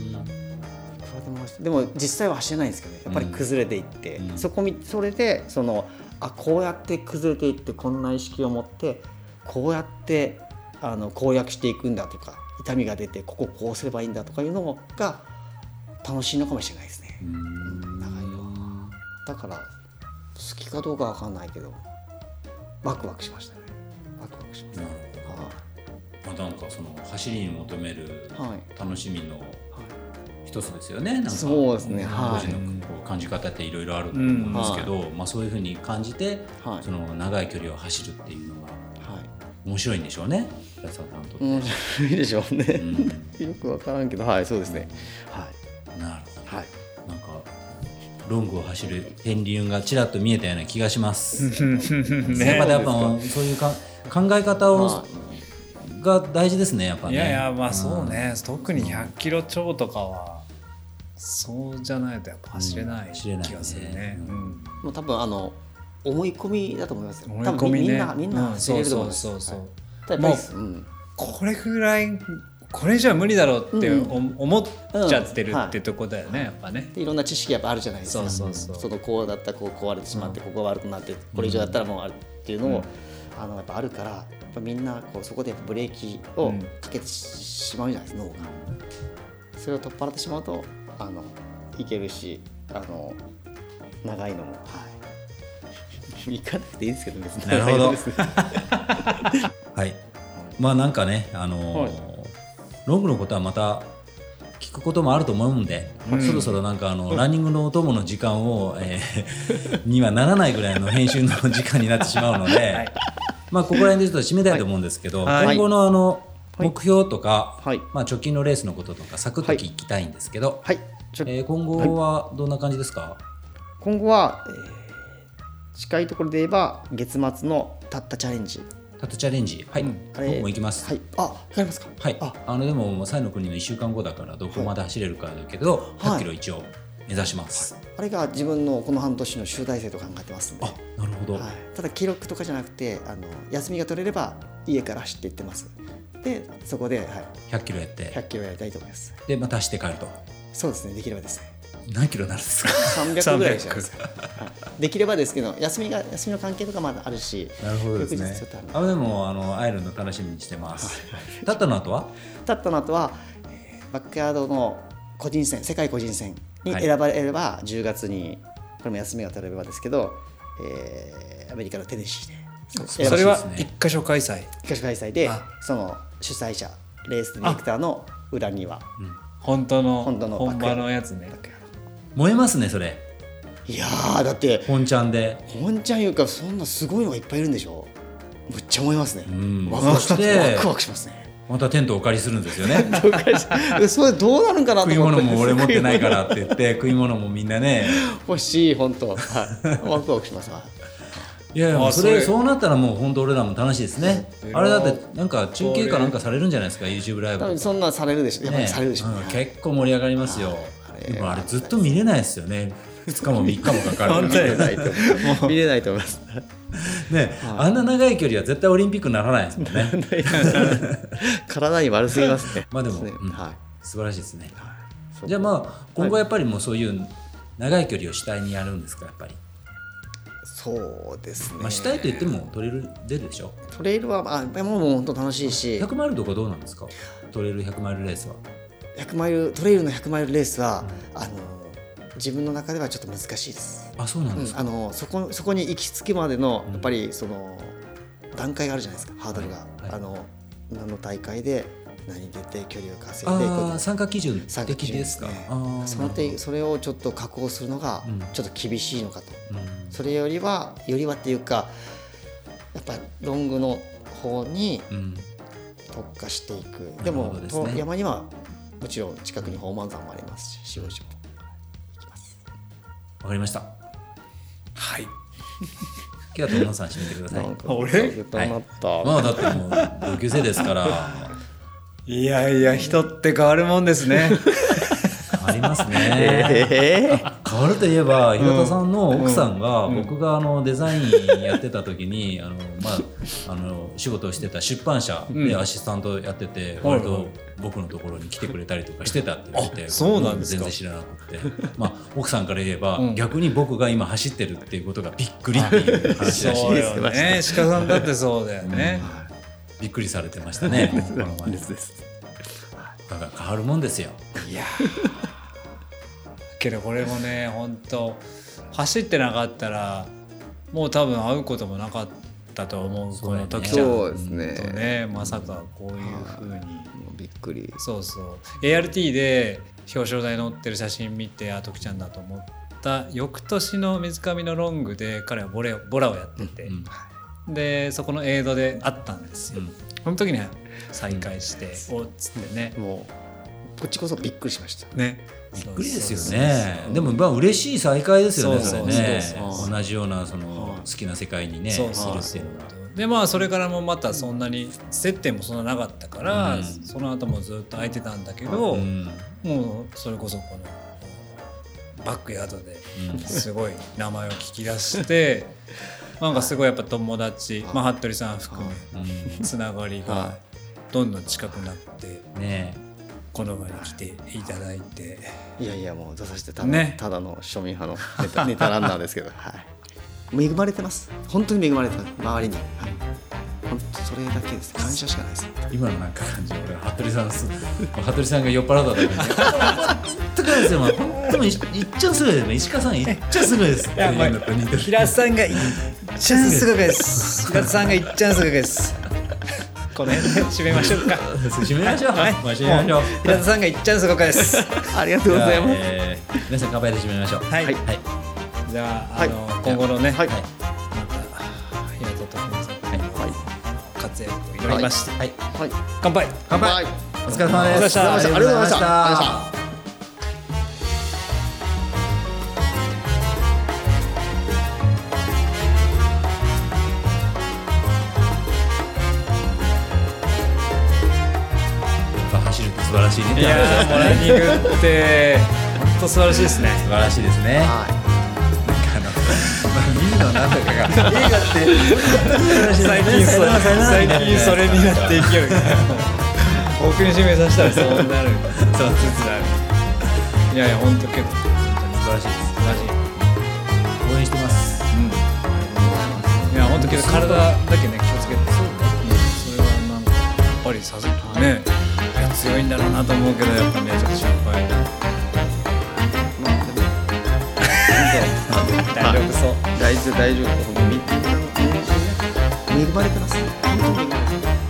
らでも走るでも実際は走れないんですけどねやっぱり崩れていって、
うん
そこみそれでそのあこうやって崩れていってこんな意識を持ってこうやってあの攻略していくんだとか痛みが出てこここうすればいいんだとかいうのが楽しいのかもしれないですね
うん
長いのだから好きかどうかわかんないけどワクワクしましたねワクワクしまし
なる
たは
ほどまあ、なんかその走りに求める
い、はい
楽しみの一つですよね。なんか
そうですねは
個
い
人のこう感じ方っていろいろあると思うんですけど、まあ、そういうふうに感じて、
はい
その長い距離を走るっていうのが
はい
面白いんでしょうね平沢さんにとって。
面白いでしょう
う
ね、
ん
<laughs> よくわからんけどはいそうですねはい
なるほ
はい
どなんかロングを走る片鱗がちらっと見えたような気がします。
ね
やっぱやっぱそういうか考え方を、
は
が大事ですねやっぱね。
いやいやまあそうね、特に100キロ超とかはそうじゃないとやっぱ走れない
走れないね
気がするね。
う
うん
もう多分あの思い込みだと思いますよ
思い
多
込
分
み
みみ
ね
んなみんな
うん
走れると思います、
そうそうそうそう
はいただやっぱりうん
これぐらいこれじゃ無理だろうって
うん
お思っちゃってる
うん
ってとこだよねやっぱね
でいろんな知識やっぱあるじゃないですか
そうそうそう
のこうだったらこう壊れてしまって、ここが悪くなってこれ以上だったらもうあるっていうのを、あのやっぱあるからやっぱみんなこうそこでやっぱブレーキを
うん
かけてし,、まうじゃないですか脳が。それを取っ払ってしまうとあのいけるしあの長いのも。はい行かなくていいですけど別に
なるほど
<laughs> 長いです
はいまあなんかねあのーロングのことはまた聞くこともあると思うんで、
うん
そろそろなんかあの、ランニングのお供の時間を、えー <laughs> にはならないぐらいの編集の時間になってしまうので、
はい
まあここら辺でちょっと締めたいと思うんですけど、
はい
今後のあの目標とか、
はい
まあ直近のレースのこととかサクッと聞きたいんですけど、
はいちょ
えー今後はどんな感じですか、
今後は、えー近いところで言えば月末のたったチャレンジ
タトチャレンジ、はい、
あれ
僕も行きます。
はいあわかりますか
はい、
あ
あのでももうサイの国の1週間後だからどこまで走れるかだけど、
は
100
い
キロ一応目指します、
あれが自分のこの半年の集大成と考えてますんで、は
あなるほど、
い、ただ記録とかじゃなくてあの休みが取れれば家から走っていってますでそこで、はい、
100キロやって
100キロやりたいと思います
でまた走って帰ると
そうですねできればですね
何キロになるんですか
300ぐらいじゃないですか、はい、できればですけど休みが休みの関係とかまだあるし
なるほどです
<laughs> 翌
ね
日ちょっとあの
あでもあの会えるの楽しみにしてますタッタの後は
立ったの後は、えーバックヤードの個人戦世界個人戦に
はい
選ばれれば、10月にこれも休みが取れればですけど、えーアメリカのテネシーで
う
それは
そうです
一
ね
箇所開催
一箇所開催で
あ
その主催者レースディレクターの裏には
本当の
本当の
本場のやつね
燃えますねそれ
いやーだって
本ちゃんで
本ちゃんいうかそんなすごいのがいっぱいいるんでしょむっちゃ思いますね、
ん
ワクワク
そして
ワクワクしますね
またテントお借りするんです
<laughs>
よね
でそれどうなるんかなと
食い
思って
物も俺持ってないからって言って食い物もみんなね
<laughs> 欲しい本当はいワクワクしますわ
いやいや
あ
もうそれ
それ
そうなったらもう本当俺らも楽しいですね
そう
あれだってなんか中継かなんかされるんじゃないですか YouTube ライブと
多
か
分そんなんされるでしょやっぱりされるでしょうね
うん結構盛り上がりますよ
あれ
でもあれずっと見れないですよね2日も3日もか
<laughs>
かる
本当や
見れないと思う見れないと思
<laughs>
います
ねあんな長い距離は絶対オリンピックにならないですもんね
体に悪すぎますね
まあでも
ね
うん
はい
素晴らしいですね
そう
じゃあまあ今後やっぱりもうそういう長い距離を主体にやるんですかやっぱり、
そうですね、
まあ、主体と言ってもトレイル出るでしょ
トレイルは、まあ、もうもう本当楽しいし
100マイルとかどうなんですかトレイル100マイルレースは
100マイルトレイルの100マイルレースは、あの自分の中ではちょっと難しいです。
あそうなん
う
で
ん
すか、
あのそこそこに行き着くまでのやっぱりその段階があるじゃないですかハードルが、
はい
あの何の大会で何出て距離を稼いでこう
ああ参加基準
参加基
的
準
ですか
ね
あー
その点それをちょっと確保するのが
うん
ちょっと厳しいのかと、
なる
それよりはよりはっていうかやっぱロングの方に
ほどうんうん
特化していく
なる
で
ほ
も
どですね
と山にはもちろん近くに宝満山もありますし4 5 0本行きます
わかりました <laughs>
はい
今日はトンさん締めてください
なんか
俺
言ったなった、
まあだってもう同級生ですから
いやいや人って変わるもんですね
変わります
<laughs>
ね。
えー
変わるといえば平田さんの奥さんが僕があのデザインやってた時にあのまああの仕事をしてた出版社で
うん
アシスタントやってて
はい
割と僕のところに来てくれたりとかしてたって言ってて
あそうなんですか
全然知らなくてまあ奥さんから言えば
うん
逆に僕が今走ってるっていうことがびっくりっていう話らしい
そう
です
よね鹿さんだってそうだよね
びっくりされてました
<laughs>
ねこの前
ですです
だから変わるもんですよ
いやーけどこれもね本当走ってなかったらもう多分会うこともなかったと思うこの時ちゃん
そ
と
うですね
ねまさかこういうふうに
もうびっくり
そうそう ART で表彰台に載ってる写真見てあ時ちゃんだと思った翌年の水上のロングで彼はボレボラをやってて、
うん
でそこのエイドで会ったんですよ、
うん
その時には再会して、おっつってね、
もうこっちこそびっくりしました
ね
びっくりです
そうそう
よ
そう
ね。でもまあ嬉しい再会ですよね。
そう
そ
そう
れね
そうそう
同じようなその
はい
好きな世界にね、いる
そ
っ
うそうそ
て
う
いうのが。
でまあそれからもまたそんなに接点もそんななかったから、
うん
その後もずっと空いてたんだけど、
うん
もうそれこそこのバックヤードですごい名前を聞き出して、
<laughs>
なんかすごいやっぱ友達、まあ、服部さん含
は
め
い
うん
つながりが
は
どんどん近くなって
ね
この場に来ていただいて
いやいやもう出させてただ,、
ね
ただの庶民派のネ <laughs> タネタランナーですけど、はい、恵まれてます本当に恵まれてます周りに、はい、本当それだけです感謝しかないです
今のなんか感じ俺服部さんす服部さんが酔っ払っただけで全くないですよ本当にいっちゃんすごいですね石川さんいっちゃんすごいですっていうのと似てる
平田さんがいっちゃんすごいです平田さんがいっちゃんすごいです <laughs> この辺で締めましょうか
<laughs> 締めましょう
はい
まあ締めましょう
平田さんがいっちゃんすごいです
<laughs> ありがとうございます、
じゃあえー皆さん乾杯で締めましょう
はい
はい
<laughs> じゃあ、
はい
あの今後のね、
はい
また平田と皆さん
はい
はい
の活躍を祈りまして、
はい
はい
乾杯
乾杯
乾杯
お疲れ様です
お疲れ様でした
あり
ありがとうござ
がとうございました
いま
ありがとうございました
やっぱ走るって素晴らしいね
いやーもうランニングって本当素晴らしいですね
素晴らしいですねなんか
はい
あの水野なんだかが
映画って最近それ最近それになって <laughs> 勢いが僕に締めさせたらそうなるそうつつあるいやいや本当結構
素晴らしいです
素晴らしい
応援してます
いや本当けど体だけね気をつけてそうそれはなんかやっぱりさすがねいや強いんだろうなと思うけどやっぱねちょっと心配大丈夫そう
大丈夫大丈夫。ミーティングの恵まれてます。本当に恵まれてます。